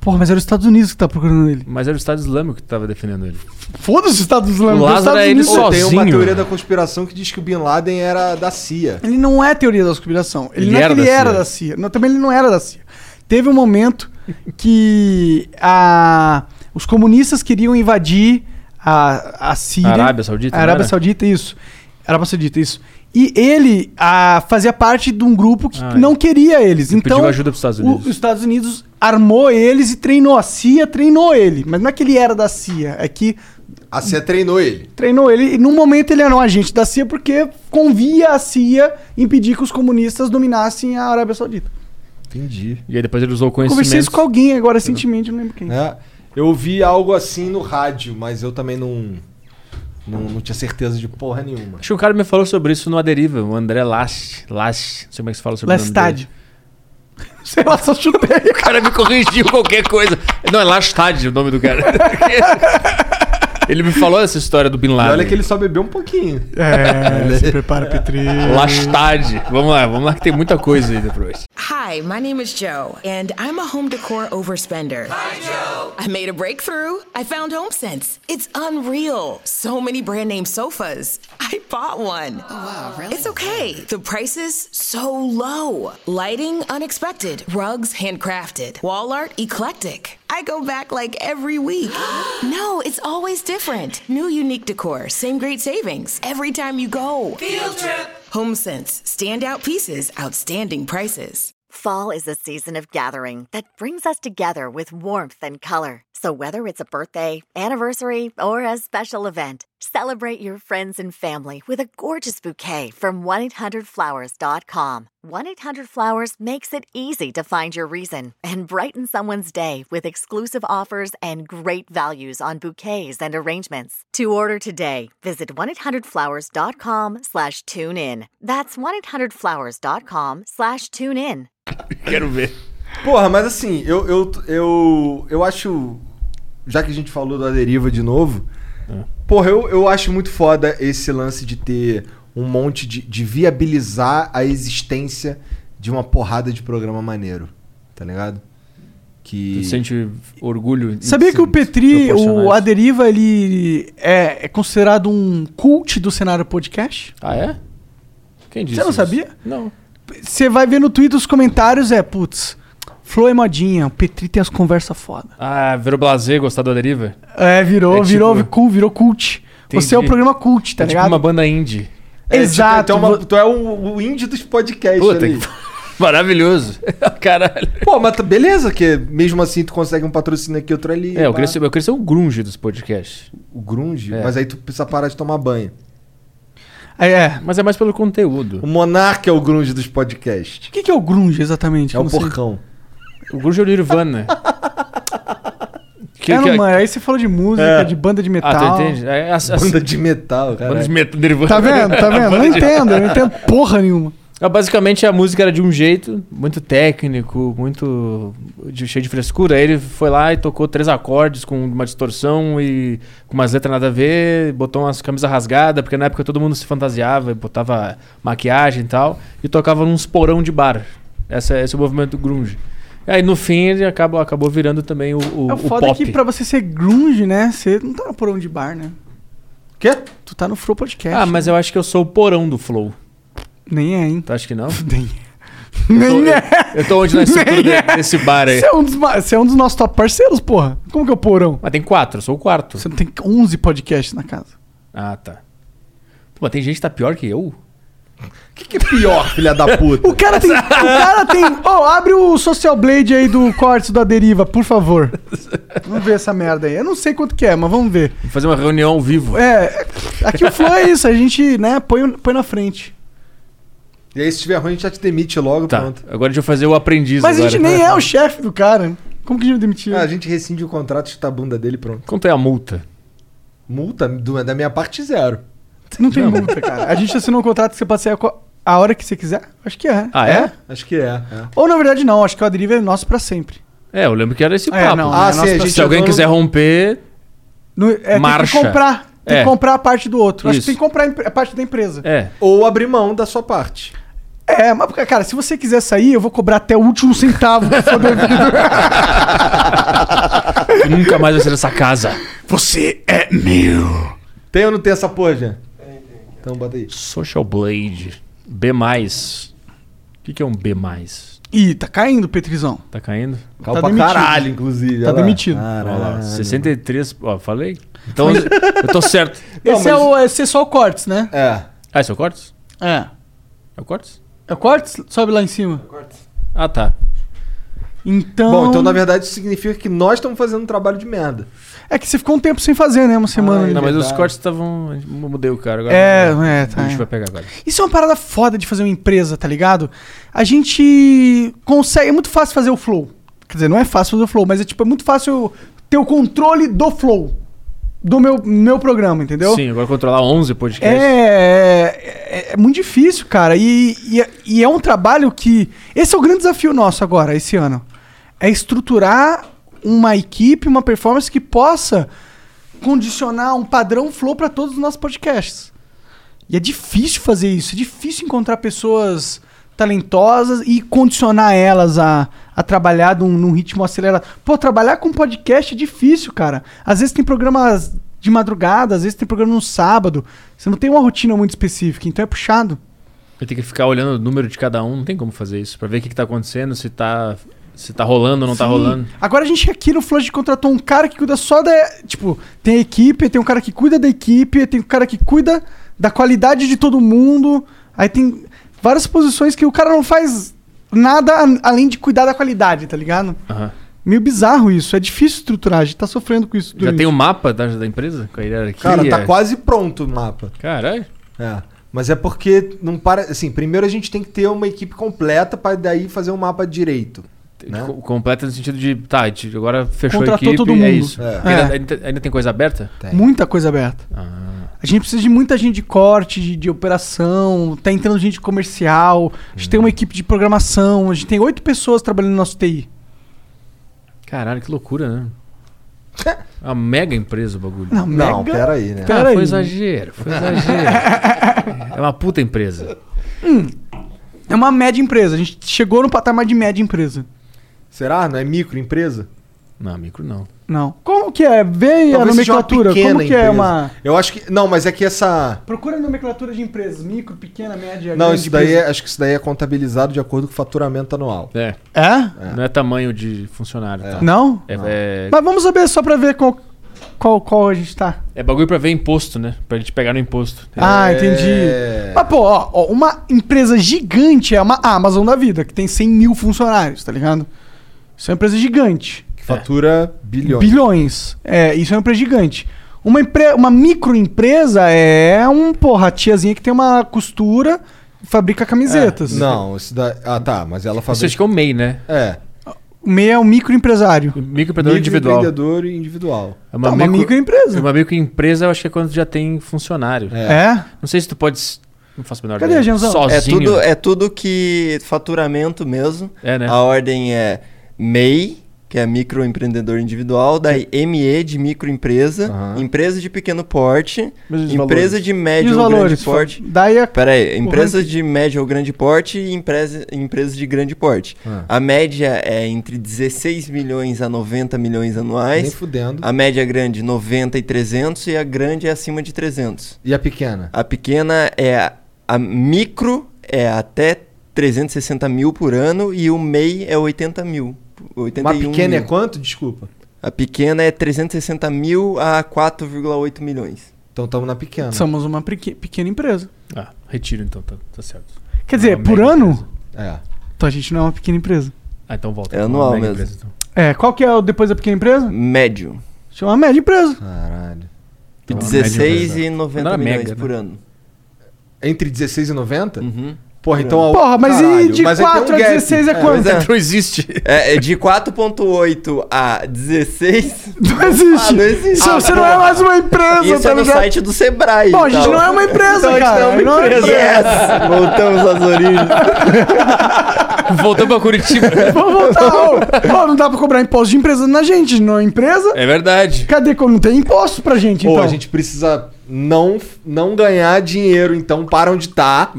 Porra, mas era os Estados Unidos que tá procurando ele. Mas era o Estado Islâmico que tava defendendo ele. Foda-se os Estados Islâmicos. O os Lázaro Estados é ele Unidos- Pô, Tem uma Sozinho. teoria da conspiração que diz que o Bin Laden era da CIA. Ele não é teoria da conspiração. Ele, Ele não é era que ele da era CIA. da CIA. Não, também ele não era da CIA. Teve um momento que a- os comunistas queriam invadir a, a Síria. A Arábia Saudita, A não Arábia era? Saudita, isso. Arábia Saudita, isso. E ele ah, fazia parte de um grupo que Ah, não queria eles. Então, pediu ajuda pros Estados o- Unidos. os Estados Unidos armou eles e treinou. A CIA treinou ele. Mas não é que ele era da CIA. É que A CIA treinou ele. treinou ele e num momento ele era um agente da CIA porque convia a CIA impedir que os comunistas dominassem a Arábia Saudita. Entendi. E aí depois ele usou o Eu Conversei isso conhecimento. com alguém agora recentemente, não lembro quem. É, eu ouvi algo assim no rádio, mas eu também não, não, não tinha certeza de porra nenhuma. Acho que um cara me falou sobre isso no Aderiva, o André Last. Last. Não sei como é que se fala sobre Lestade. (laughs) Sei lá, só chutei. O cara me corrigiu qualquer coisa. Não, é Lastad o nome do (laughs) cara. ele me falou essa história do Bin E Laden. olha que ele só bebeu um pouquinho. É, se prepara, Petri. Lastad. Vamos lá, vamos lá que tem muita coisa ainda pra hoje. Hi, Hi, my name is Joe, and I'm a home decor overspender. Hi, Joe. I made a breakthrough. I found HomeSense. It's unreal. So many brand name sofas. I bought one. Oh, wow, really? It's okay. The prices so low. Lighting unexpected. Rugs handcrafted. Wall art eclectic. I go back like every (gasps) week. no, it's always different. New unique decor, same great savings every time you go. Field trip. HomeSense, standout pieces, outstanding prices. Fall is a season of gathering that brings us together with warmth and color. So, whether it's a birthday, anniversary, or a special event, celebrate your friends and family with a gorgeous bouquet from 1-800-Flowers.com. 1-800-Flowers makes it easy to find your reason and brighten someone's day with exclusive offers and great values on bouquets and arrangements. To order today, visit 1-800-Flowers.com slash tune in. That's 1-800-Flowers.com slash tune in. Quero ver. Porra, mas assim, eu, eu, eu, eu acho. Já que a gente falou da deriva de novo, É. porra, eu, eu acho muito foda esse lance de ter um monte de, de viabilizar a existência de uma porrada de programa maneiro, tá ligado? Que. é, Tu sente orgulho. em Sabia ser que o Petri, proporcionais. o A Deriva, ele é, é considerado um cult do cenário podcast? Ah, é? Quem disse? Você não isso? sabia? Não. Você vai ver no Twitter os comentários, é, putz, Flow é modinha, o Petri tem as conversas foda. Ah, virou blazer gostar da deriva? É, virou, É tipo- virou, cool, virou cult. Você é o Entendi. programa cult, tá é ligado? tipo uma banda indie. É, tipo, Exato. então uma- vo- tu é o, o indie dos podcasts Puta ali. que... (laughs) (laughs) Maravilhoso. Caralho. Pô, mas tá- beleza, que mesmo assim tu consegue um patrocínio aqui, outro ali. É, eu pá. queria, ser, eu queria ser o grunge dos podcasts. O grunge, É. mas aí tu precisa parar de tomar banho. É, é. Mas é mais pelo conteúdo. O Monark é o grunge dos podcasts. O que, que é o grunge, exatamente? assim? É o Não sei. porcão. O grunge é o (laughs) Nirvana. Que- É, que- não, mas aí você falou de música, É. de banda de metal. Ah, tu entende? É, as- as- Banda de metal, cara. bandas de metal, Nirvana. Tá vendo? (laughs) (laughs) Tá vendo? Não entendo, eu não entendo porra nenhuma. Ah, Basicamente a música era de um jeito, muito técnico, muito de- cheio de frescura. Aí ele foi lá e tocou três acordes com uma distorção e com umas letras nada a ver, botou umas camisas rasgadas, porque na época todo mundo se fantasiava, e botava maquiagem e tal, e tocava num porão de bar. Essa, esse é o movimento grunge. E aí no fim ele acabou, acabou virando também o, o, É o o foda pop. que pra você ser grunge, né? Você não tá no porão de bar, né? Quê? Tu tá no Flow Podcast. Ah, mas eu acho que eu sou o porão do flow. Nem (laughs) é, hein? Tu acha que não? Nem eu- é. Eu tô onde na estrutura de- desse bar aí. Você é, um dos, ma- você é um dos nossos top parceiros, porra. Como que é o porão? Mas tem quatro, eu sou o quarto. Você não tem 11 podcasts na casa. Ah, tá. Pô, mas tem gente que tá pior que eu? O que, que é pior, filha da puta? (laughs) O cara tem. o cara tem. Ô, abre o Social Blade aí do Cortes da Deriva, por favor. Vamos ver essa merda aí. Eu não sei quanto que é, mas vamos ver. Vou fazer uma reunião ao vivo. É. Aqui o Flow é isso, a gente, né, põe, o- põe na frente. E aí, se tiver ruim, a gente já te demite logo, Tá, pronto. agora deixa eu fazer o aprendiz Mas a gente agora. nem é o chefe do cara. Como que a gente demitiu? Ah, a gente rescinde o contrato, chuta a bunda dele, pronto. Quanto é a multa? Multa do- da minha parte, zero. Não tem multa, cara. A gente assinou um contrato que você passeia co- a hora que você quiser? Acho que é. Ah, é? Acho que é. é. Ou na verdade não, acho que o Adriva é nosso pra sempre. É, eu lembro que era esse É, papo. não. Ah, Ah, é sim, nosso a gente Se alguém entrou quiser no- romper, No, é, Marcha. Tem que comprar. Tem É. que comprar a parte do outro. Acho que Isso. tem que comprar a empre- a parte da empresa. é. Ou abrir mão da sua parte. É, mas cara, se você quiser sair, eu vou cobrar até o último centavo que for devido. Tu nunca mais vai ser dessa casa. Você é meu. Tem ou não tem essa porra, Jean? Então bota aí. Social Blade. B. O que, que é um B? (laughs) Ih, tá caindo, Petrizão. Tá caindo? Calma pra demitido. caralho, inclusive. Tá olha lá. demitido. Olha lá, Caralho. 63. Ó, falei? Então eu tô (laughs) certo. Esse é o é ser só o Cortes, né? É. Ah, esse é o Cortes? É. É o Cortes? É o Cortes? Sobe lá em cima. Ah, tá. Então. Bom, então na verdade isso significa que nós estamos fazendo um trabalho de merda. É que você ficou um tempo sem fazer, né? Uma não, semana. né? mas os verdade. cortes estavam. Mudei o cara agora. É, não- é, tá, O bicho é. vai pegar agora. Isso é uma parada foda de fazer uma empresa, tá ligado? A gente consegue. É muito fácil fazer o flow. Quer dizer, não é fácil fazer o flow, mas é tipo, é muito fácil eu ter o controle do flow. Do meu, meu programa, entendeu? Sim, agora controlar 11 podcasts. É, é, é muito difícil, cara. E, e- e é um trabalho que. Esse é o grande desafio nosso agora, esse ano. É estruturar uma equipe, uma performance que possa condicionar um padrão flow para todos os nossos podcasts. E é difícil fazer isso, é difícil encontrar pessoas talentosas e condicionar elas a, a trabalhar num, num ritmo acelerado. Pô, trabalhar com podcast é difícil, cara. Às vezes tem programas de madrugada, às vezes tem programa no sábado. Você não tem uma rotina muito específica, então é puxado. Eu tenho que ficar olhando o número de cada um, não tem como fazer isso. Pra ver o que, que tá acontecendo, se tá, se tá rolando ou não tá Sim. rolando. Agora a gente aqui no Flush contratou um cara que cuida só da. Tipo, tem a equipe, tem um cara que cuida da equipe, tem um cara que cuida da qualidade de todo mundo. Aí tem várias posições que o cara não faz nada a- além de cuidar da qualidade, tá ligado? Aham. Meio bizarro isso, é difícil estruturar, a gente tá sofrendo com isso. Já durante- tem um o mapa da, da empresa? Com a hierarquia? Cara, tá quase pronto o mapa. Caralho. É. Mas é porque não para. Assim, primeiro a gente tem que ter uma equipe completa pra daí fazer um mapa direito. Né? Co- Completa no sentido de, tá, a gente agora fechou Contratou a equipe, todo é mundo. isso. É. Porque Ainda, ainda- ainda tem coisa aberta? Muita coisa aberta. Ah. A gente precisa de muita gente de corte, de, de operação, tá entrando gente comercial, a gente tem Hum. uma equipe de programação, a gente tem oito pessoas trabalhando no nosso TI. Caralho, que loucura, né? Uma mega empresa o bagulho. É. Não, Não, mega- pera aí, né? Ah, pera foi aí. exagero, foi (laughs) exagero. é uma puta empresa. Hum, é uma média empresa, a gente chegou no patamar de média empresa. Será? Não é microempresa? Não, micro não. Não. Como que é? Vê a Talvez seja uma nomenclatura, como que pequena é empresa. uma... Eu acho que. Não, mas é que essa. Procura a nomenclatura de empresas, micro, pequena, média, Não, grande isso daí empresa. é, acho que isso daí é contabilizado de acordo com o faturamento anual. É. É? Não é tamanho de funcionário. tá? Não? É, é- Mas vamos saber só pra ver qual, qual, qual a gente tá. é bagulho pra ver imposto, né? Pra gente pegar no imposto. Ah, É. entendi. Mas, pô, ó, ó, uma empresa gigante é uma Amazon da vida, que tem 100 mil funcionários, tá ligado? Isso é uma empresa gigante. Que fatura bilhões. Bilhões. É, isso é uma empresa gigante. Uma, empre... uma microempresa é um, porra, a tiazinha que tem uma costura e fabrica camisetas. É. Não, isso daí. Ah, tá, mas ela faz. Isso acho que é o MEI, né? É. O MEI é um microempresário. Microempreendedor individual. Microempreendedor e individual. É uma, Tá, uma microempresa. É uma microempresa, eu acho que é quando já tem funcionário. É? Não sei se tu pode. s- Não faço a menor Cadê, ideia. Janzão? É Sozinho. tudo, é tudo que. faturamento mesmo. É, né? A ordem é MEI, que é microempreendedor individual, daí ME de microempresa, empresa de pequeno porte, os empresa valores? de E médio os ou grande valores? porte. Daí a- Pera aí, o empresa ranking. de médio ou grande porte e empresa, empresa de grande porte. Ah. A média é entre 16 milhões a 90 milhões anuais. Nem fudendo. A média grande 90 e 300 e a grande é acima de 300. E a pequena? A pequena é a, a micro é até 360 mil por ano e o MEI é 80 mil. 81 Uma pequena é mil. quanto? Desculpa. A pequena é 360 mil a 4,8 milhões. Então estamos na pequena. Somos uma preque- pequena empresa. Ah, retiro então, tá, tá certo. Quer dizer, uma por mega ano? É. Então a gente não é uma pequena empresa. Ah, então volta. É então, anual uma mega mesmo. empresa, então. É, qual que é o depois da pequena empresa? Médio. Chama a média empresa. Ah. Caralho. E Então, a média 16 empresa. e 90 é Não era milhões mega, por né? ano. Entre 16 e 90? Uhum. Porra, então. a- Porra, mas e Caralho, de mas aí tem um 4 a gap. 16 é quanto? Pois é. (laughs) Não existe. É, é de 4,8 a 16. Não existe. Ah, não existe. Isso, Ah, você não é mais uma empresa, Isso tá é no ligado? site do Sebrae. Bom, a gente então. não é uma empresa, Então a gente cara. não é uma empresa. Yes! Voltamos às origens. Voltou pra Curitiba. Vamos voltar. Ô, ô, não dá pra cobrar imposto de empresa na gente, não é empresa. é verdade. Cadê como não tem imposto pra gente, Pô, então? a gente precisa não, não ganhar dinheiro, então para onde tá.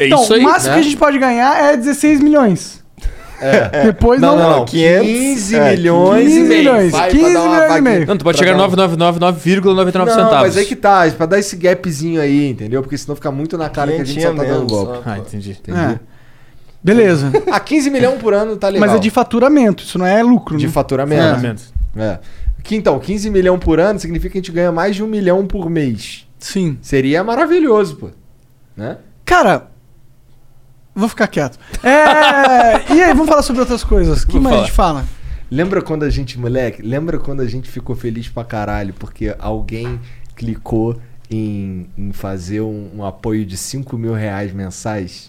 É então, isso aí. o máximo né? que a gente pode ganhar é 16 milhões. É. Depois não, Não, não, não. 500, 15 é, milhões 15 e meio. milhões, Vai pra 15 dar uma milhões e vaguinha. meio. Não, tu pode Pra chegar dar a um- 999,99 Não, centavos. mas aí que tá, pra dar esse gapzinho aí, entendeu? Porque senão fica muito na cara que a gente só tá Quinhentinha dando mesmo, golpe. Ah, entendi. É. Beleza. A 15 milhões Ah, por ano tá legal. Mas é de faturamento, isso não é lucro. De né? faturamento. É. Que, então, 15 milhões por ano significa que a gente ganha mais de um milhão por mês. Sim. Seria maravilhoso, pô. Né? Cara, vou ficar quieto. É, e aí, vamos falar sobre outras coisas. O que Vamos mais a gente fala? Lembra quando a gente, moleque, lembra quando a gente ficou feliz pra caralho porque alguém clicou em, em fazer um, um apoio de 5 mil reais mensais?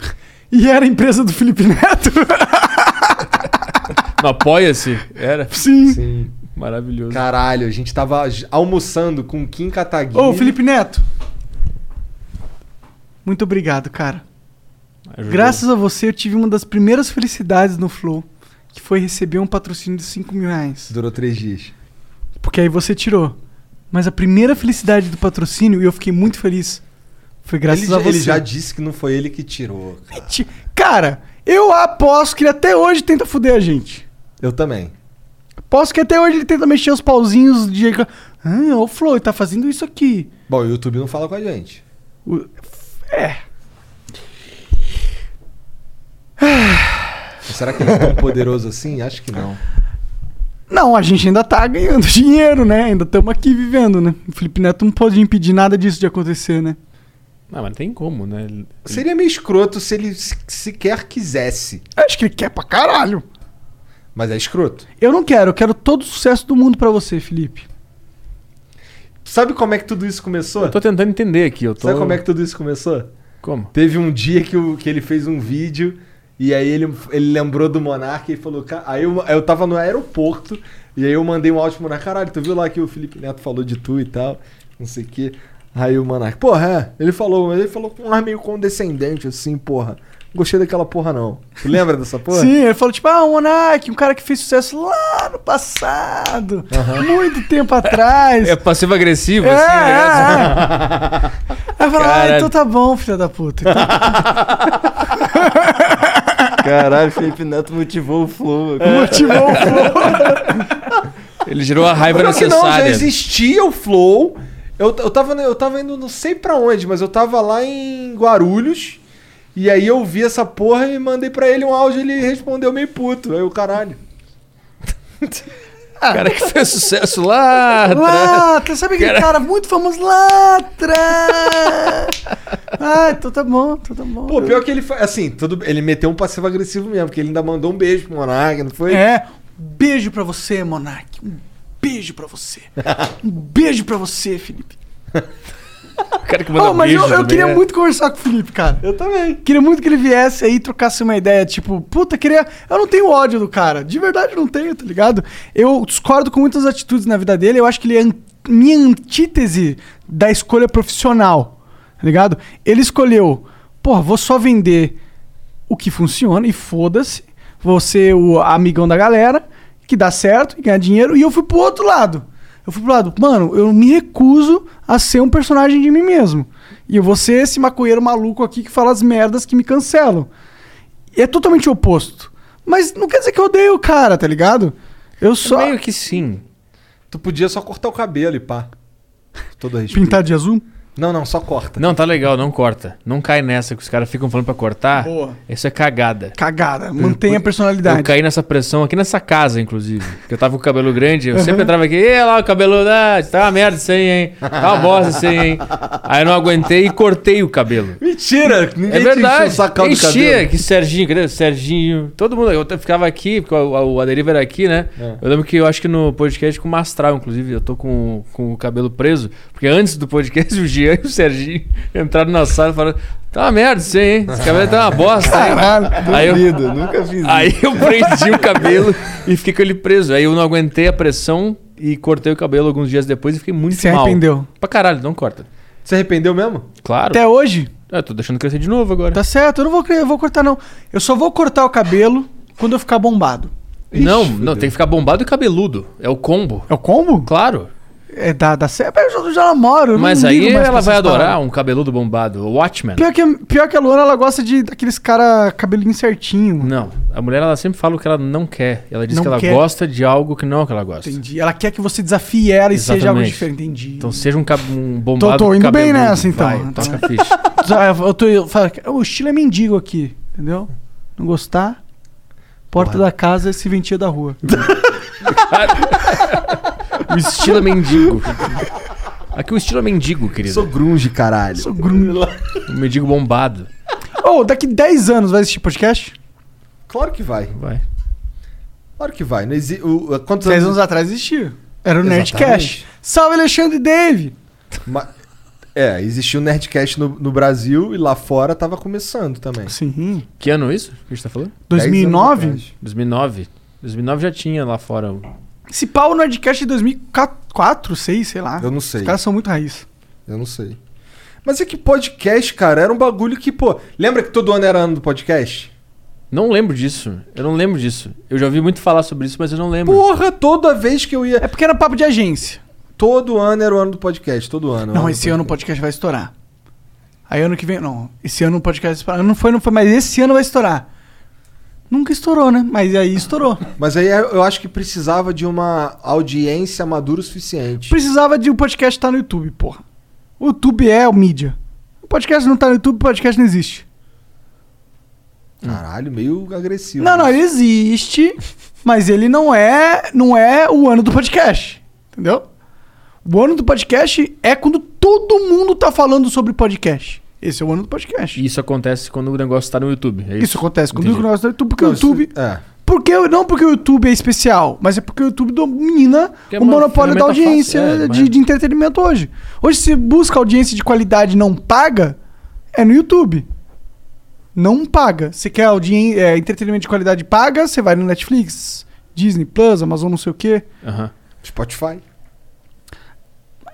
E era a empresa do Felipe Neto? (laughs) Não, apoia-se. Era. Sim. Sim. Maravilhoso. Caralho, a gente tava j- almoçando com o Kim Kataguiri. Ô, Felipe Neto. Muito obrigado, cara. Ajudou. Graças a você, eu tive uma das primeiras felicidades no Flow, que foi receber um patrocínio de 5 mil reais. Durou três dias. Porque aí você tirou. Mas a primeira felicidade do patrocínio, e eu fiquei muito feliz, Foi graças ele, a já- você. Ele (laughs) já disse que não foi ele que tirou. cara. Ti- Cara, eu aposto que ele até hoje tenta fuder a gente. Eu também. Aposto que até hoje ele tenta mexer os pauzinhos de. Ah, o Flo, ele tá fazendo isso aqui. Bom, o YouTube não fala com a gente. O- É. Será que ele é (laughs) tão poderoso assim? Acho que não. Não, a gente ainda tá ganhando (laughs) dinheiro, né? Ainda estamos aqui vivendo, né? O Felipe Neto não pode impedir nada disso de acontecer, né? Não, mas não tem como, né? Ele- Seria meio escroto se ele se- sequer quisesse. Acho que ele quer pra caralho. Mas é escroto. Eu não quero, eu quero todo o sucesso do mundo pra você, Felipe. Sabe como é que tudo isso começou? Eu tô tentando entender aqui. Eu tô... Sabe como é que tudo isso começou? Como? Teve um dia que, o, que ele fez um vídeo e aí ele, ele lembrou do Monark e falou. "Ca- Aí eu, eu tava no aeroporto e aí eu mandei um áudio pro Monark. Caralho, tu viu lá que o Felipe Neto falou de tu e tal, não sei o quê. Aí o Monark, porra, é. ele falou, mas ele falou com um ar meio condescendente assim, porra. Não gostei daquela porra não. Tu lembra dessa porra? Sim, ele falou tipo, ah, o Monark, um cara que fez sucesso lá no passado, muito tempo atrás. (laughs) É passivo-agressivo, É, assim, (laughs) né? Aí eu falo, ah, Caralho. então tá bom, filha da puta. Então tá Caralho, Felipe Neto motivou o Flow. motivou o Flo. Ele gerou a raiva Não é que não, já necessária. existia o Flow. Eu, eu, tava, eu tava indo não sei pra onde, mas eu tava lá em Guarulhos. E aí eu vi essa porra e mandei pra ele um áudio ele respondeu meio puto. Aí o caralho. O cara que fez sucesso lá atrás. Lá, atrás, sabe aquele cara... muito famoso lá atrás? ah, então tá bom, então tá bom. Pô, pior que ele foi. Assim, tudo, ele meteu um passivo agressivo mesmo, porque ele ainda mandou um beijo pro Monark, não foi? É, um beijo pra você, Monark. Um beijo pra você. um beijo pra você, Felipe. O cara que manda Oh, mas eu, beijo eu também, queria né? muito conversar com o Felipe, cara. Eu também. Queria muito que ele viesse aí e trocasse uma ideia, tipo, puta, queria. Eu não tenho ódio do cara. De verdade, eu não tenho, tá ligado? Eu discordo com muitas atitudes na vida dele. Eu acho que ele é an- minha antítese da escolha profissional, tá ligado? Ele escolheu, porra, vou só vender o que funciona e foda-se. Vou ser o amigão da galera, que dá certo e ganha dinheiro. E eu fui pro outro lado. Eu fui pro lado, mano, eu me recuso a ser um personagem de mim mesmo. E eu vou ser esse maconheiro maluco aqui que fala as merdas que me cancelam. E é totalmente o oposto. Mas não quer dizer que eu odeio o cara, tá ligado? Eu só. É Meio que sim. Tu podia só cortar o cabelo e pá. Com Todo respeito. Pintar de azul? Não, não, só corta. Não, tá legal, não corta. Não cai nessa que os caras ficam falando pra cortar. Boa. Isso é cagada. Cagada. Mantém a personalidade. É, Eu caí nessa pressão aqui nessa casa, inclusive. Que eu tava com o cabelo grande, eu sempre entrava aqui, e lá o cabelo, ah, tá uma merda isso aí, hein? Tá uma bosta isso aí, hein? Aí eu não aguentei e cortei o cabelo. Mentira! Ninguém É verdade. o sacal do Enchia, cabelo. que Serginho, cadê? o Serginho. Todo mundo. Eu até ficava aqui, porque o, o- a deriva era aqui, né? É. Eu lembro que eu acho que no podcast com o Mastral, inclusive, eu tô com, com o cabelo preso. Porque antes do podcast, (laughs) o Jean e o Serginho entraram na sala e falaram: tá uma merda isso aí, hein? Esse cabelo tá uma bosta. hein?" Aí eu- Duvido, nunca fiz isso. Aí eu prendi o cabelo e fiquei com ele preso. Aí eu não aguentei a pressão e cortei o cabelo alguns dias depois e fiquei muito Se mal. arrependeu. Pra caralho, não corta. Você arrependeu mesmo? Claro. Até hoje? Eu tô deixando crescer de novo agora. Tá certo, eu não vou, cre- eu vou cortar, não. Eu só vou cortar o cabelo quando eu ficar bombado. não, não, tem que ficar bombado e cabeludo. É o combo. É o combo? Claro. É, dá, dá certo. Mas eu já namoro. eu não Mas ligo aí mais pra ela vai essas adorar paradas. um cabeludo bombado. O Watchman. Pior que, pior que a Luana, ela gosta de daqueles cara cabelinho certinho. Não. A mulher, ela sempre fala o que ela não quer. Ela diz Não que ela quer. gosta de algo que não é o que ela gosta. Entendi. Ela quer que você desafie ela e seja algo Exatamente. diferente. Entendi. Então seja um, cab- um bombado Tô- tô indo bem cabeludo. nessa, então. Vai, toca a ficha. (laughs) Ah, eu tô, eu falo, o estilo é mendigo aqui, entendeu? Não gostar, porta da casa e se ventia da rua. O estilo é mendigo. Aqui o estilo é mendigo, querido. Sou grunge, caralho. Sou (laughs) grunge. Um mendigo bombado. Ô, daqui 10 anos vai existir podcast? Claro que vai. Vai. Claro que vai. Não exi... o- o- quantos 10 anos atrás existia. Era o Nerdcast. Exatamente. Salve, Alexandre e Dave! Ma- É, existiu o Nerdcast no, no Brasil e lá fora tava começando também. Sim. Que ano é isso que a gente tá falando? 10 anos 2009? atrás. 2009. 2009 já tinha lá fora. o- Esse pau no Nerdcast é de 2004, 6, sei lá. Eu não sei. Ah, Os caras são muito raiz. Eu não sei. Mas é que podcast, cara, era um bagulho que, pô. Lembra que todo ano era ano do podcast? Não lembro disso. Eu não lembro disso. Eu já ouvi muito falar sobre isso, mas eu não lembro. Porra, toda vez que eu ia. É porque era papo de agência. Todo ano era o ano do podcast, todo ano. Não, do esse ano o podcast. podcast vai estourar. Aí ano que vem, não, esse ano o podcast estourou. Não foi, não foi, mas esse ano vai estourar. Nunca estourou, né? Mas aí estourou. (laughs) Mas aí eu acho que precisava de uma audiência madura o suficiente. Precisava de um podcast estar no YouTube, porra. O YouTube é o mídia. O podcast não tá no YouTube, o podcast não existe. Caralho, meio agressivo. Não, não, ele existe, mas ele não é, não é o ano do podcast, entendeu? O ano do podcast é quando todo mundo tá falando sobre podcast. Esse é o ano do podcast. Isso acontece quando o negócio tá no YouTube. é Isso, acontece quando Entendi. o negócio tá no YouTube, porque Não, o isso- YouTube, É. porque não porque o YouTube é especial, mas é porque o YouTube domina Que é o uma monopólio da ferramenta fácil, audiência é, de, mas- de entretenimento hoje. Hoje se busca audiência de qualidade e não paga é no YouTube. Não paga. Se quer audien- é, entretenimento de qualidade paga, você vai no Netflix, Disney Plus, Amazon não sei o quê. Aham. Spotify.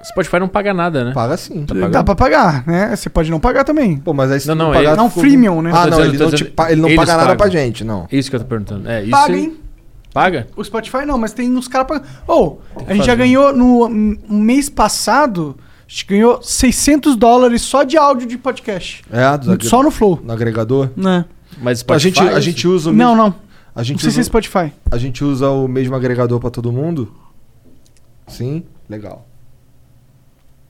Spotify não paga nada, né? Paga sim. pagando? Dá pra pagar, né? Você pode não pagar também. Pô, mas aí se Não, tu não, pagar, ele- tu Não, ficou- freemium, né? Ah, Eu tô não, dizendo- ele tô não, te dizendo- pa- ele não eles paga nada pagam. pra gente, não. Isso que eu tô perguntando. É, isso Paga, aí- hein? Paga? O Spotify não, mas tem uns caras pagando. Ou, a gente fazer. já ganhou no um mês passado, a gente ganhou 600 dólares só de áudio de podcast. É, dos agre- Só no Flow. no agregador. Né? Mas A Spotify... é gente, a gente usa o mesmo, Não, não. A Não gente, sei se usa, é Spotify. a gente usa o mesmo agregador pra todo mundo? Sim? Legal.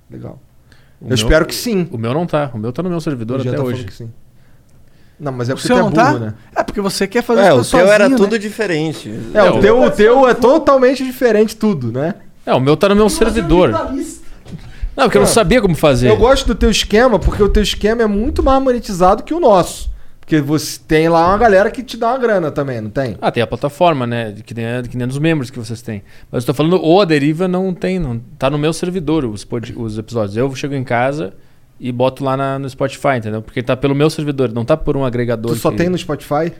Legal. O eu meu- espero que sim. O meu não tá. O meu tá no meu servidor Já tá até falando hoje. que sim. Não, mas é O porque seu tu é não burro, tá? né? É porque você quer fazer É, o as teu coisas era sozinho, tudo né? diferente. É, É, o o- teu, o teu é totalmente diferente tudo, né? É, o meu tá no meu servidor. Não, porque eu não sabia como fazer. Ah. Eu gosto do teu esquema porque o teu esquema é muito mais monetizado que o nosso. Porque você tem lá uma galera que te dá uma grana também, não tem? Ah, tem a plataforma, né? Que nem, que nem dos membros que vocês têm. Mas eu tô falando, o A Deriva não tem, não, tá no meu servidor os, pod- os episódios. Eu chego em casa e boto lá na- no Spotify, entendeu? Porque tá pelo meu servidor, não tá por um agregador. Tu só que- tem no Spotify?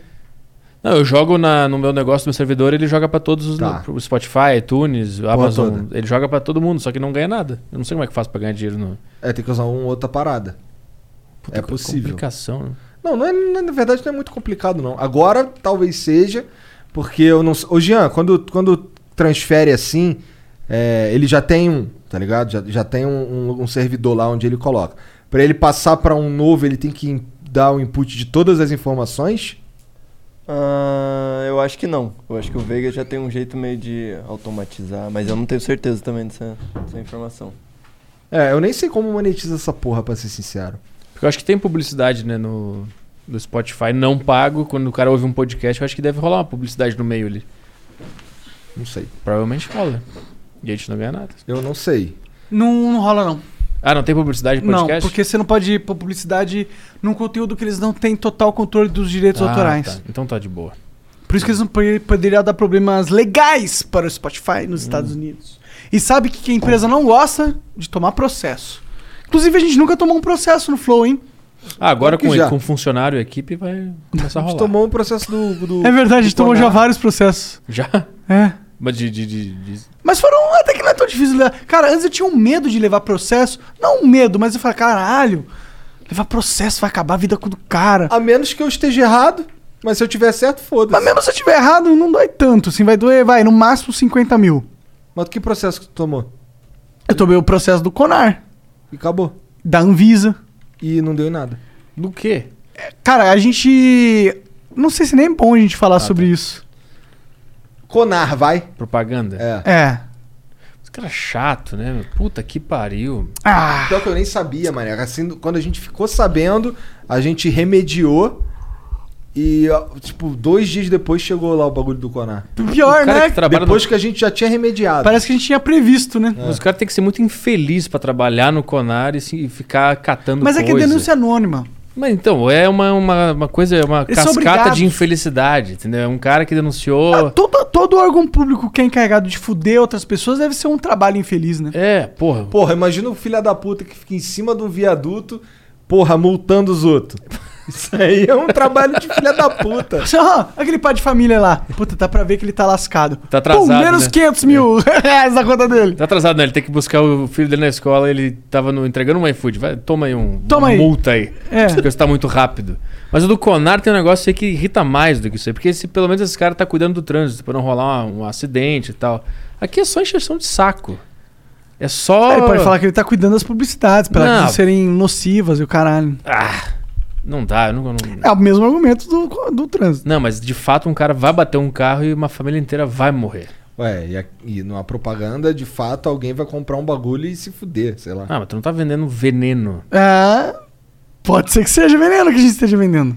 Não, eu jogo na- no meu negócio, no meu servidor, ele joga pra todos os. Tá. no- pro Spotify, iTunes, Amazon. toda. Ele joga pra todo mundo, só que não ganha nada. Eu não sei como é que eu faço pra ganhar dinheiro no. É, tem que usar uma outra parada. é possível. Complicação, né? Não, não é, não é- na verdade não é muito complicado, não. Agora talvez seja, porque eu não. s- Ô, Jean, quando, quando transfere assim, é, ele já tem um, tá ligado? Já, já tem um, um- um servidor lá onde ele coloca. Pra ele passar pra um novo, ele tem que in- dar o input de todas as informações. Ah, eu acho que não. Eu acho que o Vega já tem um jeito meio de automatizar, mas eu não tenho certeza também dessa, dessa informação. É, eu nem sei como monetiza essa porra, pra ser sincero. Porque eu acho que tem publicidade, né, no do Spotify não pago. Quando o cara ouve um podcast, eu acho que deve rolar uma publicidade no meio ali. Não sei. Provavelmente rola. E a gente não ganha nada. Eu não sei. Não, não rola, não. Ah, não tem publicidade de Não, podcast? porque você não pode ir pra publicidade num conteúdo que eles não têm total controle dos direitos Ah, autorais. tá. Então tá de boa. Por isso que eles não pod- poderiam dar problemas legais para o Spotify nos Estados Unidos. E sabe que, que a empresa não gosta de tomar processo. Inclusive, a gente nunca tomou um processo no Flow, hein? Ah, agora Claro que com, já. com funcionário e equipe vai começar a A gente rolar. tomou um processo do. do É verdade, a gente do tomou já Conar. vários processos. Já? É. Mas de, de, de- de- Mas foram até que não é tão difícil. levar. Cara, antes eu tinha um medo de levar processo. Não um medo, mas eu falei, caralho, levar processo vai acabar a vida do cara. A menos que eu esteja errado, mas se eu tiver certo, Mas foda-se. mesmo se eu tiver errado, não dói tanto. Assim, vai doer, vai, no máximo 50 mil. Mas que processo que tu tomou? Eu tomei o processo do Conar, E acabou. da Anvisa. E não deu em nada. Do quê? Cara, a gente. Não sei se nem é bom a gente Ah, falar tá. sobre isso. Conar, vai. Propaganda? É. É. Esse cara é chato, né? meu? Puta que pariu. Ah, Pior que eu nem sabia, mané. Assim, quando a gente ficou sabendo, a gente remediou. E, ó, tipo, dois dias depois chegou lá o bagulho do Conar. pior, o cara né? que trabalha Depois no... que a gente já tinha remediado. Parece que a gente tinha previsto, né? Mas o cara tem que ser muito infeliz pra trabalhar no Conar e, se- e ficar catando Mas é que é coisa. denúncia anônima. Mas então, é uma, uma, uma coisa, é uma Eles são cascata obrigados. de infelicidade, entendeu? É um cara que Ah, denunciou. todo, todo órgão público que é encarregado de fuder outras pessoas deve ser um trabalho infeliz, né? É, porra. Porra, imagina o filho da puta que fica em cima de um viaduto, porra, multando os outros. Isso aí é um trabalho de filha da puta. Ah, aquele pai de família lá. Puta, dá pra ver que ele tá lascado. Tá atrasado, Pô, menos né? 500 mil (laughs) reais na conta dele. Tá atrasado, né? Ele tem que buscar o filho dele na escola, ele tava no- entregando um iFood. Vai, toma aí um Toma uma aí. multa aí. É. Porque você tá muito rápido. Mas o do Conar tem um negócio aí que irrita mais do que isso aí. Porque esse, pelo menos esse cara tá cuidando do trânsito, pra não rolar um, um acidente e tal. Aqui é só encheção de saco. É só. É, ele pode falar que ele tá cuidando das publicidades, pra elas Não. não serem nocivas e o caralho. Ah, não dá, eu não, eu não- É o mesmo argumento do, do trânsito. Não, mas de fato um cara vai bater um carro e uma família inteira vai morrer. Ué, e, a, e numa propaganda, de fato, alguém vai comprar um bagulho e se fuder, sei lá. Ah, mas tu não tá vendendo veneno. É. Pode ser que seja veneno que a gente esteja vendendo.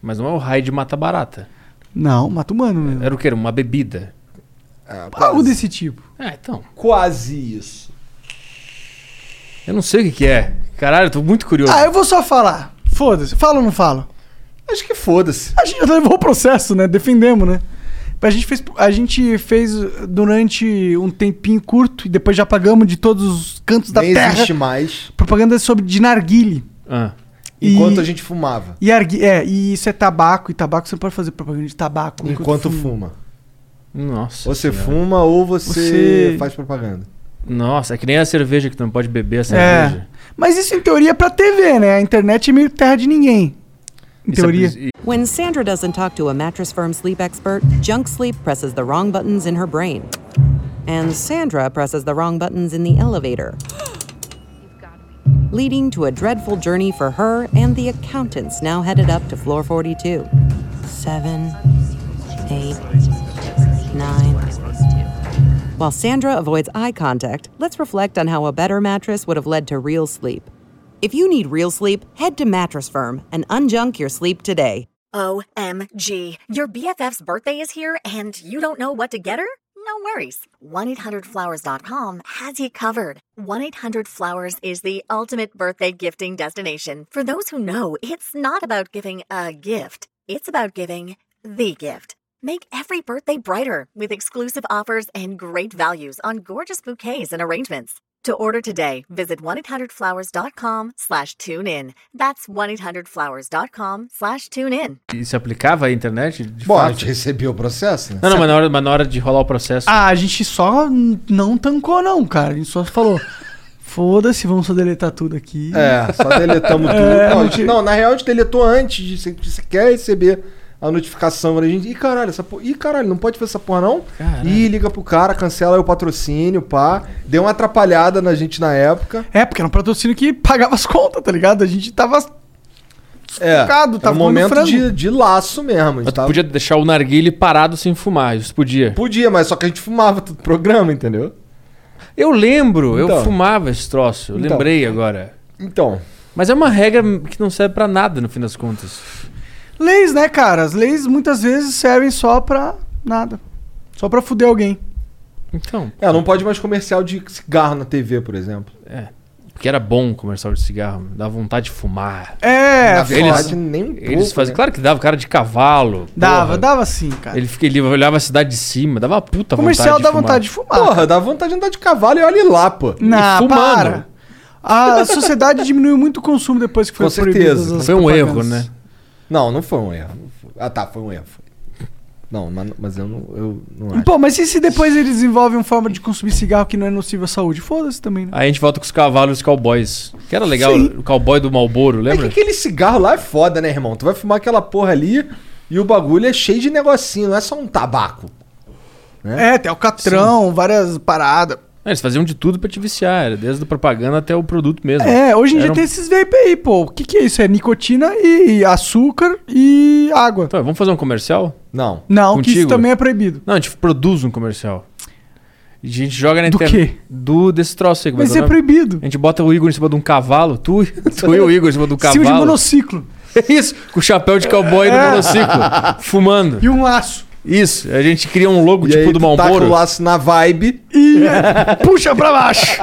Mas não é o raio de mata barata. Não, mata humano mesmo. Era o quê? Era Uma bebida. Algo desse tipo. Ah, então. Quase isso. Eu não sei o que, que é. Caralho, eu tô muito curioso. Ah, eu vou só falar. Foda-se. Fala ou não fala? Acho que foda-se. A gente já levou o processo, né? Defendemos, né? A gente, fez, a gente fez durante um tempinho curto e depois já apagamos de todos os cantos da Nem terra. existe mais. Propaganda sobre de narguile. Ah. E- Enquanto a gente fumava. E, argui- é, e isso é tabaco, e tabaco você não pode fazer propaganda de tabaco. um Enquanto fuma. Nossa. Ou você senhora. fuma ou você, Você- faz propaganda. Nossa, é que nem a cerveja que tu não pode beber a É. cerveja. Mas isso em teoria é pra TV, né? A internet é meio terra de ninguém. Em Isso é teoria. pres- When Sandra doesn't talk to a mattress firm sleep expert, junk sleep presses the wrong buttons in her brain. And Sandra presses the wrong buttons in the elevator, leading to a dreadful journey for her and the accountants now headed up to floor 42. Seven, eight, nine. While Sandra avoids eye contact, let's reflect on how a better mattress would have led to real sleep. If you need real sleep, head to Mattress Firm and unjunk your sleep today. OMG. Your BFF's birthday is here and you don't know what to get her? No worries. 1-800-Flowers.com has you covered. 1-800-Flowers is the ultimate birthday gifting destination. For those who know, it's not about giving a gift. It's about giving the gift. Make every birthday brighter with exclusive offers and great values on gorgeous bouquets and arrangements. To order today, visit 1-800-Flowers.com slash tune in. That's 1-800-Flowers.com slash tune in. E se aplicava à internet? De Bom, a fato? gente recebeu o processo, né? Não, não, mas na, hora, mas na hora de rolar o processo. Ah, a gente só n- não tancou, não, cara. A gente só falou. Foda-se, vamos só deletar tudo aqui. É, só deletamos tudo. É, não, a não gente- te- não, na real a gente deletou antes de se, de se quer receber a notificação. A gente, ih, caralho, essa porra. Ih, caralho, não pode fazer essa porra, não? Caralho. Ih, liga pro cara, cancela aí o patrocínio, pá. Deu uma atrapalhada na gente na época. É, porque era um patrocínio que pagava as contas, tá ligado? A gente tava. É, Focado, era tava um momento comendo frango. de, de laço mesmo. a gente mas tu tava- podia deixar o narguile parado sem fumar. Isso podia. Podia, mas só que a gente fumava todo o programa, entendeu? Eu lembro, Então. eu fumava esse troço. Eu Então. lembrei agora. Então, Mas é uma regra que não serve pra nada no fim das contas. Leis, né, cara? As leis muitas vezes servem só pra nada. Só pra fuder alguém. Então, é, não pode mais comercial de cigarro na TV, por exemplo. porque era bom o comercial de cigarro, dava vontade de fumar. É, na foda. verdade, nem um pouco, Eles faziam, né? claro que dava cara de cavalo. Dava, porra. dava sim, cara. Ele, fica, ele olhava a cidade de cima, dava uma puta Comercial vontade. dá vontade de fumar. Porra, dá vontade de andar de cavalo e olha lá, pô. Não, fumando. para. (laughs) A sociedade diminuiu muito o consumo depois que foi Com certeza. proibidas as Foi um erro, propagandas. né? Não, não foi um erro. Não foi- Ah, tá, foi um erro. foi. Não, mas, mas eu não, eu não acho. Pô, mas e se depois eles desenvolvem uma forma de consumir cigarro que não é nocivo à saúde? Foda-se também, né? Aí a gente volta com os cavalos e os cowboys. Que era legal, Sim. o cowboy do Malboro, É lembra? que aquele cigarro lá é foda, né, irmão? Tu vai fumar aquela porra ali e o bagulho é cheio de negocinho, não é só um tabaco. É, tem alcatrão, várias paradas. É, Eles faziam de tudo pra te viciar, era desde a propaganda até o produto mesmo. É, hoje em Era dia um- tem esses vape aí, pô. O que, que é isso? É nicotina e açúcar e água. Então, vamos fazer um comercial? Não. Não, que isso Contigo? também é proibido. Não, a gente produz um comercial. E a gente joga na Do internet. quê? Do desse troço aí. como Mas que é o nome? proibido. A gente bota o Igor em cima de um cavalo, tu, (laughs) tu e o Igor em cima de um Cio de cavalo. monociclo. Isso, (laughs) com o chapéu de cowboy do É. monociclo, fumando. E um laço. Isso, a gente cria um logo E tipo aí do tu taca o Malboro. laço na vibe. E é, puxa pra baixo.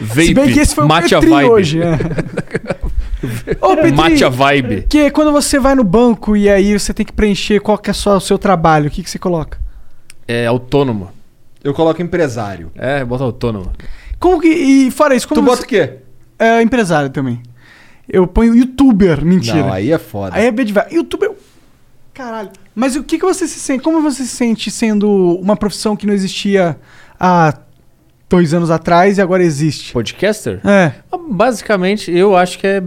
Vape, Se bem que esse foi mate o a Petri vibe. hoje. (laughs) É. Ô, Petri, Mate a vibe. que é quando você vai no banco e aí você tem que preencher qual que é só o seu trabalho, o que, que você coloca? É autônomo. Eu coloco empresário. É, bota autônomo. Como que... E fora isso, como tu bota você... o quê? É empresário também. Eu ponho youtuber, mentira. Não, aí... aí é foda. é bad vibe. Youtuber... Caralho. Mas o que, que você se sente... Como você se sente sendo uma profissão que não existia há dois anos atrás e agora existe? Podcaster? É. Ah, Basicamente, eu acho que é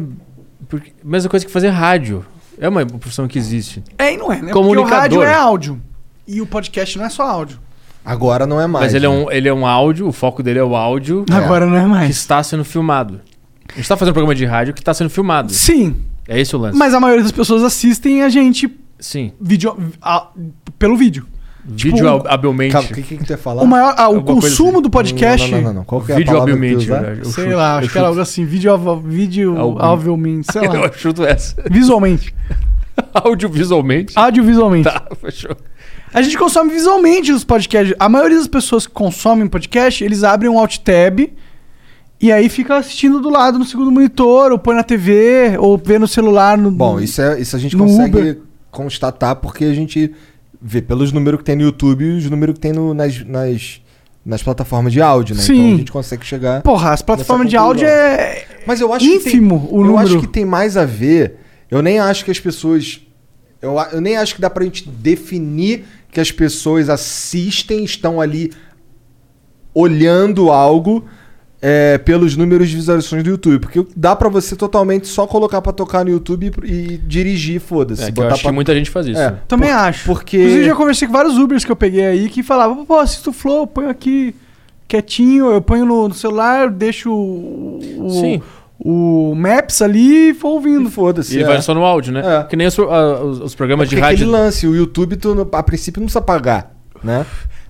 porque- mesma coisa que fazer rádio. É uma profissão que existe. É e não é, né? Porque o Comunicador. rádio é áudio. E o podcast não é só áudio. Agora não é mais. Mas ele, né? é um, ele é um áudio, o foco dele é o áudio. Agora não é mais. Que está sendo filmado. A gente está fazendo um programa de rádio que está sendo filmado. Sim. É esse o lance. Mas a maioria das pessoas assistem a gente Sim. vídeo, a- pelo vídeo. Vídeo Tipo, ab- habilmente. né? Calma, o que, que tu ia falar? O maior, ah, o Alguma coisa consumo assim. do podcast. Não, não, não, não. Qual que é a Vídeo né? palavra que tu ia habilmente, usar? verdade. Eu Sei chuto, lá, eu acho que era chuto. algo assim, vídeo, av- vídeo Algo- auvelmente, sei (laughs) lá. Eu chuto essa. (laughs) Visualmente. Audiovisualmente. Ah. Audiovisualmente. Tá, fechou. A gente consome visualmente os podcasts. A maioria das pessoas que consomem podcast, eles abrem um alt tab e aí fica assistindo do lado no segundo monitor, ou põe na TV, ou vê no celular. No, Bom, isso, é, isso a gente No consegue Uber. constatar porque a gente vê pelos números que tem no YouTube e os números que tem no- nas, nas, nas plataformas de áudio, né? Então Sim. a gente consegue chegar. Porra, as plataformas nessa de áudio conclusão. é. Mas eu acho ínfimo que tem, o Eu número. acho que tem mais a ver. Eu nem acho que as pessoas. Eu, a- eu nem acho que dá pra gente definir que as pessoas assistem, estão ali olhando algo é, pelos números de visualizações do YouTube. Porque dá pra você totalmente só colocar pra tocar no YouTube e, e dirigir, foda-se. É, que eu botar acho pra- que muita gente faz isso. É. né? Também acho. porque- Inclusive, já conversei com vários Ubers que eu peguei aí que falavam, pô, assisto o Flow, eu ponho aqui quietinho, eu ponho no, no celular, deixo o, o- Sim. o Maps ali e vou ouvindo. Foda-se. E ele é. vai só no áudio, né? É. Que nem os, a- os- os programas Porque de aquele rádio. lance, o YouTube, tu, no- a princípio, não precisa pagar, né?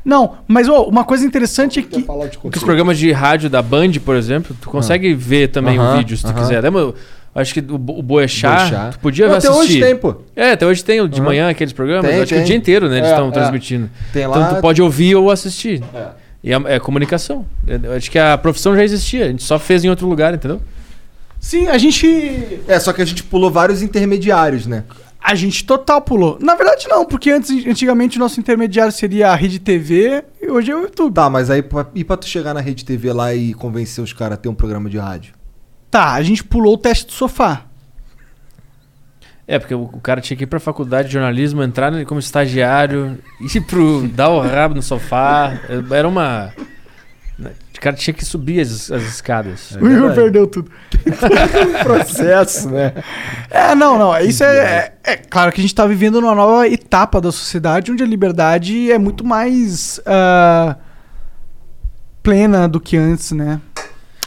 Não, mas ô, uma coisa interessante é que. Falar de Porque os programas de rádio da Band, por exemplo, tu consegue ver também o Ah. Aham, vídeo se tu aham. quiser. Lembra? eu Acho que o, Bo- o Boechat, Boechat. tu podia Não, até assistir. hoje tem, pô. É, até hoje tem o de manhã aqueles programas. Tem, acho que tem. o dia inteiro, né? Eles É, estão é. transmitindo. Tem lá- Então tu pode ouvir ou assistir. É. E é, é comunicação. É, Eu acho que a profissão já existia. A gente só fez em outro lugar, entendeu? Sim, a gente. É, só que a gente pulou vários intermediários, né? A gente total pulou. Na verdade, não, porque antes, antigamente o nosso intermediário seria a rede TV e hoje é o YouTube. Tá, mas aí pra- e pra tu chegar na rede TV lá e convencer os caras a ter um programa de rádio? Tá, a gente pulou o teste do sofá. É, porque o, o cara tinha que ir pra faculdade de jornalismo, entrar nele como estagiário, (laughs) ir pro dar o rabo no sofá. É, Era uma. né, O cara tinha que subir as, as escadas. o Igor perdeu tudo. Processo, né? É, não, não. Isso é, é, é claro que a gente tá vivendo numa nova etapa da sociedade onde a liberdade é muito mais ah, plena do que antes, né?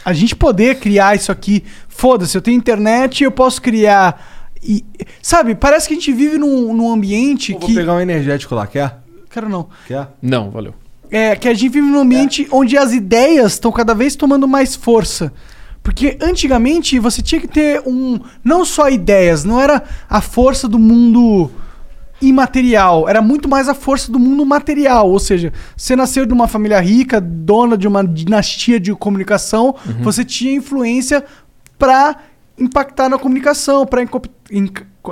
A gente poder criar isso aqui, foda-se, eu tenho internet, eu posso criar. E, sabe, parece que a gente vive num, num ambiente Eu vou que. pegar um energético lá, quer? Cara, não. Quer? Não, valeu. É, que a gente vive num ambiente onde as ideias estão cada vez tomando mais força. Porque antigamente você tinha que ter um. Não só ideias, não era a força do mundo imaterial, era muito mais a força do mundo material. Ou seja, você nasceu de uma família rica, dona de uma dinastia de comunicação, você tinha influência para impactar na comunicação, para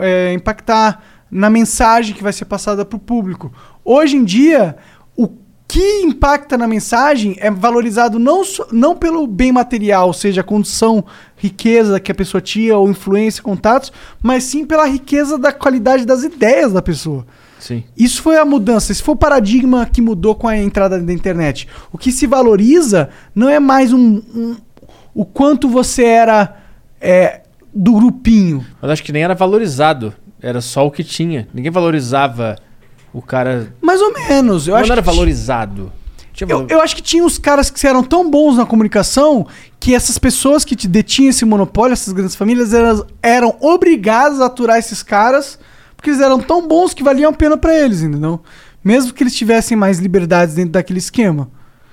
é, impactar na mensagem que vai ser passada para o público. Hoje em dia, o que impacta na mensagem é valorizado não, só- não pelo bem material, ou seja, a condição, riqueza que a pessoa tinha, ou influência, contatos, mas sim pela riqueza da qualidade das ideias da pessoa. Sim. Isso foi a mudança, esse foi o paradigma que mudou com a entrada da internet. O que se valoriza não é mais um, um- o quanto você era é, do grupinho. Mas acho que nem era valorizado. Era só o que tinha. Ninguém valorizava o cara. Mais ou menos. Eu não acho era que- valorizado. Tinha Eu, valor- eu acho que tinha uns caras que eram tão bons na comunicação que essas pessoas que te detinham esse monopólio, essas grandes famílias, elas eram obrigadas a aturar esses caras porque eles eram tão bons que valiam a pena pra eles, entendeu? Mesmo que eles tivessem mais liberdades dentro daquele esquema.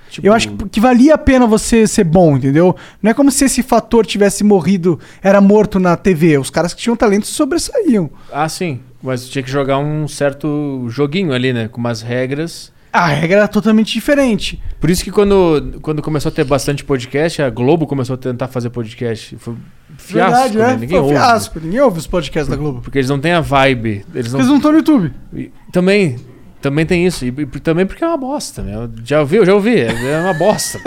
Tipo- Eu acho que, que valia a pena você ser bom, entendeu? Não é como se esse fator tivesse morrido, era morto na TV. Os caras que tinham talento se sobressaíam. Ah, sim. Mas tinha que jogar um certo joguinho ali, né? Com umas regras. A regra era totalmente diferente. Por isso que quando, quando começou a ter bastante podcast, a Globo começou a tentar fazer podcast. Foi um fiasco, né? Ninguém Foi um ouve. fiasco. Ninguém ouve os podcasts da Globo. Porque eles não têm a vibe. Eles não... Eles não estão no YouTube. E Também, também tem isso. E, e também porque é uma bosta, né? Eu já ouvi, eu já ouvi. É é uma (laughs) bosta.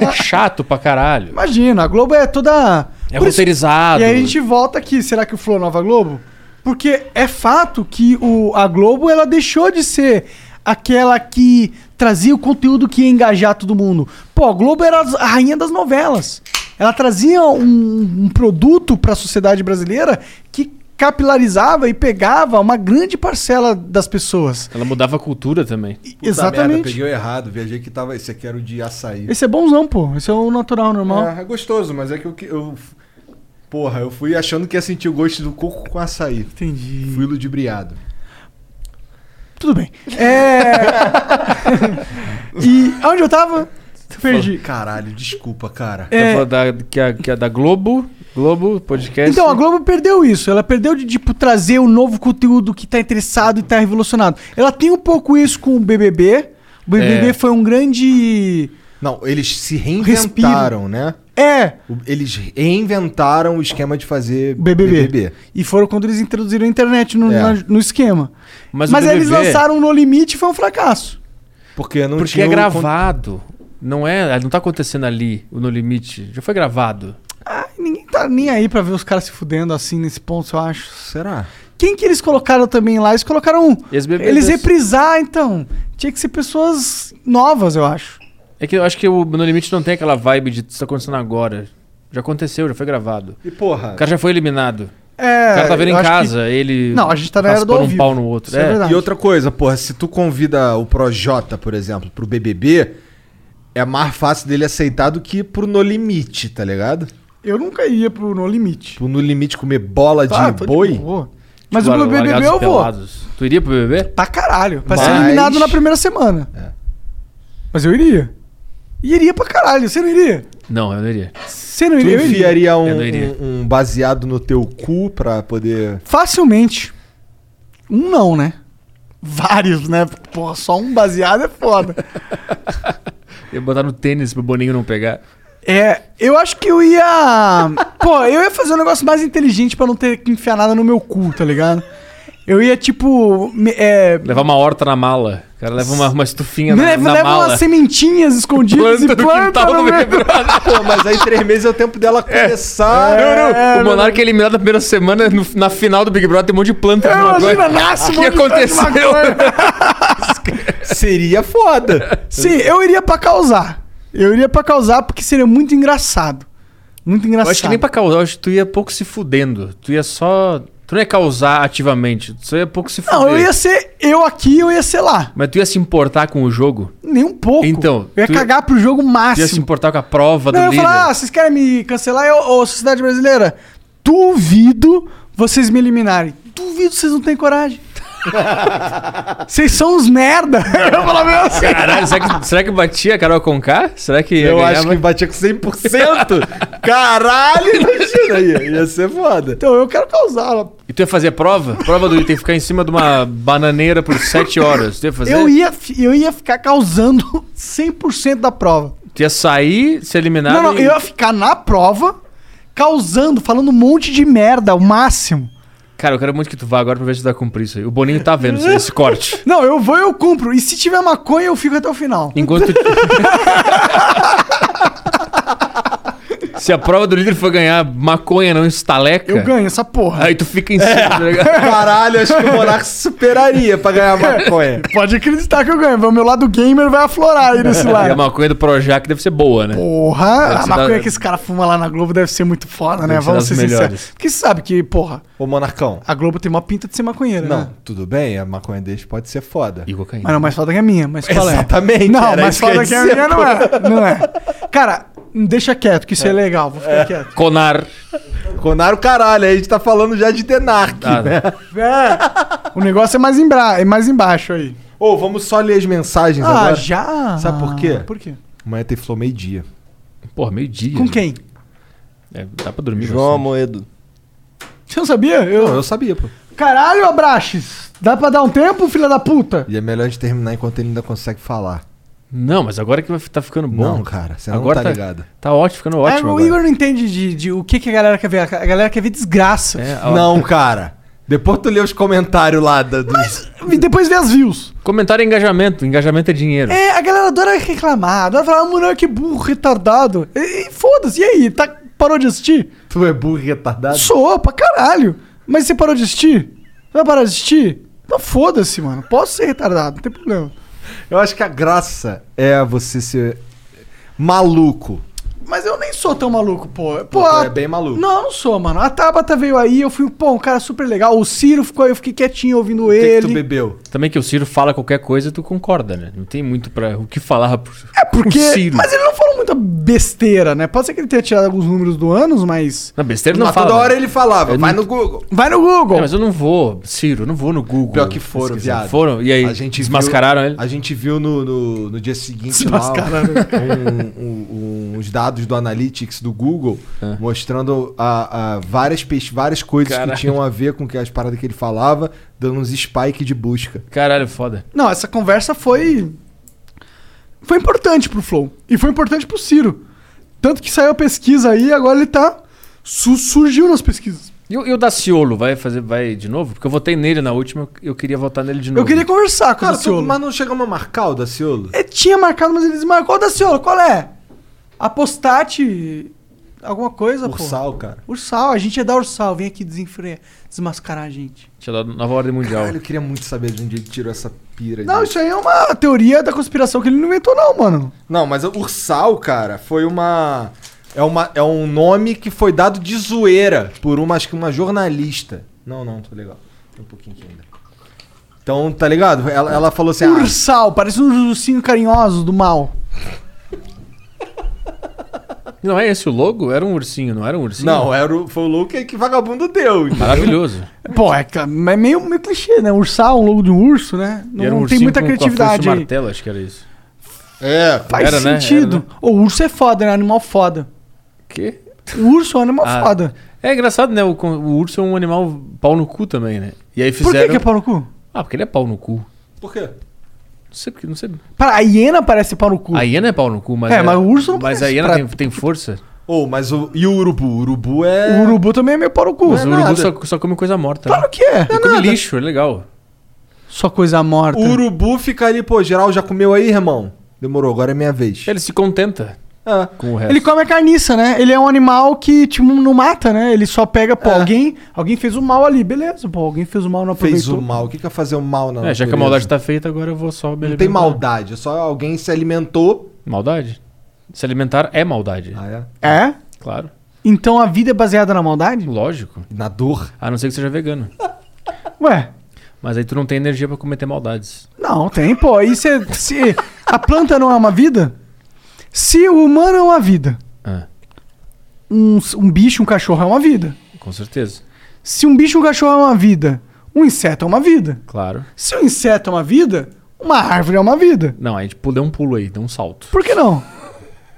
é chato pra caralho. Imagina, a Globo é toda. É Por isso- roteirizado. E né? aí a gente volta aqui. Será que o Flow é Nova Globo? Porque é fato que o, a Globo ela deixou de ser aquela que trazia o conteúdo que ia engajar todo mundo. Pô, a Globo era as- a rainha das novelas. Ela trazia um, um produto para a sociedade brasileira que capilarizava e pegava uma grande parcela das pessoas. Ela mudava a cultura também. Puta Exatamente. merda, peguei o errado, viajei que tava. Esse aqui era o de açaí. Esse é bonzão, pô. Esse é o natural, normal. É, é gostoso, mas é que eu, que- eu. Porra, eu fui achando que ia sentir o gosto do coco com açaí. Entendi. Fui ludibriado. Tudo bem. É... e aonde eu tava? Perdi. Caralho, desculpa, cara. É. Tá falando da- que, a, que a da Globo, Globo Podcast. Então, a Globo perdeu isso. Ela perdeu de, tipo, trazer o novo conteúdo que tá interessado e tá revolucionado. Ela tem um pouco isso com o BBB. O BBB É. foi um grande... Não, eles se reinventaram, né? É. Eles reinventaram o esquema de fazer BBB. E foram quando eles introduziram a internet no, É. na- no esquema. Mas Mas, o eles BBB lançaram o No Limite e foi um fracasso. Porque não Porque tinha é o con- gravado. Não é, não tá acontecendo ali, o No Limite. Já foi gravado. Ninguém tá nem aí pra ver os caras se fudendo assim nesse ponto, eu acho. Será? Quem que eles colocaram também lá? Eles colocaram. um. Eles bebedores. Eles reprisar, então. Tinha que ser pessoas novas, eu acho. É que eu acho que o No Limite não tem aquela vibe de isso tá acontecendo agora. Já aconteceu, já foi gravado. E porra. O cara já foi eliminado. É, o cara tá vendo eu em acho casa, ele. Não, a gente tá na era do raspando ao um vivo. pau no outro. É. E outra coisa, porra, se tu convida o Projota, por exemplo, pro BBB, é mais fácil dele aceitar do que pro No Limite, tá ligado? Eu nunca ia pro No Limite. Pro No Limite comer bola de Ah, tô de boi. boa. Mas Tipo, o pro BBB eu vou. Tu iria pro BBB? Pra caralho. Pra ser Mas- eliminado na primeira semana. Mas eu iria. E iria pra caralho. Você não iria? Não, eu não iria. Você não Tu iria? Eu iria. enfiaria um, Eu não iria. um- um baseado no teu cu pra poder. Facilmente. Um não, né? Vários, né? Porra, só um baseado é foda. Eu ia botar no tênis pro Boninho não pegar. É, eu acho que eu ia. Pô, eu ia fazer um negócio mais inteligente pra não ter que enfiar nada no meu cu, tá ligado? Eu ia, tipo. me- É, Levar uma horta na mala. O cara leva uma, uma estufinha na, leva na leva mala. umas sementinhas escondidas (laughs) Planta e no planta quintal no do meu... meu (laughs) Ah, Pô, mas aí três meses é o tempo dela começar. Não, não. o Monarca é eliminado na primeira semana, no- na final do Big Brother tem um monte de planta. É, de maconha. imagina, nasce um O monte que de planta de aconteceu? Seria foda. Sim, eu iria pra causar. Eu iria pra causar porque seria muito engraçado. Muito Eu engraçado. acho que nem pra causar, eu acho que tu ia pouco se fudendo. Tu ia só. Tu não ia causar ativamente, tu só ia pouco se fuder. Não, eu ia ser eu aqui, eu ia ser lá. Mas tu ia se importar com o jogo? Nem um pouco. Então. Eu ia tu cagar pro jogo Tu ia se máximo. importar com a prova Assim. Não, eu do ia líder. falar, ah, vocês querem me cancelar? Eu- Ô, sociedade brasileira, duvido vocês me eliminarem. Duvido vocês não têm (laughs) coragem. vocês são uns (laughs) merda. eu falava meu assim. Caralho, será que, será que batia a Carol Conká? Será que ia Eu ganhar, acho que mas- batia com 100%. Caralho, imagina aí. Ia ser foda. Então eu quero causar. E tu ia fazer a prova? Prova do item ficar em cima de uma bananeira por 7 horas. Tu ia fazer? Eu ia, fi- eu ia ficar causando 100% da prova. Tu ia sair, ser eliminado. não, não, e- eu ia ficar na prova, causando, falando um monte de merda, o máximo. Cara, eu quero muito que tu vá agora pra ver se tu vai cumprir isso aí. O Boninho tá vendo isso- esse corte. Não, eu vou e eu cumpro. E se tiver maconha, eu fico até o final. Enquanto. (laughs) Se a prova do líder for ganhar maconha, não estaleca. Eu ganho É. essa porra. Aí tu fica em cima. tá ligado? Caralho, acho que o Monarca superaria pra ganhar maconha. Pode acreditar que eu ganho. O meu lado gamer vai aflorar aí (laughs) nesse E a lado. maconha do Projac deve ser boa, né? Porra, Deve a ser maconha da- que esse cara fuma lá na Globo deve ser muito foda, né? Deve ser Vamos ser das sinceros. melhores. Porque você sabe que, porra, Ô, Monarcão. a Globo tem uma pinta de ser maconheira, Não, né? tudo bem, a maconha deles pode ser foda. E cocaína. Mas não, mais foda que a minha. Mas qual (laughs) é? Exatamente, Não, era mais isso que eu foda ia que a dizer, minha não é. Não é. Cara, deixa quieto, que isso é, legal. Vou ficar quieto. Conar. (laughs) Conar o caralho, aí a gente tá falando já de Denark, Ah, né? É, o negócio é mais, embra... é mais embaixo aí. Ô, vamos só ler as mensagens Ah, agora. já? Sabe por quê? Por quê? Amanhã tem flow meio-dia. Porra, meio-dia. Com quem? É, dá pra dormir. João bastante. Amoedo. Você não sabia? Eu... Não, eu sabia, pô. Caralho, Abraxes! Dá pra dar um tempo, filha da puta? E é melhor a gente terminar enquanto ele ainda consegue falar. Não, mas agora que vai fi- tá ficando bom. Não, cara, você não tá ligado. Tá ótimo, ficando ótimo. É, o agora. Igor não entende de, de o que, que a galera quer ver. A galera quer ver desgraça. É, ó, Não, cara. Depois tu lê os comentários lá da- do... E depois vê as views. Comentário é engajamento. Engajamento é dinheiro. É, a galera adora reclamar, adora falar, ah, moleque burro, retardado. E, e foda-se, e aí? Tá, parou de assistir? Tu é burro e retardado? Sou, pra caralho. Mas você parou de assistir? Vai parar de assistir? Então foda-se, mano. Posso ser retardado, não tem problema. Eu acho que a graça é você ser maluco. Mas eu nem sou tão maluco, pô. Pô, tu a- é bem maluco. Não, eu não sou, mano. A Tabata veio aí, eu fui, pô, um cara super legal. O Ciro ficou aí, eu fiquei quietinho ouvindo que que ele. tu bebeu? Também que o Ciro fala qualquer coisa e tu concorda, né? Não tem muito para o que falar pro, É porque. pro Ciro. Mas ele não falou muita besteira, né? Pode ser que ele tenha tirado alguns números do ânus, mas. Não, besteira não Mas fala. né? É, toda hora Ah, ele falava, vai no Google. Vai no Google. mas eu não vou, Ciro, eu não vou no Google. Pior que foram, Esqueci. viado. Foram, e aí a gente desmascararam viu, ele. A gente viu no, no, no dia seguinte lá Desmascararam. um- um- um- uns dados do Analytics do Google É. mostrando a, a várias, pes- várias coisas Caralho. que tinham a ver com que as paradas que ele falava, dando uns spike de busca. Caralho, foda. Não, essa conversa foi. Foi importante pro Flow. E foi importante pro Ciro. Tanto que saiu a pesquisa aí, agora ele tá. su- surgiu nas pesquisas. E, o- e o Daciolo vai fazer, vai de novo? Porque eu votei nele na última, eu- eu queria votar nele de novo. Eu queria conversar com Cara, o tu- Daciolo. mas não chegamos a marcar o Daciolo? Ele tinha marcado, mas ele desmarcou. Ô, Daciolo, qual é? Apostate. Alguma coisa, Ursal, É, pô. cara. Ursal, a gente é da Ursal. Vem aqui desenfrear, desmascarar a gente. Tinha dado nova ordem mundial. Caralho, eu queria muito saber de onde ele tirou essa pira. Não, gente. isso aí é uma teoria da conspiração que ele não inventou, não, mano. Não, mas o Ursal, cara, foi uma. É, uma, é um nome que foi dado de zoeira por uma, acho que uma jornalista. Não, não, tô legal. Tem um pouquinho aqui ainda. Então, tá ligado? Ela, ela falou assim. ah, Ursal, parece um ursinho carinhoso do mal. Não é esse o logo? Era um ursinho, não era um ursinho? não, é. era o, foi o look que, que vagabundo deu. entendeu? Maravilhoso. Pô, é, ca- é meio, meio clichê, né? Ursal, um logo de um urso, né? E era Não um tem ursinho muita com- com a foice e criatividade aí. martelo, acho que era isso. É, Faz era, né? Era, sentido. né? O urso é foda, né? Animal foda. Quê? O urso é um animal Ah, foda. É engraçado, né? O, con- o urso é um animal pau no cu também, né? E aí Por fizeram. que, que é pau no cu? Ah, porque ele é pau no cu. Por quê? Não sei porque, não sei. Para, a hiena parece pau no cu. A hiena é pau no cu, mas. Uh. É, mas o urso não Mas a parece hiena pra- tem, tem força. Ô, mas o, e o urubu? O urubu é. O urubu também é meio pau no cu. Mas o nada. urubu só, só come coisa morta. Claro que é. Ele come lixo, é legal. Só coisa morta. O urubu fica ali, pô, geral já comeu aí, irmão? Demorou, agora é minha vez. Ele se contenta É. com o resto. Ele come a carniça, né? Ele é um animal que, tipo, não mata, né? Ele só pega, É. pô, alguém, alguém fez o mal ali, beleza, pô, alguém fez o mal, não aproveitou. Fez o mal. O que que é fazer o mal na É, já que natureza? a maldade tá feita, agora eu vou só me Não tem alimentar. maldade, é só alguém se alimentou. Maldade? Se alimentar é maldade. Ah, é? É? Claro. Então a vida é baseada na maldade? Lógico. Na dor. A não ser que seja vegano. Ué, Mas aí tu não tem energia pra cometer maldades. não, tem, pô. E se, se a planta não é uma vida, se o humano é uma vida, É. Ah, um, s- um bicho, um cachorro é uma vida. com certeza. Se um bicho, um cachorro é uma vida, um inseto é uma vida. Claro. Se um inseto é uma vida, uma árvore é uma vida. Não, a gente pô, deu um pulo aí, deu um salto. Por que não?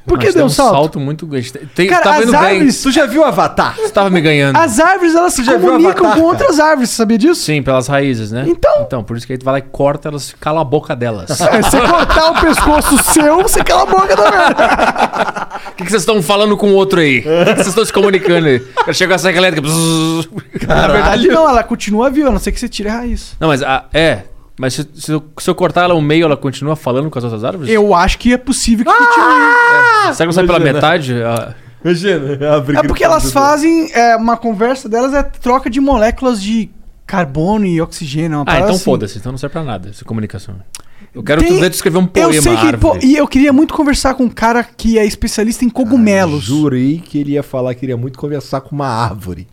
Por que Nós deu um demos salto? muito grande. Tem, Cara, tava as indo bem. árvores- Tá Tu já viu Avatar? Você tava me ganhando. As árvores, elas se já viu comunicam Avatar, com cara? outras árvores, você sabia disso? Sim, pelas raízes, né? Então- Então, por isso que aí tu vai lá e corta elas, cala a boca delas. (laughs) O É, se cortar o pescoço seu, você cala a boca da (laughs) merda. que, que vocês estão falando com o outro aí? O que, que vocês estão se comunicando aí? Cara, chega essa elétrica. (laughs) bzzz. É Na verdade, não, ela continua viva, a não ser que você tire a raiz. Não, mas a- é. Mas se, se eu, se eu cortar ela ao meio, ela continua falando com as outras árvores? Eu acho que é possível que continue. Será que não sai pela Imagina. metade? Ah, Imagina, a briga É porque elas fazem. é, uma conversa delas é troca de moléculas de carbono e oxigênio. uma Ah, parada então assim. foda-se, então não serve pra nada essa comunicação. Eu quero Tem- tu ver tu escrever um Eu poema, sei que. pô, árvore. e eu queria muito conversar com um cara que é especialista em Ah, cogumelos. Jurei que ele ia falar que ele ia muito conversar com uma árvore.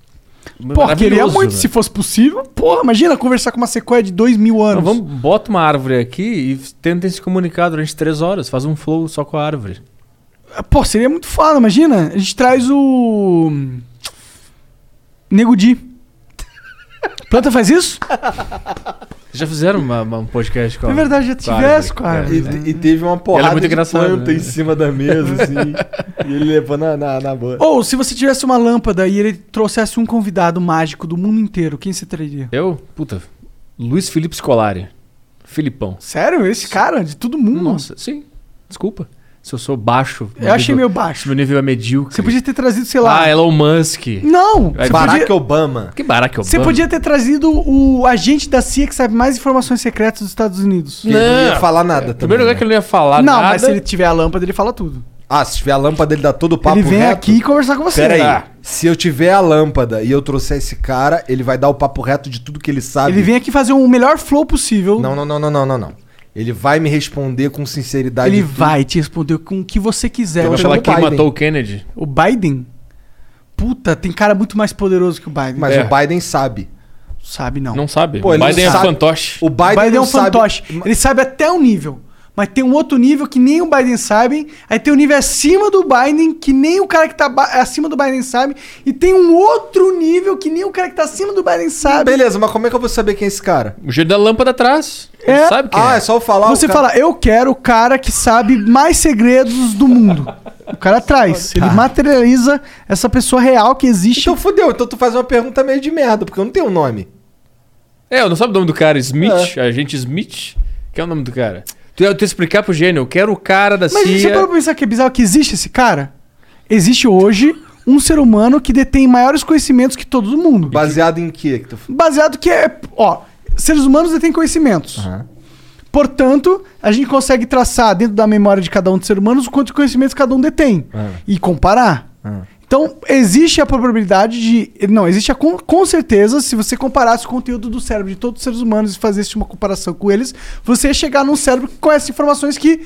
Pô, queria Maravilhoso, muito, velho. se fosse possível. Porra, imagina conversar com uma sequoia de dois mil Então anos. vamos, bota uma árvore aqui e tentem se comunicar durante três horas. Faz um flow só com a árvore. Ah, Pô, seria muito foda, imagina. A gente traz o. Nego Di. Planta faz isso? Vocês já fizeram uma- uma- um podcast com a É verdade, já com a tivesse, árvore. cara. É. E, e teve uma porrada Ela é muito de engraçada, planta né? em cima da mesa, assim. e ele levou na, na, na boa. Ou se você tivesse uma lâmpada e ele trouxesse um convidado mágico do mundo inteiro, quem você traria? Eu? Puta. Luiz Felipe Scolari. Filipão. Sério? Esse cara? De todo mundo? Nossa, sim. Desculpa. Se eu sou baixo. Hum. Eu achei meio Se baixo. meu nível é medíocre. Você podia ter trazido, sei lá. é. Ah, Elon Musk. Não! Vai Você Barack podia... Obama. Que barato você podia ter trazido o agente da CIA que sabe mais informações secretas dos Estados Unidos. Que ele não Não. ia falar nada Em também. primeiro lugar né? que ele não ia falar não, nada. é mas se ele tiver a lâmpada, ele fala tudo. Ah, se tiver a lâmpada, ele dá todo o papo ele vem reto. aqui conversar com você. Pera aí. Ah. Se eu tiver a lâmpada e eu trouxer esse cara, ele vai dar o papo reto de tudo que ele sabe. Ele vem aqui fazer o melhor flow possível. Não, não, não, não, não, não, não. Ele vai me responder com sinceridade. Ele tudo. vai te responder com o que você quiser. Ele vai Então, falar o quem Biden. matou o Kennedy. O Biden? Puta, tem cara muito mais poderoso que o Biden. Mas o Biden sabe. Sabe não. Não sabe. Pô, o ele não É. Biden é sabe. fantoche. O Biden, é um fantoche. Ele sabe até um nível. Mas tem um outro nível que nem o Biden sabe. Aí tem um nível acima do Biden, que nem o cara que tá ba- acima do Biden sabe. E tem um outro nível que nem o cara que tá acima do Biden sabe. Beleza, mas como é que eu vou saber quem é esse cara? O jeito da lâmpada atrás. É. Sabe quem Ah, é só eu falar. Você o cara- fala, eu quero o cara que sabe mais segredos do mundo. O cara traz. Ele materializa essa pessoa real que existe. Então fudeu, então tu faz uma pergunta meio de merda, porque eu não tenho um nome. É, eu não sabe o nome do cara, É. Smith, agente Smith. Que é o nome do cara? Tu ia tu ia explicar pro gênio, eu quero o cara da Mas você CIA. parou pra pensar que é bizarro que existe esse cara? Existe hoje um ser humano que detém maiores conhecimentos que todo mundo. Baseado em quê? que tu- Baseado que é. Ó, seres humanos detêm conhecimentos. Portanto, a gente consegue traçar dentro da memória de cada um dos seres humanos o quanto de conhecimentos cada um detém. E comparar. Então, existe a probabilidade de. Não, existe a com, com certeza, se você comparasse o conteúdo do cérebro de todos os seres humanos e fizesse uma comparação com eles, você ia chegar num cérebro que conhece informações que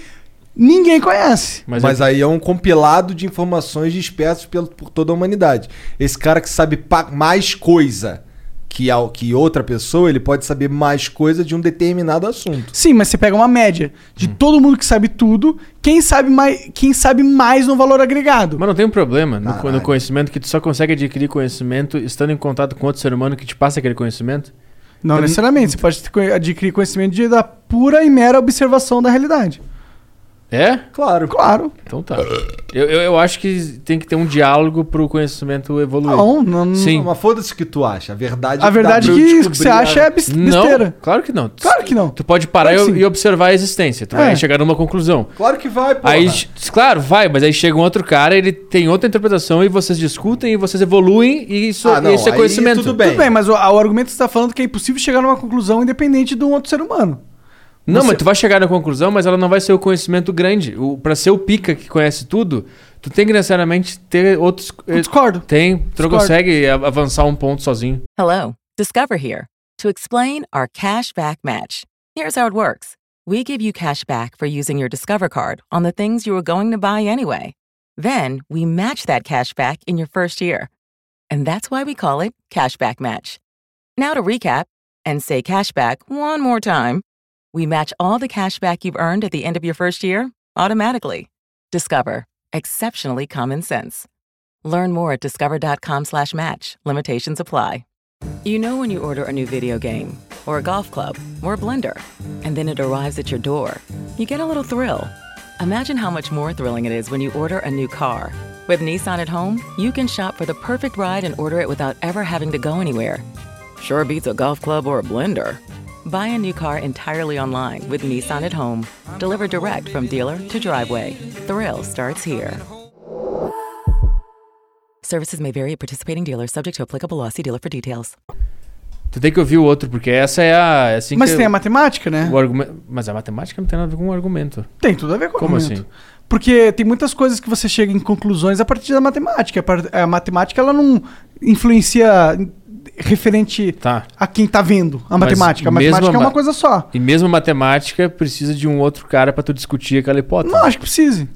ninguém conhece. Mas, aí é um compilado de informações dispersas pelo- por toda a humanidade. Esse cara que sabe pa- mais coisa que, ao- que outra pessoa, ele pode saber mais coisa de um determinado assunto. Sim, mas você pega uma média de todo mundo que sabe tudo, quem sabe mais, quem sabe mais no valor agregado. Mas não tem um problema no, no conhecimento que tu só consegue adquirir conhecimento estando em contato com outro ser humano que te passa aquele conhecimento. Não Então, necessariamente, você pode ter co- adquirir conhecimento de, da pura e mera observação da realidade. É? Claro. Claro. Então tá. Eu, eu, eu acho que tem que ter um diálogo pro conhecimento evoluir. Não, não- não- Sim. Mas foda-se o que tu acha. A verdade A verdade é que isso que você acha é bis- Não, besteira. claro que não. Tu- Claro que não. Tu pode parar Claro que e- sim. e observar a existência. Tu É. vai chegar numa conclusão. Claro que vai, pô. Aí, ch- claro, vai, mas aí chega um outro cara, ele tem outra interpretação e vocês discutem e vocês evoluem e isso, Ah, não, e isso é aí conhecimento. tudo bem. Tudo bem, mas o, o argumento que você está falando é que é impossível chegar numa conclusão independente de um outro ser humano. Não, Você- mas tu vai chegar na conclusão, mas ela não vai ser o conhecimento grande. O, pra ser o pica que conhece tudo, tu tem que necessariamente ter outros. eh, Eu discordo. Tem, tu não Discordo. consegue a- avançar um ponto sozinho. Hello, Discover here to explain our cash back match. Here's how it works we give you cash back for using your Discover card on the things you were going to buy anyway. Then we match that cash back in your first year. And that's why we call it cash back Match. Now to recap and say cash back one more time. We match all the cash back you've earned at the end of your first year automatically. Discover. Exceptionally common sense. Learn more at discover.com slash match. Limitations apply. You know when you order a new video game or a golf club or a blender and then it arrives at your door, you get a little thrill. Imagine how much more thrilling it is when you order a new car. With Nissan at home, you can shop for the perfect ride and order it without ever having to go anywhere. Sure beats a golf club or a blender. Buy a new car entirely online with Nissan at home. Delivered direct from dealer to driveway. Thrill starts here. Services may vary at participating dealers, subject to applicable law. See dealer for details. Tu tem que ouvir o outro, porque essa é a. é assim mas que tem a matemática, né? o argumento. Mas a matemática não tem nada a ver com o argumento. Tem tudo a ver com o Como argumento. assim? Porque tem muitas coisas que você chega em conclusões a partir da matemática. A par- A matemática ela não influencia em- referente a quem tá vendo a Mas matemática. A mesmo matemática é a uma ma- coisa só. E mesmo a matemática precisa de um outro cara pra tu discutir aquela hipótese. Não, acho que precise.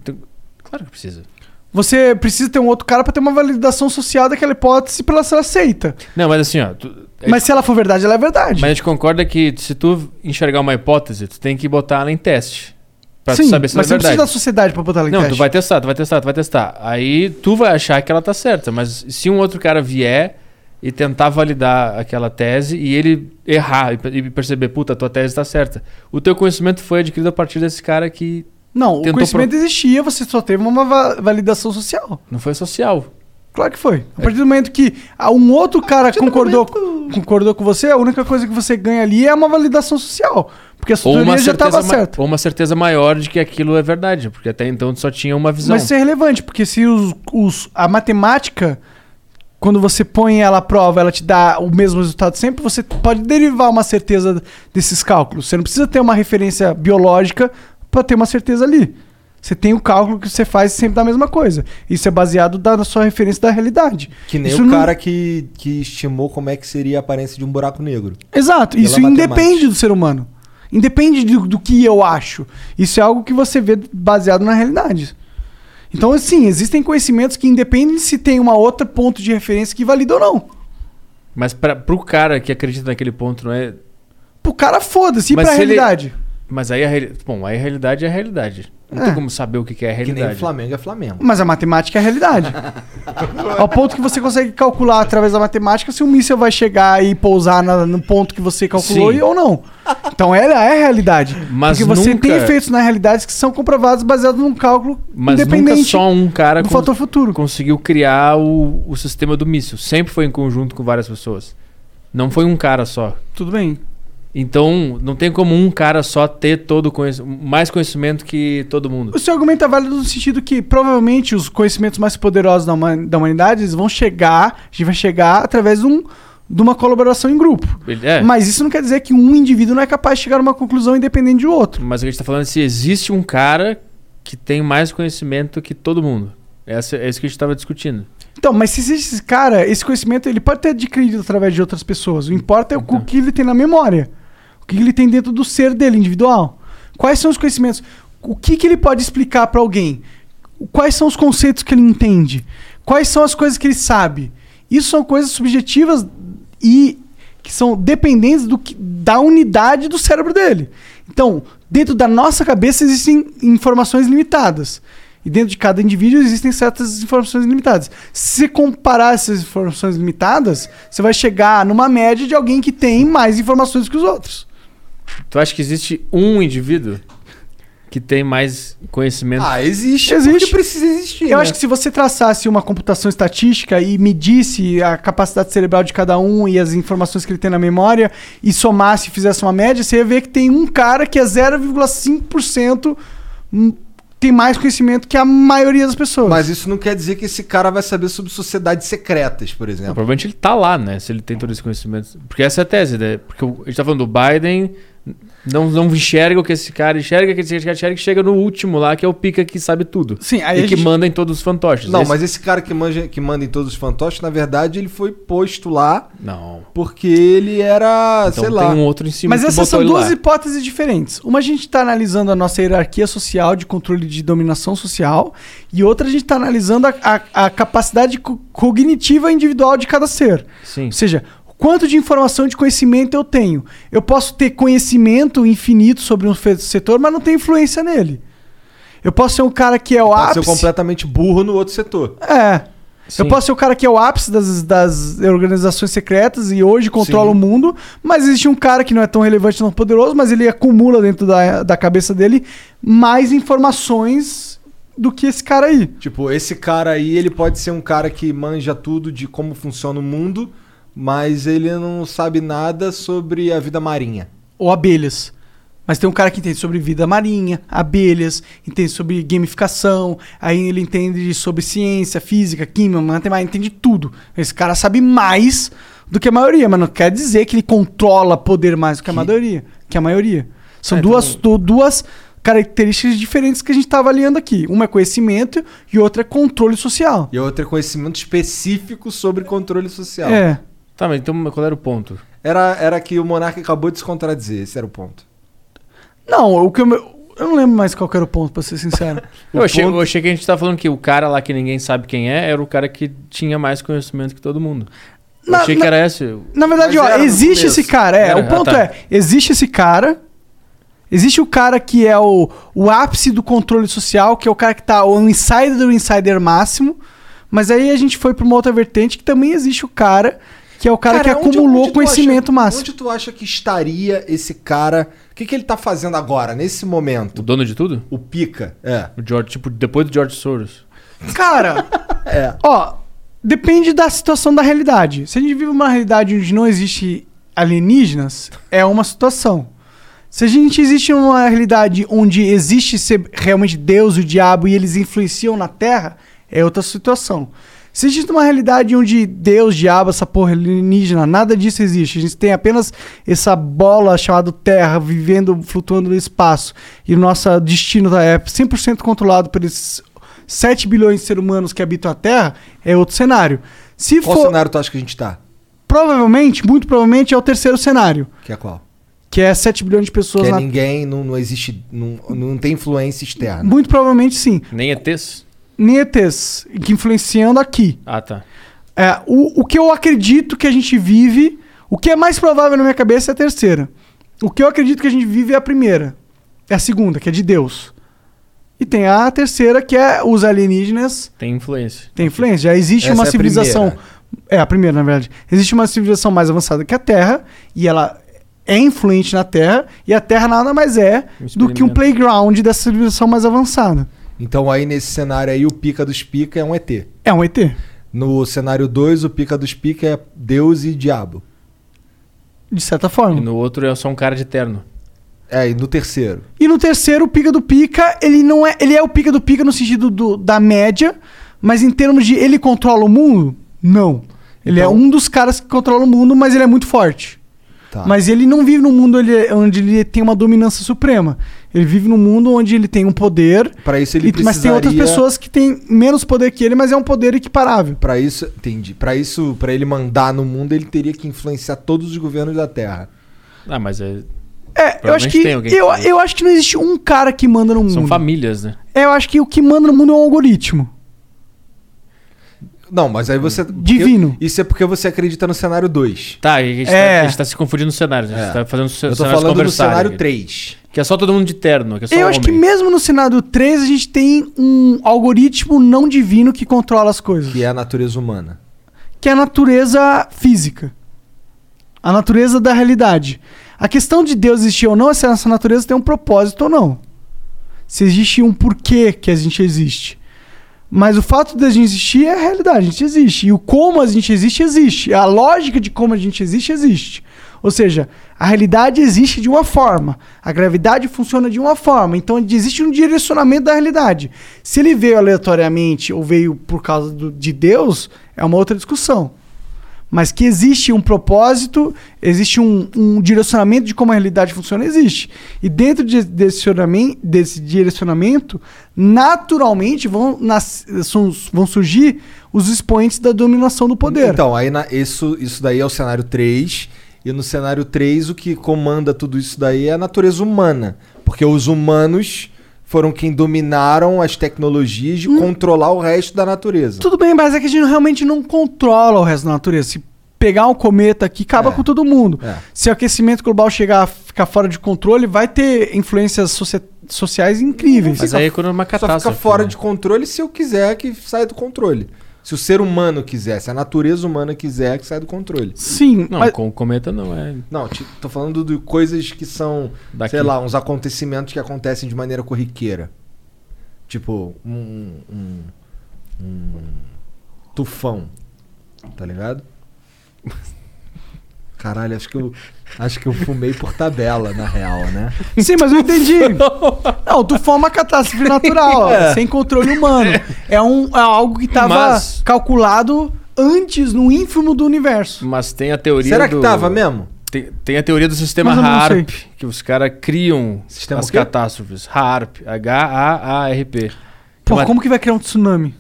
Claro que precisa. Você precisa ter um outro cara pra ter uma validação social daquela hipótese pra ela ser aceita. Não, mas assim, ó. tu- Mas se ela for verdade, ela é verdade. Mas a gente concorda que se tu enxergar uma hipótese, tu tem que botar ela em teste. Pra tu Sim, saber se ela mas é você não precisa verdade. da sociedade pra botar ela em não, teste. tu vai testar, tu vai testar, tu vai testar. Aí tu vai achar que ela tá certa, mas se um outro cara vier e tentar validar aquela tese e ele errar e pe- e perceber, puta, tua tese tá certa. O teu conhecimento foi adquirido a partir desse cara que Não, o tentou conhecimento pro- existia, você só teve uma va- validação social. Não foi social. Claro que foi. A É. partir do momento que ah, um outro cara concordou, concordou com você, a única coisa que você ganha ali é uma validação social. Porque a sua ou uma teoria já certeza estava ma- certa. ou uma certeza maior de que aquilo é verdade, porque até então tu só tinha uma visão. Mas isso é relevante, porque se os, os- a matemática, quando você põe ela à prova, ela te dá o mesmo resultado sempre, você pode derivar uma certeza desses cálculos. Você não precisa ter uma referência biológica para ter uma certeza ali. Você tem o cálculo que você faz e sempre dá a mesma coisa. Isso é baseado da- na sua referência da realidade. Que nem Isso o não- cara que, que estimou como é que seria a aparência de um buraco negro. Exato. Pela Isso matemática. independe do ser humano. Independe do, do que eu acho. Isso é algo que você vê baseado na realidade. Então, assim, existem conhecimentos que independem se tem uma outra ponto de referência que valida ou não. Mas pra, pro cara que acredita naquele ponto, não é. Pro cara, foda-se, e pra se ele- realidade? Mas aí a, reali- Bom, aí a realidade é a realidade. Não É. tem como saber o que que é a Que realidade. nem Flamengo é Flamengo. Mas a matemática é (laughs) a realidade. Ao ponto que você consegue calcular através da matemática se um míssil vai chegar e pousar na- no ponto que você calculou Sim. e- ou não. Então ela é a realidade. Mas Porque você nunca- tem efeitos na realidade que são comprovados baseados num cálculo Mas nunca independente. só um cara do cons- fator futuro. conseguiu criar o, o sistema do míssil. Sempre foi em conjunto com várias pessoas. Não foi um cara só. Tudo bem. Então, não tem como um cara só ter todo o conhec- mais conhecimento que todo mundo. O seu argumento é válido no sentido que provavelmente os conhecimentos mais poderosos da, huma- da humanidade eles vão chegar, a gente vai chegar através de, um- de uma colaboração em grupo. Ele- é. Mas isso não quer dizer que um indivíduo não é capaz de chegar a uma conclusão independente do outro. Mas o que a gente tá falando é se existe um cara que tem mais conhecimento que todo mundo. Essa, é isso que a gente tava discutindo. Então, mas se existe esse cara, esse conhecimento ele pode ter adquirido através de outras pessoas. O importa é o que ele tem na memória. O que ele tem dentro do ser dele, individual. Quais são os conhecimentos? O que, que ele pode explicar pra alguém? Quais são os conceitos que ele entende? Quais são as coisas que ele sabe? Isso são coisas subjetivas e que são dependentes do que- da unidade do cérebro dele. Então, dentro da nossa cabeça existem informações limitadas. E dentro de cada indivíduo existem certas informações limitadas. Se você comparar essas informações limitadas, você vai chegar numa média de alguém que tem mais informações que os outros. Tu acha que existe um indivíduo que tem mais conhecimento? Ah, existe. Existe. Porque precisa existir. Eu né? acho que se você traçasse uma computação estatística e medisse a capacidade cerebral de cada um e as informações que ele tem na memória e somasse e fizesse uma média, você ia ver que tem um cara que é 0,5% hum, tem mais conhecimento que a maioria das pessoas. Mas isso não quer dizer que esse cara vai saber sobre sociedades secretas, por exemplo. Provavelmente ele tá lá, né? Se ele tem todo esse conhecimento. Porque essa é a tese, né? Porque o- a gente tá falando do Biden, não, não enxerga o que esse cara enxerga, o que esse cara enxerga, e chega no último lá, que é o pica que sabe tudo. Sim, aí e a que gente- manda em todos os fantoches. Não, Esse- mas esse cara que, manja, que manda em todos os fantoches, na verdade, ele foi posto lá Não. porque ele era, sei Então tem lá. um outro em cima Mas que essas botou são ele duas lá. hipóteses diferentes. Uma a gente está analisando a nossa hierarquia social de controle de dominação social e outra a gente está analisando a, a- a capacidade co- cognitiva individual de cada ser. Sim. Ou seja, quanto de informação de conhecimento eu tenho? Eu posso ter conhecimento infinito sobre um fe- setor, mas não ter influência nele. Eu posso ser um cara que é o Pode ser ápice. completamente burro no outro setor. É. Sim. Eu posso ser o cara que é o ápice das, das organizações secretas e hoje controla o mundo, mas existe um cara que não é tão relevante, tão poderoso, mas ele acumula dentro da, da cabeça dele mais informações do que esse cara aí. Tipo, esse cara aí, ele pode ser um cara que manja tudo de como funciona o mundo, mas ele não sabe nada sobre a vida marinha. Ou abelhas. Mas tem um cara que entende sobre vida marinha, abelhas, entende sobre gamificação, aí ele entende sobre ciência, física, química, matemática, entende tudo. Esse cara sabe mais do que a maioria, mas não quer dizer que ele controla poder mais do que a maioria. Que a maioria. É, São então- duas, du- duas características diferentes que a gente está avaliando aqui. Uma é conhecimento e outra é controle social. E outro é conhecimento específico sobre controle social. É. Tá, mas então qual era o ponto? Era, era que o Monarca acabou de se contradizer, esse era o ponto. Não, o que eu, me- eu não lembro mais qual que era o ponto, pra ser sincero. Eu achei, ponto- eu achei que a gente tava falando que o cara lá que ninguém sabe quem é era o cara que tinha mais conhecimento que todo mundo. (laughs) Eu Na- achei na- que era esse. Na verdade, Mas ó, era no existe começo. esse cara. É, Era, o ponto ah, tá. é, existe esse cara. Existe o cara que é o, o ápice do controle social, que é o cara que tá o insider do insider máximo. Mas aí a gente foi pra uma outra vertente que também existe o cara, que é o cara, que onde- acumulou onde tu conhecimento acha- máximo. Onde tu acha que estaria esse cara? O que, que ele tá fazendo agora, nesse O momento? dono de tudo? O pica. É. O George, tipo, depois do George Soros. (laughs) Cara, É. ó, depende da situação da realidade. Se a gente vive uma realidade onde não existe alienígenas, é uma situação. Se a gente existe uma realidade onde existe ser realmente Deus e o diabo e eles influenciam na Terra, é outra situação. Se existe uma realidade onde Deus, diabo, essa porra alienígena, nada disso existe. A gente tem apenas essa bola chamada Terra vivendo, flutuando no espaço. E o nosso destino é 100% controlado por esses 7 bilhões de seres humanos que habitam a Terra, é outro cenário. Se Qual for, cenário tu acha que a gente tá? provavelmente, muito provavelmente, é o terceiro cenário. Que é qual? que é 7 bilhões de pessoas Que na ninguém, não, não existe, não, não tem influência externa. Muito provavelmente sim. Nem ETs? Nem ETs, que influenciando aqui. Ah, tá. É, o, o que eu acredito que a gente vive, o que é mais provável na minha cabeça é a terceira. O que eu acredito que a gente vive é a primeira. É a segunda, que é de Deus. E tem a terceira, que é os alienígenas. Tem influência. Tem influência. Já existe Essa uma é a civilização. É a primeira, na verdade. Existe uma civilização mais avançada que a Terra, e ela é influente na Terra, e a Terra nada mais é do que um experimento. playground dessa civilização mais avançada. Então aí nesse cenário aí o pica dos pica é um ET. É um ET. No cenário 2 o pica dos pica é Deus e diabo. De certa forma. E no outro é só um cara de terno. É, e no terceiro? E no terceiro, o pica do pica, ele não é. Ele é o pica do pica no sentido do- da média, mas em termos de ele controla o mundo, não. Ele Então- é um dos caras que controla o mundo, mas ele é muito forte. Tá. Mas ele não vive num mundo ele- onde ele tem uma dominância suprema. Ele vive num mundo onde ele tem um poder. Para isso ele e- Mas tem outras precisaria- pessoas que têm menos poder que ele, mas é um poder equiparável. Pra isso, entendi. Pra isso, para ele mandar no mundo, ele teria que influenciar todos os governos da Terra. Ah, mas é. É, eu acho que. Eu, eu acho que não existe um cara que manda no mundo. São famílias, né? É, eu acho que o que manda no mundo é um algoritmo. Não, mas aí você. Divino. porque- isso é porque você acredita no cenário 2. Tá, a gente, É. tá, a gente tá se confundindo nos cenários. A gente É. tá fazendo ce- Eu tô cenários falando do conversarem cenário aqui. 3. né? Que é só todo mundo de terno. Que é só Eu acho que homem. mesmo no cenário 3 a gente tem um algoritmo não divino que controla as coisas. Que é a natureza humana. Que é a natureza física. A natureza da realidade. A questão de Deus existir ou não é se essa natureza tem um propósito ou não. Se existe um porquê que a gente existe. Mas o fato de a gente existir é a realidade, a gente existe. E o como a gente existe, existe. A lógica de como a gente existe, existe. Ou seja, a realidade existe de uma forma. A gravidade funciona de uma forma. Então existe um direcionamento da realidade. Se ele veio aleatoriamente ou veio por causa do- de Deus, é uma outra discussão. Mas que existe um propósito, existe um, um direcionamento de como a realidade funciona, existe. E dentro de- desse, direcionamen- desse direcionamento, naturalmente vão, nas- são- vão surgir os expoentes da dominação do poder. Então, aí na- isso, isso daí é o cenário 3. E no cenário 3, o que comanda tudo isso daí é a natureza humana. Porque os humanos foram quem dominaram as tecnologias Hum. de controlar o resto da natureza. Tudo bem, mas é que a gente realmente não controla o resto da natureza. Se pegar um cometa aqui, acaba com todo mundo. É. Se o aquecimento global chegar a ficar fora de controle, vai ter influências socia- sociais incríveis. Mas aí é quando é uma catástrofe. Só fica fora de controle se eu quiser que saia do controle. Se o ser humano quiser, se a natureza humana quiser que saia do controle. Sim. Não, mas- com o cometa não é. Não, te- tô falando de coisas que são, Daqui. sei lá, uns acontecimentos que acontecem de maneira corriqueira. Tipo, um, um- um tufão, tá ligado? (laughs) Caralho, acho que eu acho que eu fumei por tabela na real, né? Sim, mas eu entendi. (laughs) Não, o tufão é uma catástrofe natural, É. sem controle humano. É, um, é algo que estava Mas- calculado antes no ínfimo do universo. Mas tem a teoria. Será que do... tava mesmo? Tem, tem a teoria do sistema Mas eu não HARP, que os caras criam as o quê? catástrofes. HARP. H-A-A-R-P. Pô, Uma- como que vai criar um tsunami?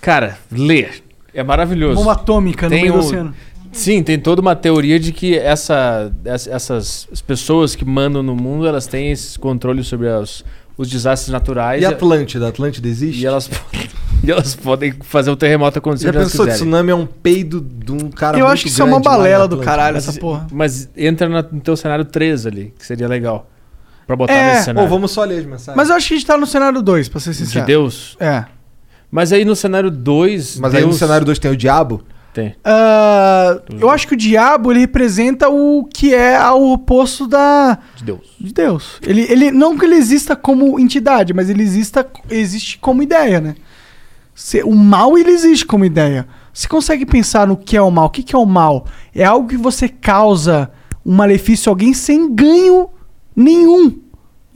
Cara, ler. É maravilhoso. Bomba atômica no meio do oceano. Sim, tem toda uma teoria de que essa, ess- essas as pessoas que mandam no mundo, elas têm esse controle sobre as- os desastres naturais. E Atlântida? Atlântida existe? E elas, po- (laughs) e elas podem fazer um terremoto acontecer Já onde elas pensou quiserem. tsunami é um peido de um cara Eu muito acho que isso é uma grande lá na balela do Atlântida? caralho, Mas- essa porra. Mas entra na- no teu cenário 3 ali, que seria legal. Pra botar É. nesse cenário. Ou vamos só ler as mensagens. Mas eu acho que a gente tá no cenário 2, pra ser De sincero. Deus. É. Mas aí no cenário 2. Mas aí no cenário 2 tem o diabo? Tem. Ah, eu acho que o diabo ele representa o que é o oposto da de Deus. De Deus. Ele, ele não que ele exista como entidade, mas ele exista existe como ideia, né? Se- o mal ele existe como ideia. Você consegue pensar no que é o mal? O que, que é o mal? É algo que você causa um malefício a alguém sem ganho nenhum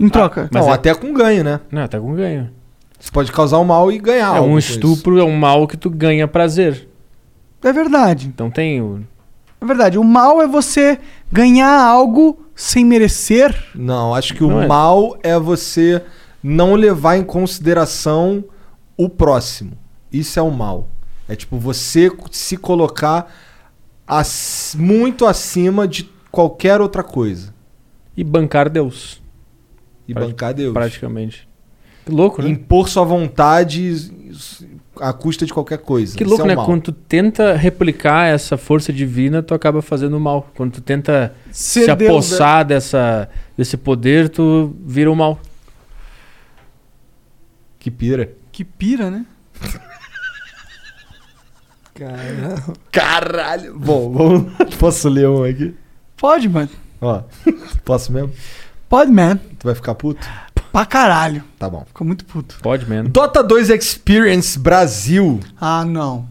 em Ah, troca. é- Não, até com ganho, né? Não, até com ganho. Você pode causar o mal e ganhar é algo um com estupro, é um mal que tu ganha prazer. É verdade. Então tem o. É verdade. O mal é você ganhar algo sem merecer. isso. Não, acho que Não o é. mal é você não levar em consideração o próximo. Isso é o mal. É tipo você se colocar ac- muito acima de qualquer outra coisa. E bancar Deus. E bancar Deus. Praticamente. Que louco, né? Impor sua vontade à custa de qualquer coisa. Que Isso louco, é um né? mal. Quando tu tenta replicar essa força divina, tu acaba fazendo mal. Quando tu tenta se Cedeu, né? apossar dessa, desse poder, tu vira o mal. Que pira. Que pira, né? Caralho! Bom, vamos... (laughs) posso ler um aqui? Pode, mano. (laughs) Ó, posso mesmo? Pode, man. Tu vai ficar puto? Pra caralho. Tá bom. Ficou muito puto. Pode mesmo. Dota 2 Experience Brasil, Ah, não.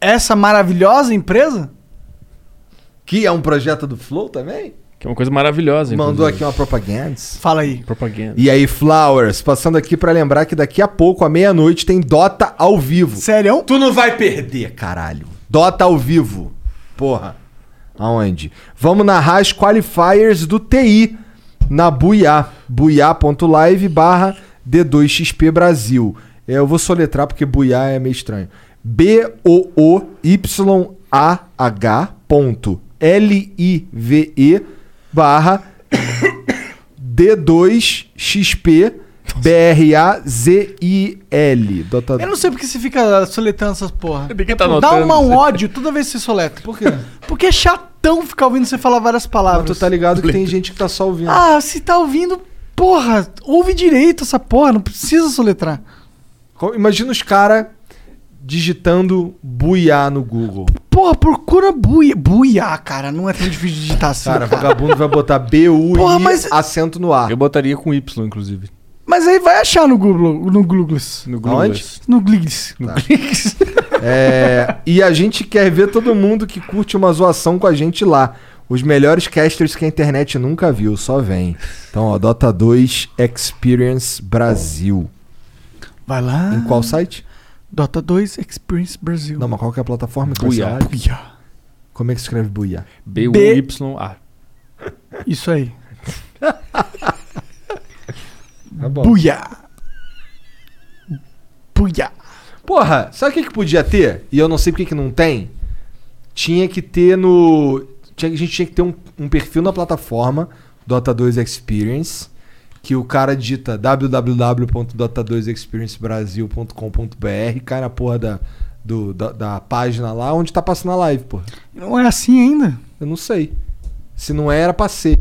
Essa maravilhosa empresa? que é um projeto do Flow também? Que é uma coisa maravilhosa. Mandou inclusive. aqui uma propaganda. Fala aí. Propaganda. E aí, Flowers, passando aqui pra lembrar que daqui a pouco, à meia-noite, tem Dota ao vivo. Sério? Tu não vai perder, caralho. Dota ao vivo. Porra. Aonde? Vamos narrar as qualifiers do TI na Buiá. buiá.live barra D2XP Brasil. É, Eu vou soletrar porque Buiá é meio estranho. B-O-O-Y-A-H ponto L-I-V-E barra D2XP B-R-A-Z-I-L. Dota Eu não sei porque você fica soletrando essas porra. que tá Dá anotando uma- né? um isso aí? ódio toda vez que você soletra. Por quê? Porque é chatão ficar ouvindo você falar várias palavras. tu tá ligado que tem gente que tá só ouvindo. Ah, se tá ouvindo, porra, ouve direito essa porra, não precisa soletrar. Co- Imagina os caras digitando buiá no Google. Porra, procura buia. Buia, cara, não é tão difícil de digitar (laughs) assim. Cara, Cara, vagabundo vai botar B-U Porra, e mas- acento no ar. Eu botaria com Y, inclusive. um- Mas aí vai achar no Google, no Googles. No Google. Aonde? No Tá. Gliggs. No Gliggs. É, e a gente quer ver todo mundo que curte uma zoação com a gente lá. Os melhores casters que a internet nunca viu, só vem. Então, ó, Dota 2 Experience Brasil. Vai lá. Em qual site? Dota 2 Experience Brasil. Não, mas qual que é a plataforma? que Buiá. você abre? Buia. Como é que escreve buiá? B-U-Y-A. Isso aí. (laughs) Tá bom. Buia. Buia. Porra, sabe o que, que podia ter? E eu não sei porque que não tem. Tinha que ter no. tinha- a gente tinha que ter um, um perfil na plataforma, Dota 2 Experience, que o cara digita www.dota2experiencebrasil.com.br, cai na porra da, do- da, da página lá onde tá passando a live, porra. Não é assim ainda? Eu não sei. Se não era pra ser.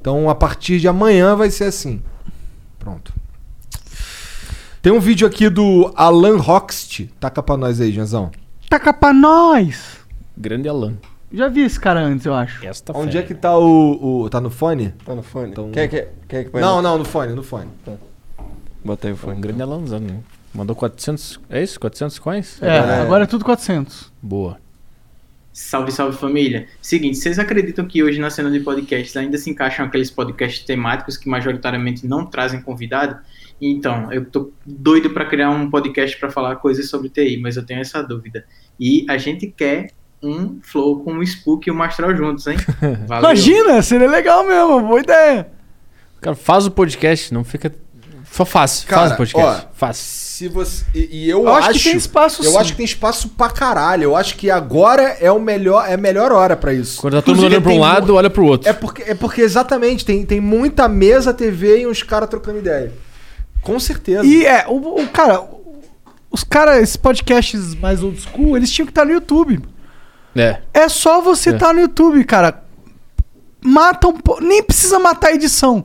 Então a partir de amanhã vai ser assim. Pronto. Tem um vídeo aqui do Alan Roxt. Taca pra nós aí, Janzão. Taca pra nós. Grande Alan. Já vi esse cara antes, eu acho. Esta Onde fera. é que tá o. o- tá no fone? Tá no fone. Então- Quer, quer, quer que põe não, no- não, no fone, no fone. Bota aí o fone. Um grande Alanzão, né? Mandou 400... É isso? 400 coins? É, agora é tudo 400. Boa. Salve, salve família. Seguinte, vocês acreditam que hoje na cena de podcasts ainda se encaixam aqueles podcasts temáticos que majoritariamente não trazem convidado? Então, eu tô doido para criar um podcast para falar coisas sobre TI, mas eu tenho essa dúvida. E a gente quer um flow com o Spook e o Mastral juntos, hein? Valeu. Imagina, seria legal mesmo, boa ideia. Cara, faz o podcast, não fica... Só faz. faz Cara, o podcast. ó, faz. Se você. E, e eu, Eu acho, acho que tem espaço, Eu sim. acho que tem espaço pra caralho. Eu acho que agora é o melhor, é a melhor hora pra isso. Quando tá todo mundo Inclusive, olhando pra um tem mu- lado, olha pro outro. É porque, é porque exatamente, tem, tem muita mesa TV e uns caras trocando ideia. Com certeza. E é, o, o cara, o- os caras, esses podcasts mais old school, eles tinham que estar no YouTube. É. É só você É. estar no YouTube, cara. Mata um pouco. Nem precisa matar a edição.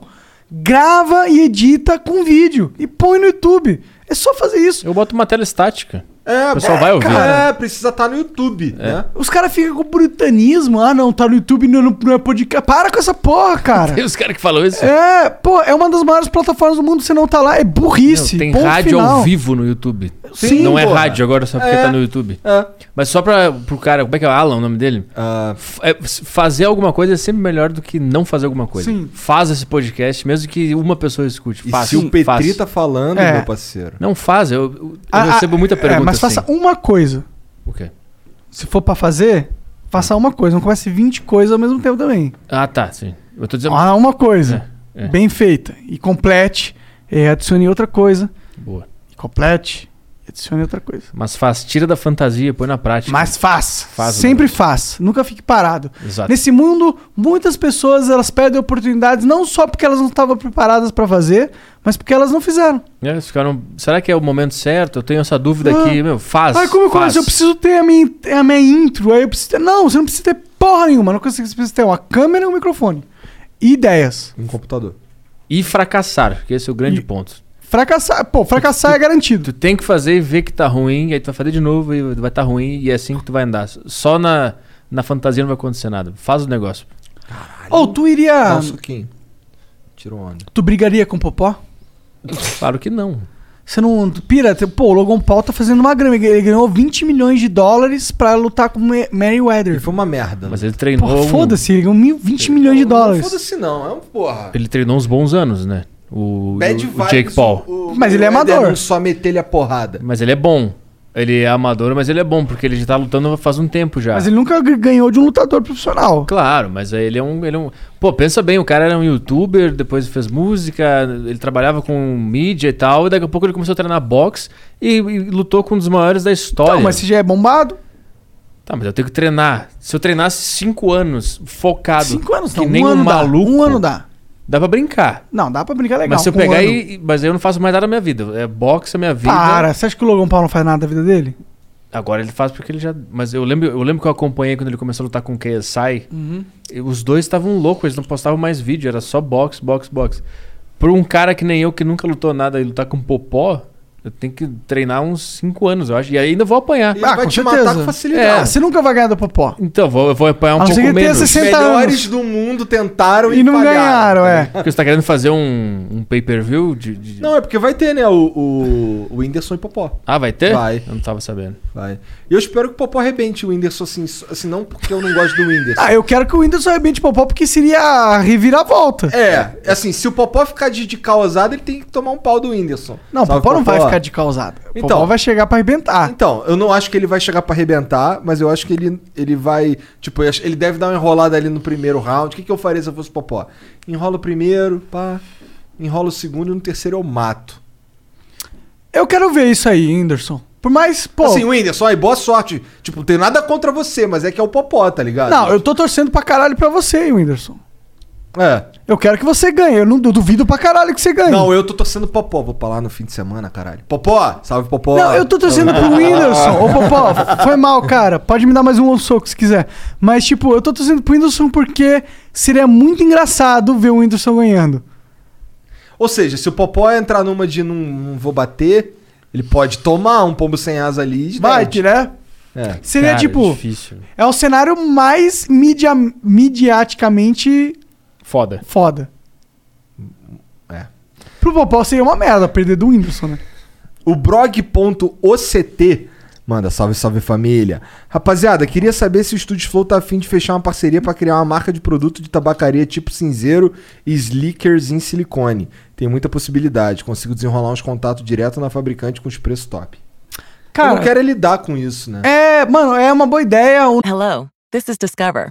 Grava e edita com vídeo. E põe no YouTube. É só fazer isso. Eu boto uma tela estática. É, O pessoal é, vai ouvir, né? É. Cara, é, precisa estar no YouTube, né? Os caras ficam com brutanismo. Ah, não, tá no YouTube, não, não é podcast. Para com essa porra, cara. (laughs) Tem os caras que falam isso. (laughs) É, pô, é uma das maiores plataformas do mundo. Você não tá lá, é burrice. Não, tem ponto rádio final. ao vivo no YouTube. Sim, não é porra. rádio agora só porque É. tá no YouTube. É. Mas só pra, pro cara, como é que é o Alan, o nome dele? Ah, F- é, s- fazer alguma coisa é sempre melhor do que não fazer alguma coisa. Sim. Faz esse podcast, mesmo que uma pessoa escute. e Faz, se o Petri faz. tá falando, É. meu parceiro. Não faz, eu, eu Ah, ah, recebo muita pergunta É, mas faça assim. uma coisa. O quê? Se for pra fazer, faça uma coisa. Não comece 20 coisas ao mesmo tempo também. Ah, tá, sim. Eu tô dizendo... Ah, uma coisa. É, é. Bem feita. E complete. E adicione outra é, coisa. Boa. E complete. e Adicione outra coisa. Mas faz, tira da fantasia, põe na prática. Mas faz. Faz, Tá. Sempre faz. Nunca fique parado. Exato. Nesse mundo, muitas pessoas elas perdem oportunidades não só porque elas não estavam preparadas pra fazer, mas porque elas não fizeram. É, eles ficaram, será que é o momento certo? Eu tenho essa dúvida aqui. Ah. Meu, faz. Aí como eu faz. começo? Eu preciso ter a minha, a minha intro. Aí eu preciso ter... Não, você não precisa ter porra nenhuma. Não consigo, você precisa ter uma câmera e um microfone. E ideias. Um computador. E fracassar, que esse é o grande ponto. Fracassar. Pô, fracassar é garantido. Tu tem que fazer e ver que tá ruim, e aí tu vai fazer de novo e vai estar ruim, e é assim que tu vai andar. Só na, na fantasia não vai acontecer nada. Faz o negócio. Ou tu iria... Nossa, Kim. Tirou onda. Tu brigaria com o Popó? Claro que não. Você não tu pira? Tu- Pô, o Logan Paul tá fazendo uma grana. Ele ganhou 20 milhões de dólares pra lutar com o Ma- Mayweather. E foi uma merda. né? Mas ele treinou. Porra, um- foda-se. Ele ganhou mil- 20 milhões de dólares. Foda-se não, é um porra. Ele treinou uns bons anos, né? O, Bad o- o vibes, Jake Paul. o- Mas ele é o Eder amador. Não só meter ele a porrada. Mas ele é bom. Ele é amador, mas ele é bom, porque ele já tá lutando faz um tempo já. Mas ele nunca g- ganhou de um lutador profissional. Claro, mas aí ele é, um, ele é um. Pô, pensa bem, o cara era um youtuber, depois fez música, ele trabalhava com mídia e tal, e daqui a pouco ele começou a treinar boxe e, e lutou com um dos maiores da história. Não, mas se já é bombado... Tá, mas eu tenho que treinar. Se eu treinasse cinco anos focado. Cinco anos que não, nem um ano um maluco. dá. Um ano dá. Dá pra brincar. Não, dá pra brincar legal. mas se eu com um pegar ano. e. Mas eu não faço mais nada da minha vida. É boxe a minha vida. Para, você acha que o Logan Paul não faz nada da vida dele? Agora ele faz porque ele já. Mas eu lembro, eu lembro que eu acompanhei quando ele começou a lutar com o KSI. Uhum. E Os dois estavam loucos, eles não postavam mais vídeo, era só box, box, box. Pra um cara que nem eu, que nunca lutou nada, e lutar com popó, eu tenho que treinar uns 5 anos, eu acho. E ainda vou apanhar. E vai te matar com facilidade. É. Ah, você nunca vai ganhar do Popó. Então, vou, eu vou apanhar um A não ser pouco que tenha menos. 60 Os Tentaram. melhores do mundo tentaram e, E não falharam. ganharam, é. Porque você tá querendo fazer um, um pay-per-view de, de- Não, é porque vai ter, né? O, o, o Whindersson e Popó. Ah, vai ter? Vai. Eu não tava sabendo. Vai. E eu espero que o Popó arrebente o Whindersson, assim, assim não porque eu não gosto do (laughs) Whindersson. Ah, eu quero que o Whindersson arrebente o Popó porque seria a reviravolta. É, assim, se o Popó ficar de, de causado, ele tem que tomar um pau do Whindersson. Não, o Sabe, Popó não vai ficar de causado. O Então. Popó vai chegar pra arrebentar. Então, eu não acho que ele vai chegar pra arrebentar, mas eu acho que ele, ele vai. Tipo, eu acho- ele deve dar uma enrolada ali no primeiro round. O que, que eu faria se eu fosse o Popó? Enrola o primeiro, pá. Enrola o segundo e no terceiro eu mato. Eu quero ver isso aí, Whindersson. Por mais, pô. Assim, Whindersson, aí boa sorte. Tipo, não tem nada contra você, mas é que é o Popó, tá ligado? não, eu tô torcendo pra caralho pra você, Whindersson. É. Eu quero que você ganhe. Eu não du- duvido pra caralho que você ganhe. Não, eu tô torcendo Popó. Vou pra lá no fim de semana, caralho. Popó, salve Popó. Não, eu tô torcendo pro (laughs) Whindersson. Ô, Popó, foi mal, cara. Pode me dar mais um soco se quiser. Mas, tipo, eu tô torcendo pro Whindersson porque seria muito engraçado ver o Whindersson ganhando. Ou seja, se o Popó entrar numa de não, não vou bater, ele pode tomar um pombo sem asa ali. de Vai, dente. né? É. Seria, Cara, tipo, Difícil. é o cenário mais media, midiaticamente Foda. foda. É. Pro Popó seria uma merda perder do Whindersson, né? O brog.oct manda salve, salve família. Rapaziada, queria saber se o Estúdio Flow tá afim de fechar uma parceria pra criar uma marca de produto de tabacaria tipo cinzeiro e slickers em silicone. Tem muita possibilidade. Consigo desenrolar uns contatos direto na fabricante com os preços top. Cara- eu não quero é lidar com isso, né? É, mano, é uma boa ideia. O Oh, Hello, this is Discover,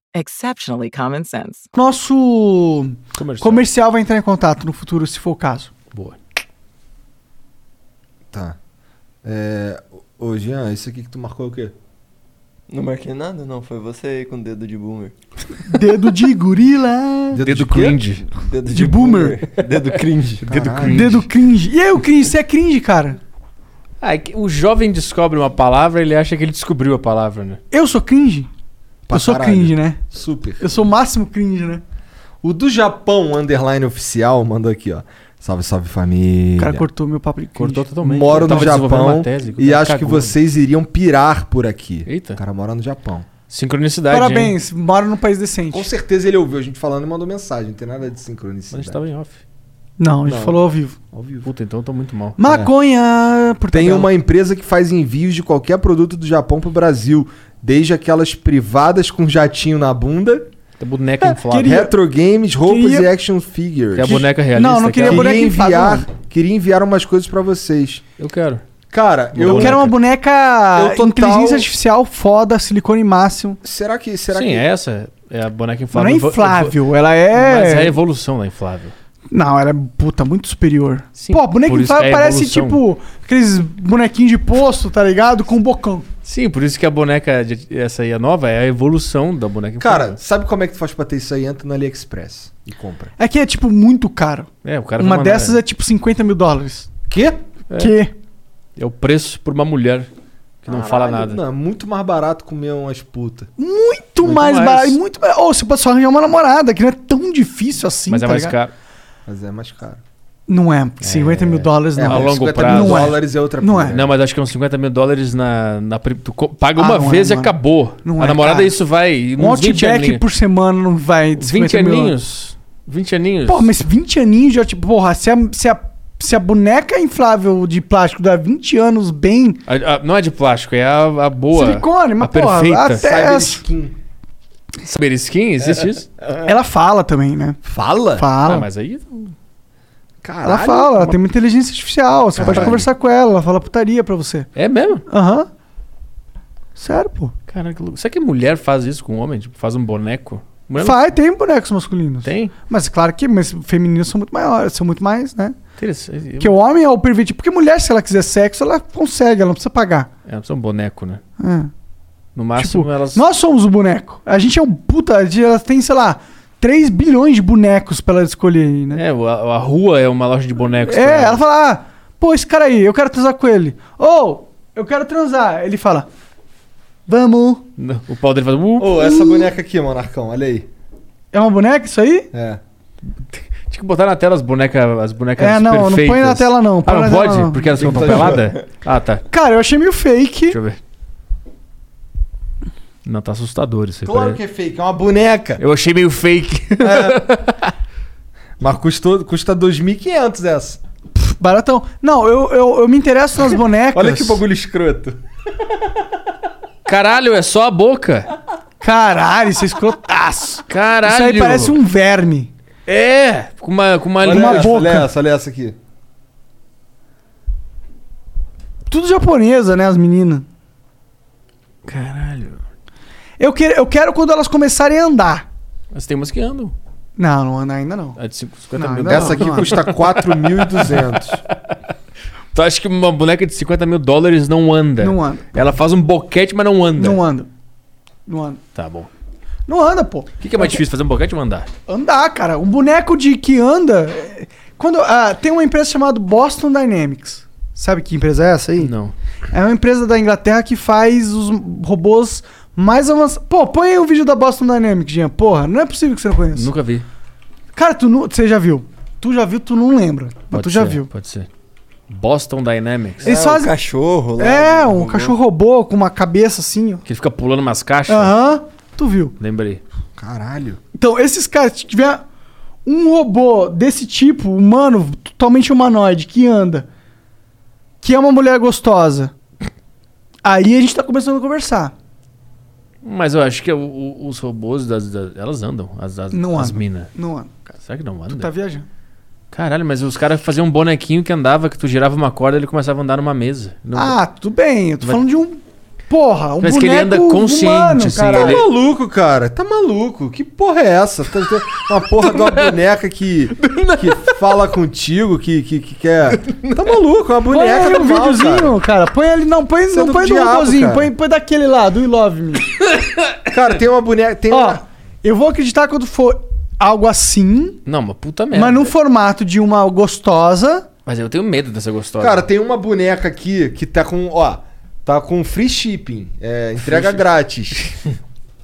exceptionally common sense. nosso Comercial. comercial vai entrar em contato no futuro, se for o caso. Boa. Tá. É... Ô, Jean, isso aqui que tu marcou é o quê? Não marquei nada, não. Foi você aí com o dedo de boomer. Dedo de gorila. Dedo, de quê? cringe. Dedo De boomer. (laughs) Dedo cringe. Dedo cringe. Dedo cringe. E aí, o cringe? Você é cringe, cara? Ah, é que o jovem descobre uma palavra, ele acha que ele descobriu a palavra, né? Eu sou cringe? Pra eu sou caralho. cringe, né? Super. Eu sou o máximo cringe, né? O do Japão, underline oficial, mandou aqui, ó. Salve, salve família. O cara cortou meu papo de cringe. Cortou totalmente. Moro Eu no tava desenvolvendo Japão uma tese, o e cara acho que cagou. vocês iriam pirar por aqui. Eita. O cara mora no Japão. Sincronicidade. hein? Parabéns, mora num país decente. Com certeza ele ouviu a gente falando e mandou mensagem. Não tem nada de Mas a gente sincronicidade. tava em off. Não, a gente Não. falou ao vivo. Ao vivo. Puta, então eu tô muito mal. Maconha, por Tem tabela. uma empresa que faz envios de qualquer produto do Japão pro Brasil. Desde aquelas privadas com jatinho na bunda. Boneca inflável. Retro games, roupas Queria- e action figures. Quer a boneca realista, Não, não queria um- queria aquela? boneca enviar, inflável, Queria enviar umas coisas pra vocês. Eu quero. Cara, Eu, eu... quero uma boneca Eu total- inteligência artificial foda, silicone máximo. Será que... Será Sim, que... é essa. É a boneca inflável. Não Eu vou- é eu vou- inflável, ela é. Mas é a evolução da inflável. Não, ela é puta, muito superior. Pô, a boneca por isso que inflável é parece evolução. tipo aqueles bonequinhos de posto, tá ligado? Com um bocão. Sim, por isso que a boneca, de- essa aí, a nova, é a evolução da boneca inflável. Cara, sabe como é que tu faz pra ter isso aí? Entra no AliExpress e compra. É que é tipo muito caro. É, o cara vai Uma mandar, dessas é. é tipo 50 mil dólares. Quê? Que? É o preço por uma mulher que não fala Caralho, nada. Não, é muito mais barato comer umas putas. Muito, mais, barato. e Muito mais. Ou você pode só arranjar uma namorada, que não é tão difícil assim. é tá ligado? Mas é mais caro. Não é. 50 mil dólares não a é. longo 50 prazo. Não é. Não é. Não, mas acho que é uns 50 mil dólares na. na pri- tu co- paga uma Ah, não é, vez e não é. acabou. Não a é, namorada, cara. isso vai. Um Uns 20 outback aninhos. por semana não vai. 20 50 mil. aninhos? 20 aninhos? Pô, mas 20 aninhos já, tipo, porra, se a, se a, se a boneca é inflável de plástico dá 20 anos bem. A- a- não é de plástico, é a, a boa. Silicone, mas a porra, perfeita. até É. Cyber as- skin. Cyber skin? Existe isso? Ela fala também, né? Fala? Fala. Ah, mas aí. ela fala, ela tem uma inteligência artificial, você pode Caralho. conversar com ela, ela fala putaria pra você. É mesmo? Aham. Sério, pô. Caraca, que louco. será que mulher faz isso com homem? Tipo, faz um boneco? Mulher não- Faz, tem bonecos masculinos. Tem? Mas claro que mas femininos são muito maiores, são muito mais, né? Interessante. Porque o homem é o pervertido. Porque mulher, se ela quiser sexo, ela consegue, ela não precisa pagar. É, não precisa um boneco, né? É. No máximo elas. Nós somos o boneco. A gente é um puta. a gente- Ela tem, sei lá, 3 bilhões de bonecos pra ela escolher aí, né? É, a, a rua é uma loja de bonecos. pra É, elas. ela fala, ah, pô, esse cara aí, eu quero transar com ele. Ou, eu quero transar. Ele fala, vamos. Não, O pau dele faz. Uh, Oh. Ô, essa boneca aqui, Monarcão, olha aí. É uma boneca isso aí? É. Tinha que botar na tela as bonecas, as bonecas É, não, não põe perfeitas. na tela, não, põe Ah, na não tela, pode? não. Porque elas Tem ficam que tá de peladas? Ah, tá. Cara, eu achei meio fake. Deixa eu ver. Não, tá assustador isso aí. Claro peraí. que é fake, é uma boneca. Eu achei meio fake. Mas (laughs) custou, custa 2.500 essa. Baratão. Não, eu, eu, eu me interesso (laughs) nas bonecas. Olha que bagulho escroto. Caralho, é só a boca. Caralho, isso é escrotaço. Caralho. Isso aí parece um verme. É, com uma, com uma, Olha, uma essa, olha boca. essa, olha essa aqui. Tudo japonesa, né, as meninas. Caralho. Eu, que, eu quero quando elas começarem a andar. Mas tem umas que andam. Não, não anda ainda não. A de 50 Não, mil ainda dólares. Essa aqui custa 4.200. Tu acha que uma boneca de 50 mil dólares não anda? Não anda. Ela faz um boquete, mas não anda. Não anda. Não anda. Tá bom. Não anda, pô. O que, que é mais difícil, fazer um boquete ou andar? Andar, cara. Um boneco de que anda. é, Quando ah, tem uma empresa chamada Boston Dynamics. Sabe que empresa é essa aí? Não. É uma empresa da Inglaterra que faz os robôs mais avançados. Pô, põe aí o vídeo da Boston Dynamics, Jean. Porra, não é possível que você não conheça. Nunca vi. Cara, tu nu- você já viu. Tu já viu, tu não lembra. mas Pode tu já ser, viu. Pode ser. Boston Dynamics. Eles fazem- É, um cachorro lá. né? É, um cachorro robô com uma cabeça assim, ó. Que ele fica pulando umas caixas. Aham, tu viu. Lembrei. Caralho. Então, esses caras, se tiver um robô desse tipo, humano, totalmente humanoide, que anda, que é uma mulher gostosa, aí a gente tá começando a conversar. Mas eu acho que é o- o- os robôs, das, das- elas andam, as, as, Não as anda. minas. Não anda. Será que não anda? Tu tá viajando. Caralho, mas os caras faziam um bonequinho que andava, que tu girava uma corda e ele começava a andar numa mesa. Não- Ah, tudo bem. Eu tô Vai- falando de um. Porra, um Mas que ele boneco anda consciente, humano, assim, cara. Tá Ele- maluco, cara. Tá maluco. Que porra é essa? Tá- tá- Uma porra de (laughs) uma boneca que, que fala contigo, que, que, que quer. Tá maluco, é uma Põe boneca aí um do mal, cara. videozinho, cara. Põe ele. Não, põe, Isso é não, do põe do diabo, robôzinho. cara. Põe, põe daquele lá, do I Love Me. Cara, tem uma boneca. Tem Ó, uma- eu vou acreditar quando for algo assim, Não, uma puta merda. mas num formato de uma gostosa. Mas eu tenho medo dessa gostosa. Cara, tem uma boneca aqui que tá com. Ó, tá com free shipping. É, entrega grátis.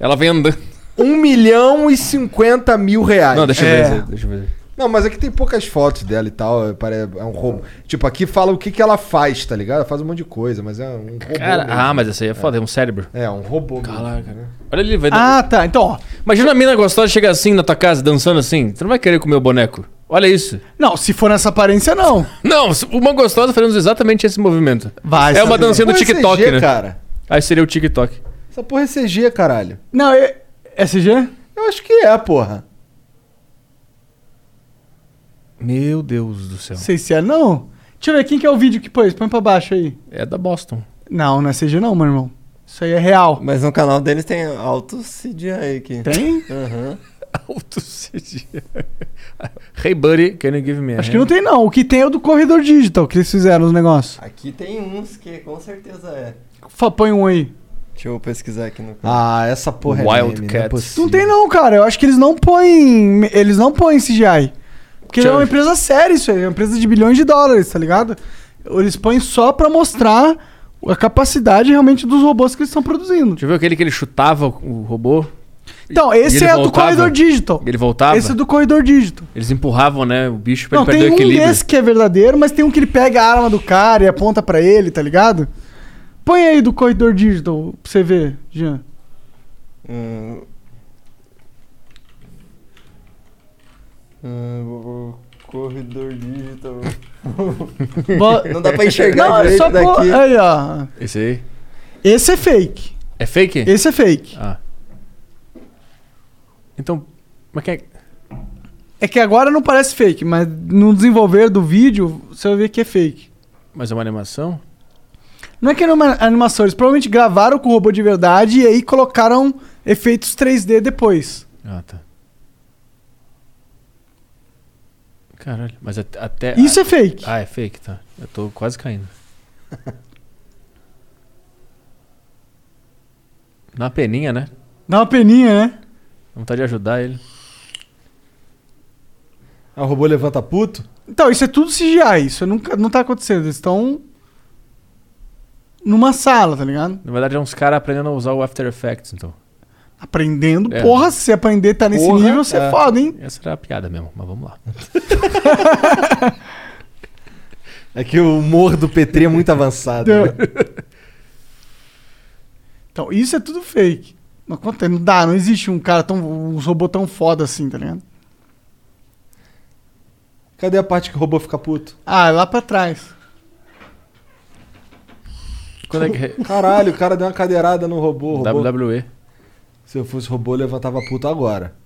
Ela vem andando. 1 milhão e 50 mil reais. Não, deixa eu É. ver. Deixa eu ver. Não, mas aqui tem poucas fotos dela e tal. é, pare- É um roubo. Tipo, aqui fala o que, que ela faz, tá ligado? Ela faz um monte de coisa, mas é um robô. Cara, mesmo. ah, mas essa aí é foda, é um cérebro. É, um robô. Caraca. Olha ele, é vai. Ah, tá. Então, ó. Imagina a mina gostosa chegar assim na tua casa, dançando assim. Tu não vai querer comer o boneco. Olha isso. Não, se for nessa aparência, não. Não, uma gostosa fazendo exatamente esse movimento. Vai, é uma sabe? dancinha do Pô, é TikTok, CG, né? cara. Aí seria o TikTok. Essa porra é CG, caralho. (laughs) Não, é. É CG? Eu acho que é, porra. Meu Deus do céu. Sei se é, não. Deixa eu ver quem que é o vídeo que pôs. Põe pra baixo aí. É da (laughs) Boston. Não, não é CG não, meu irmão. Isso aí é real. Mas no canal deles tem alto CGI aqui. (laughs) Tem? É. Aham. Alto CGI. Hey, buddy, can you give me a Acho que não tem, não. O que tem é o do corredor digital que eles fizeram os negócios. Aqui tem uns que com certeza é. Fa- Põe um aí. Deixa eu pesquisar aqui no Ah, essa porra é meme, não é Wildcats. possível. Não tem não, cara. Eu acho que eles não põem. Eles não põem CGI. Porque é uma empresa séria isso aí, é uma empresa de bilhões de dólares, tá ligado? Eles põem só pra mostrar a capacidade realmente dos robôs que eles estão produzindo. Deixa eu ver aquele que ele chutava o robô. Então, E esse ele é do voltava? corredor digital. Ele voltava? Esse é do corredor digital. Eles empurravam, né, o bicho pra Não, ele perder tem o um equilíbrio. desse que é verdadeiro, mas tem um que ele pega a arma do cara e aponta pra ele, tá ligado? Põe aí do corredor digital pra você ver, (laughs) Jean. Hum. Hum, o corredor digital. Bo- Não dá pra enxergar Não, é direito só pôr- daqui. Aí, ó. Esse aí? Esse é fake. É fake? Esse é fake. Ah. Então, mas que é... É que agora não parece fake, mas no desenvolver do vídeo, você vai ver que é fake. Mas é uma animação? Não é que é uma animação, eles provavelmente gravaram com o robô de verdade e aí colocaram efeitos 3D depois. Ah, tá. Caralho, mas at- até... Isso é fake. Ah, é fake, tá. Eu tô quase caindo. Na peninha, né? Dá uma peninha, né? Dá Vontade de ajudar ele. Ah, o robô levanta puto? Então, isso é tudo CGI, isso nunca, não tá acontecendo. Eles estão numa sala, tá ligado? Na verdade, é uns caras aprendendo a usar o After Effects, então. Aprendendo. É. Porra, se você aprender tá nesse Porra, nível, você é. é. foda, hein? Essa era a piada mesmo, mas vamos lá. É que o humor do Petri é muito avançado. né? Então, isso é tudo fake. Não acontece, não dá, não existe um cara tão. um robô tão foda assim, tá ligado? Cadê a parte que o robô fica puto? Ah, é lá pra trás. Quando (laughs) é que... Caralho, o cara deu uma cadeirada no robô. o robô. WWE. Se eu fosse robô, eu levantava puto agora.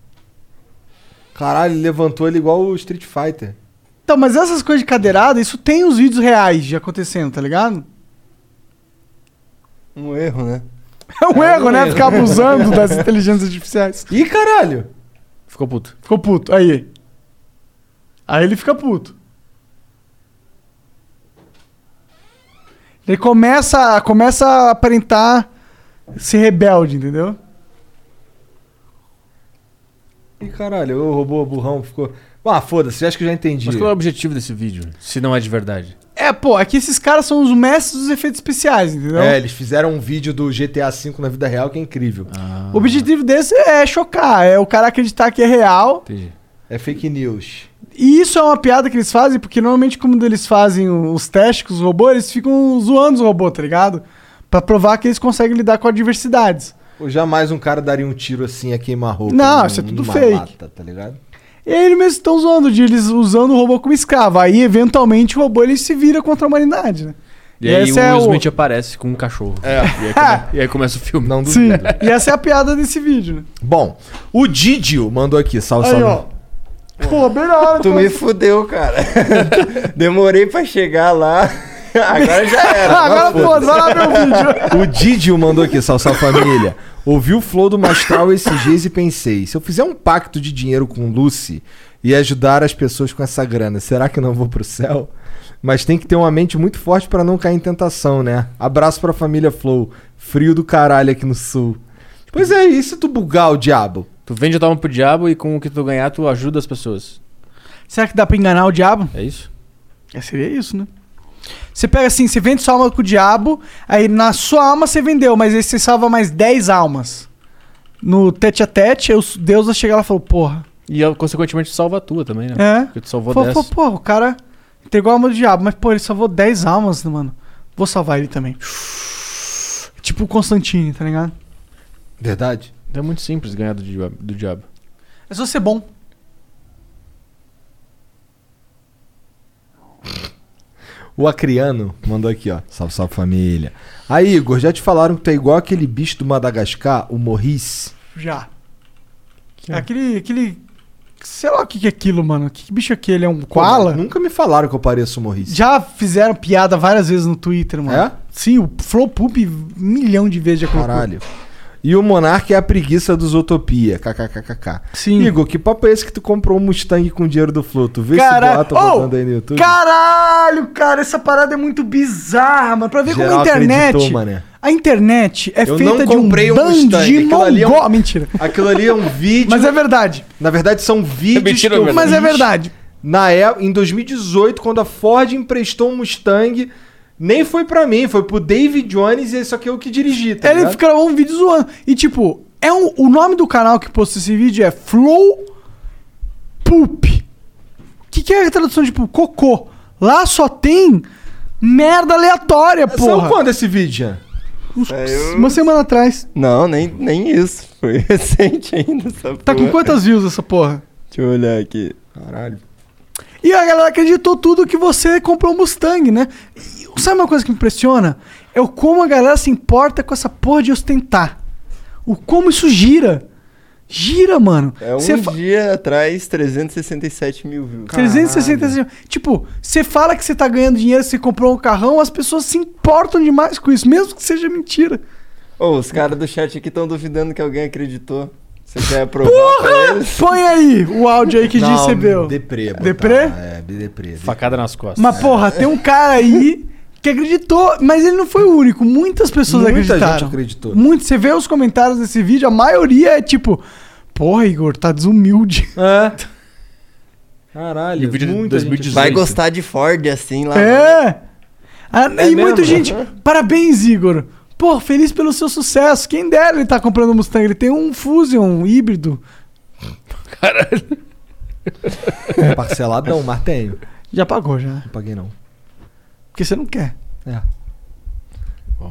Caralho, ele levantou ele igual o Street Fighter. Então, mas essas coisas de cadeirada, isso tem os vídeos reais de acontecendo, tá ligado? (laughs) Um erro, né? É um erro, né? erro. Ficar (laughs) abusando das inteligências artificiais. Ih, caralho! Ficou puto. Ficou puto. Aí. Aí ele fica puto. Ele começa, começa a aparentar ser rebelde, entendeu? Ih, caralho, o robô burrão ficou. Ah, foda-se, acho que eu já entendi. Mas qual é o objetivo desse vídeo? Se não é de verdade. É, pô, é que esses caras são os mestres dos efeitos especiais, entendeu? É, eles fizeram um vídeo do GTA V na vida real que é incrível. Ah. O objetivo desse é chocar, é o cara acreditar que é real. Entendi. É fake news. E isso é uma piada que eles fazem, porque normalmente como eles fazem os testes com os robôs, eles ficam zoando os robôs, tá ligado? Pra provar que eles conseguem lidar com adversidades. Ou jamais um cara daria um tiro assim a queimar roupa. Não, isso é tudo numa fake. lata, tá ligado? E aí eles mesmos estão zoando de eles usando o robô como escravo. Aí, eventualmente, o robô ele se vira contra a humanidade, né? E, aí esse o é Will o- Smith aparece com um cachorro. É. E (laughs) aí, come- e aí começa o filme. Não Sim. duvido. e essa é a piada desse vídeo, né? Bom, o Didio mandou aqui, salve, Aí, salve. ó. Pô, bem na hora. Tu me fudeu, cara. (laughs) Demorei pra chegar lá. (laughs) Agora já era. Ah, Agora, pô, vai lá ver o vídeo. O Didio mandou aqui, salve, salve família. Ouvi o flow do Mastral esses dias e pensei, se eu fizer um pacto de dinheiro com Lucy e ajudar as pessoas com essa grana, será que eu não vou pro céu? Mas tem que ter uma mente muito forte pra não cair em tentação, né? Abraço pra família Flow. Frio do caralho aqui no sul. Pois é, e se tu bugar o diabo? (laughs) Tu vende a tua alma pro diabo e com o que tu ganhar, tu ajuda as pessoas. (laughs) Será que dá pra enganar o diabo? É isso? É, seria isso, né? Você pega assim, você vende sua alma com o diabo, aí na sua alma você vendeu, mas aí você salva mais 10 almas. No tete a tete, os deuses chega lá e falou, porra. E ó, consequentemente tu salva a tua também, né? É. Porque tu salvou Falou, 10. pô, pô, o cara entregou a alma do diabo, mas pô, ele salvou 10 almas, mano. Vou salvar ele (sighs) também. Tipo o Constantine, tá ligado? Verdade? Então É muito simples ganhar do diabo. do diabo. É só ser bom. O O Acriano mandou aqui, ó. Salve, salve família. Aí, Igor, já te falaram que tu é igual aquele bicho do Madagascar, o Morris? Já. É Aquele, aquele. Sei lá o que que é aquilo, mano. Que bicho é aquele? É um koala? Nunca me falaram que eu pareço o Morris. Já fizeram piada várias vezes no Twitter, mano. É? Sim, o Flow Poop milhão de vezes já colocou. Caralho. E o Monark é a preguiça dos Utopia. KKKKK. Sim. Igor, que papo é esse que tu comprou um Mustang com dinheiro do Flow? Tu vê Cara- esse boato Oh! botando aí no YouTube? Caralho, cara, essa parada é muito bizarra, mano. Pra ver como Geral a internet. acreditou, mané. A internet é Eu feita não de um comprei um bando Mustang, de aquilo ali é um- mongó. Mentira. Aquilo ali é um vídeo. Mas é verdade. Na verdade, são vídeos. mentira, que eu é verdade. fiz Mas é verdade. Na época, em 2018, quando a Ford emprestou um Mustang, nem foi pra mim, foi pro David Jones e esse aqui é o que dirigi. Tá Ele ligado? fica gravando um vídeo zoando. E tipo, é um, o nome do canal que postou esse vídeo é Flow Poop. O que, que é a tradução de tipo, cocô? Lá só tem merda aleatória, Saiu porra. quando esse vídeo, Jean? Uns- É, Uma semana atrás. Não, nem, nem isso. Foi (laughs) recente ainda essa Tá com quantas views essa porra? Deixa eu olhar aqui. Caralho. E a galera acreditou tudo que você comprou um Mustang, né? E sabe uma coisa que me impressiona? É o como a galera se importa com essa porra de ostentar. O como isso gira. Gira, mano. É um Você fa- dia atrás, 367 mil views. 360. Tipo, você fala que você tá ganhando dinheiro, você comprou um carrão, as pessoas se importam demais com isso, mesmo que seja mentira. Ô, os caras do chat aqui estão duvidando que alguém acreditou. Você quer provar pra eles? Põe aí o áudio aí que Não, recebeu. Deprê, botar. Deprê? É, deprê. Facada nas costas. Mas porra, tem um cara aí que acreditou, mas ele não foi o único. Muitas pessoas Muita gente acreditaram. acreditou. Muito. Você vê os comentários desse vídeo, a maioria é tipo, porra, Igor, tá desumilde. É. Caralho, E o vídeo de muita gente- 2018. Vai gostar de Ford assim lá. É. Ah, É e muita mesmo? gente. Uhum. Parabéns, Igor. Pô, feliz pelo seu sucesso. Quem dera ele tá comprando um Mustang. Ele tem um Fusion híbrido. Parceladão, mas tenho. Já pagou, já. Não paguei, não. Porque você não quer. É.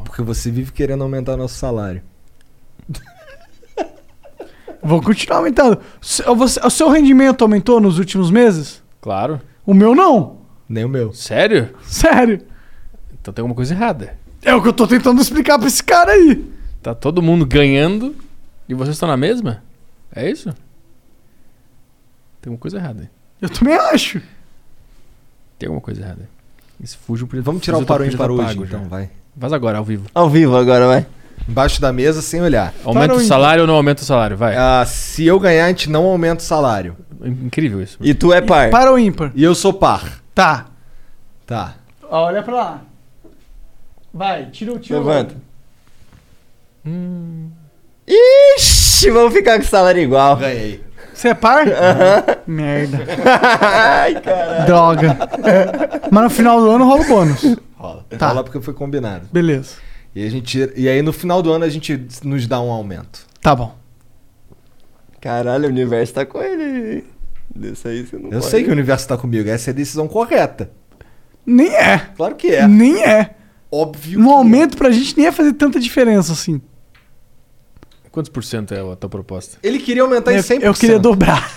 Porque você vive querendo aumentar nosso salário. Vou continuar aumentando. Se- você- O seu rendimento aumentou nos últimos meses? Claro. O meu não. Nem o meu. Sério? Sério. Então tem alguma coisa errada. É o que eu tô tentando explicar pra esse cara aí. Tá todo mundo ganhando e vocês estão na mesma? É isso? Tem alguma coisa errada. Eu também acho. Tem alguma coisa errada. Esse fujo podia- Vamos tirar o fujo tá- parou podia tá ímpar hoje, pago já. então, vai. Vaza agora, ao vivo. Ao vivo agora, vai. Embaixo da mesa, sem olhar. Tá Aumenta o salário ou não aumenta o salário? Vai. É. Ah, se eu ganhar, a gente não aumenta o salário. Incrível isso. E tu é par. Para o ímpar. E eu sou par. Tá. Tá. Olha pra lá. Vai, tira o tiro. Levanta. Hum. Ixi, vamos ficar com o salário igual. Ganhei. Você é par? (laughs) (laughs) Merda. Ai, caralho. Droga. Mas no final do ano rola o bônus. Rola. Tá. Rola porque foi combinado. Beleza. E, a gente, e aí no final do ano a gente nos dá um aumento. Tá bom. Caralho, o universo tá com ele. Desse aí você não Eu pode. sei que o universo tá comigo, essa é a decisão correta. Nem é. Claro que é. Nem é. Óbvio. No aumento pra gente nem ia fazer tanta diferença assim. Quantos por cento é a tua proposta? Ele queria aumentar Tá em Eu- 100%. Eu queria dobrar.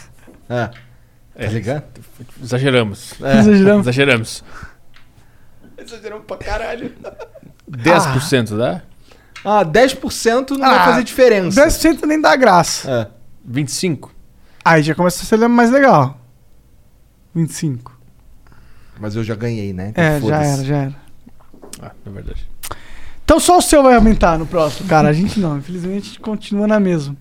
É. Tá ligado? Exageramos. (laughs) É. (laughs) Exageramos. Exageramos. Exageramos pra caralho. 10% dá? Ah, 10% não vai Ah, fazer diferença. 10% nem dá graça. É. 25? Aí já começa a ser mais legal. 25. Mas eu já ganhei, né? Então É, já foda-se. era, já era. Ah, é verdade. (laughs) Então só o seu vai aumentar no próximo. Cara, a gente não. Infelizmente a gente continua na mesma.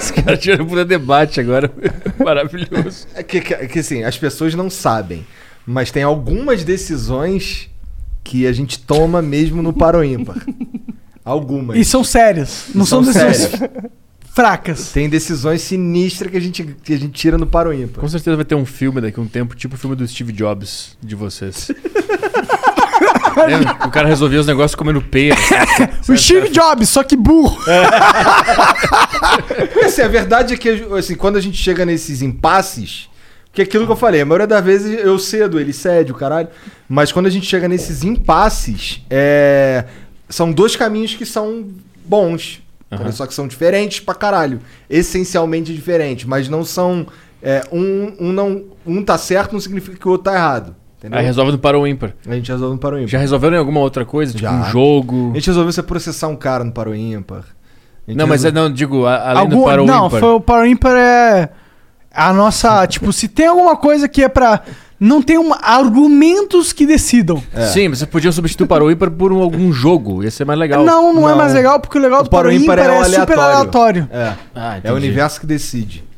Os caras tiram por um debate agora. (laughs) Maravilhoso. É que, que, que, assim, as pessoas não sabem, mas tem algumas decisões que a gente toma mesmo no paro ímpar. Algumas. E são sérias. Não são, decisões (laughs) fracas. Tem decisões sinistras que a gente, que a gente tira no paro ímpar. Com certeza vai ter um filme daqui a um tempo, tipo o filme do Steve Jobs de (laughs) vocês. Lembra? o cara resolvia os negócios comendo pera. O Steve Jobs, só que burro. Assim, a verdade é que assim, quando a gente chega nesses impasses, que é aquilo que eu falei, a maioria das vezes eu cedo, ele cede, o caralho. Mas quando a gente chega nesses impasses, é, são dois caminhos que são bons. Aham. Só que são diferentes pra caralho. Essencialmente diferentes, mas não são é, um, um, não, um tá certo não significa que o outro tá errado. (laughs) Entendeu? né? Aí resolve no para ou ímpar. A gente resolve no para ou ímpar. Já resolveram em alguma outra coisa? Tipo um jogo? A gente resolveu você processar um cara no para ou ímpar. A gente Não, mas eu resol- não digo, a- além do Algum- para ou não, ímpar. foi o Power Imper é a (laughs) nossa, tipo, se tem alguma coisa que é pra não tem um, argumentos que decidam. É. Sim, mas você podia substituir o para ou ímpar por um- algum jogo. Ia ser mais legal. Não, não, é mais legal porque o legal do Power Imper é, super aleatório. É. Ah, é o entendi. universo que decide.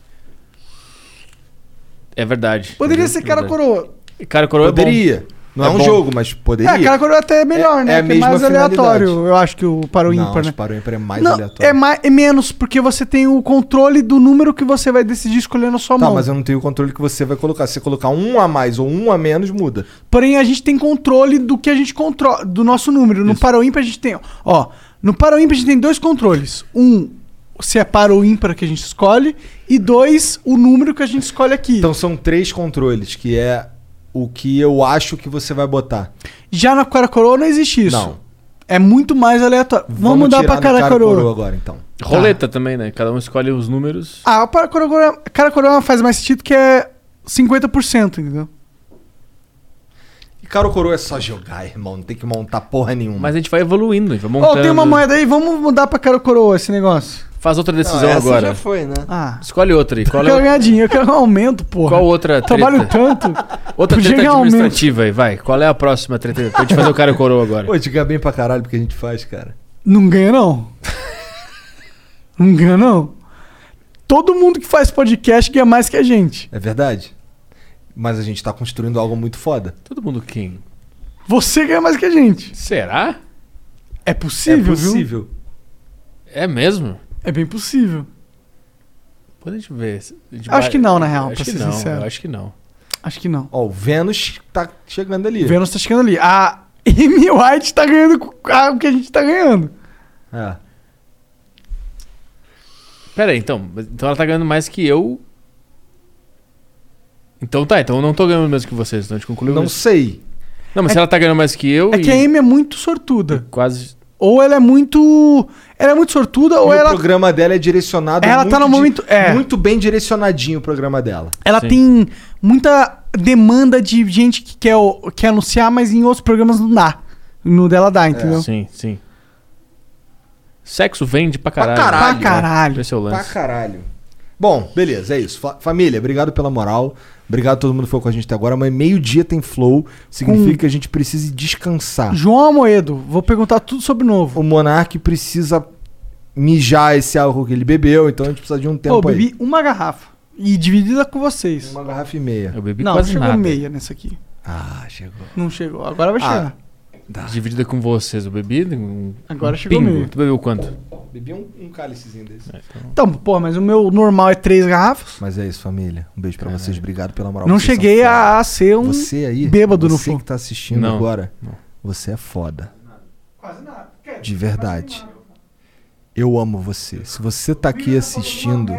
É verdade. Poderia ser cara Verdade. coroa. Cara coroa é bom. Poderia. Não é, É um bom. jogo, mas poderia. É, cara coroa até é melhor, É- né? é a que mesma mais aleatório, finalidade. eu acho que o Power Não, Imper, os né? para ou ímpar é mais Não, aleatório. É, mais, é menos, porque você tem o controle do número que você vai decidir escolher na sua Tá, mão. mas eu não tenho o controle que você vai colocar. Se você colocar um a mais ou um a menos, muda. Porém, a gente tem controle do que a gente controla, do nosso número. No para ou ímpar a gente tem, ó, no para ou ímpar a gente tem dois controles. Um, se é para ou ímpar que a gente escolhe, e dois, o número que a gente escolhe aqui. Então são três controles, que é o que eu acho que você vai botar. Já na cara coroa não existe isso. Não. É muito mais aleatório. Vamos, mudar tirar pra do cara coroa. agora, então. Tá. Roleta também, né? Cada um escolhe os números. Ah, para coroa, cara coroa faz mais sentido que é 50%, entendeu? E cara ou coroa é só jogar, irmão. Não tem que montar porra nenhuma. Mas a gente vai evoluindo, a gente vai Ó, montando. tem uma moeda aí, vamos mudar pra cara coroa esse negócio. Faz outra decisão essa agora. já foi, né? Ah. Escolhe outra aí. Qual eu quero é ganhar dinheiro, eu quero um aumento, porra. Qual outra treta? Trabalho tanto. outra Podia treta ganhar um aumento. administrativa aí? Vai. Qual é a próxima treta? Pra gente fazer o cara e coroa agora. Pô, diga bem pra caralho porque a gente faz, cara. Não ganha, não. não ganha, não. Todo mundo que faz podcast ganha mais que a gente. É verdade. Mas a gente tá construindo algo muito foda. Todo mundo quem? Você ganha mais que a gente. Será? É possível, é viu? possível. É mesmo? É bem possível. Pode a gente ver. A gente Acho que não, na real, acho pra que ser não, sincero. Eu acho que não. Acho que não. Ó, o Vênus tá chegando ali. O Vênus tá chegando ali. A Amy White tá ganhando com- ah, o que a gente tá ganhando. É. Pera aí, então. mas- Então ela tá ganhando mais que eu. Então tá, então eu não tô ganhando mesmo que vocês, então a gente concluiu Não isso. sei. Não, mas se ela tá ganhando mais que eu. É que a e Amy é muito sortuda. Quase. Ou ela é muito. Ela é muito sortuda, ou e ela. o programa dela é direcionado Ela tá no di- momento- é. muito bem direcionadinho o programa dela. Ela Sim. tem muita demanda de gente que quer, o- quer anunciar, mas em outros programas não dá. No dela É. dá, entendeu? Sim, sim. Sexo vende pra Pra caralho. caralho. né? Pra caralho. Esse é o Pra lance. Tá caralho. Bom, beleza, é isso. Fa- Família, obrigado pela moral. Obrigado a todo mundo que foi com a gente até agora. Mas meio-dia tem flow. Significa Com- que a gente precisa descansar. João Amoedo, vou perguntar tudo sobre novo. O Monark precisa mijar esse álcool que ele bebeu. Então a gente precisa de um Pô, tempo aí. bebi uma garrafa. E dividida com vocês. Uma garrafa e meia. Eu bebi não, quase chegou nada. meia nessa aqui. Ah, chegou. Não chegou. Agora vai Ah. chegar. Dividida com vocês, eu bebi. Um Tá. Agora um chegou pingo. meio. Tu bebeu quanto? Bebi um, um cálicezinho desse. Então, pô, mas o meu normal é três garrafas. Mas é isso, família. Um beijo pra vocês. Obrigado pela moral. não Vocês são cheguei foda. a, a ser um. Você aí, bêbado no você fundo. que tá assistindo Não. agora, Não. você é foda. Quase nada. De verdade. Eu amo você. Se você tá aqui assistindo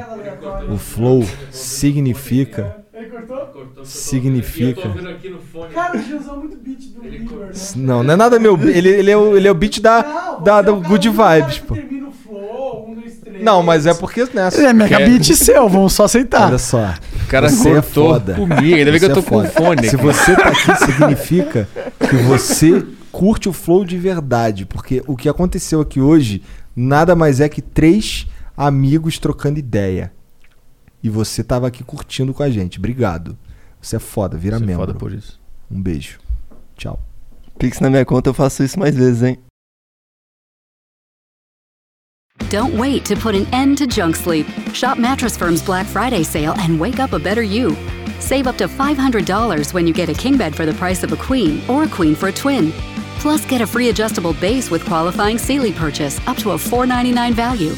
o Flow, significa. Significa. Cara, o usou muito beat do Bieber, né? Não, não é nada meu. Ele, ele, é, o, ele é o beat Ah, da, da, é do Good Vibes, pô. um, Não, mas é porque nessa. É mega Quer- beat seu, vamos só aceitar. Olha só. O cara Você é cortou foda. comigo. Ainda bem que Você eu tô é com foda. fone. Se você tá aqui, significa que você curte o flow de verdade. Porque o que aconteceu aqui hoje nada mais é que três amigos trocando ideia. E você tava aqui curtindo com a gente. Obrigado. Você é foda, vira Você é membro. foda por isso. Um beijo. Tchau. Pix na minha conta, eu faço isso mais vezes, hein? Don't wait to put an end to junk sleep. Shop Mattress Firm's Black Friday sale and wake up a better you. Save up to $500 when you get a king bed for the price of a queen or a queen for a twin. Plus, get a free adjustable base with qualifying Sealy purchase up to a $499 value.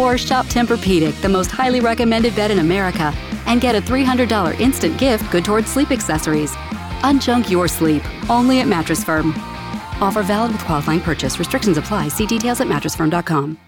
Or shop Tempur-Pedic, the most highly recommended bed in America, and get a $300 instant gift good toward sleep accessories. Unjunk your sleep, only at Mattress Firm. Offer valid with qualifying purchase. Restrictions apply. See details at mattressfirm.com.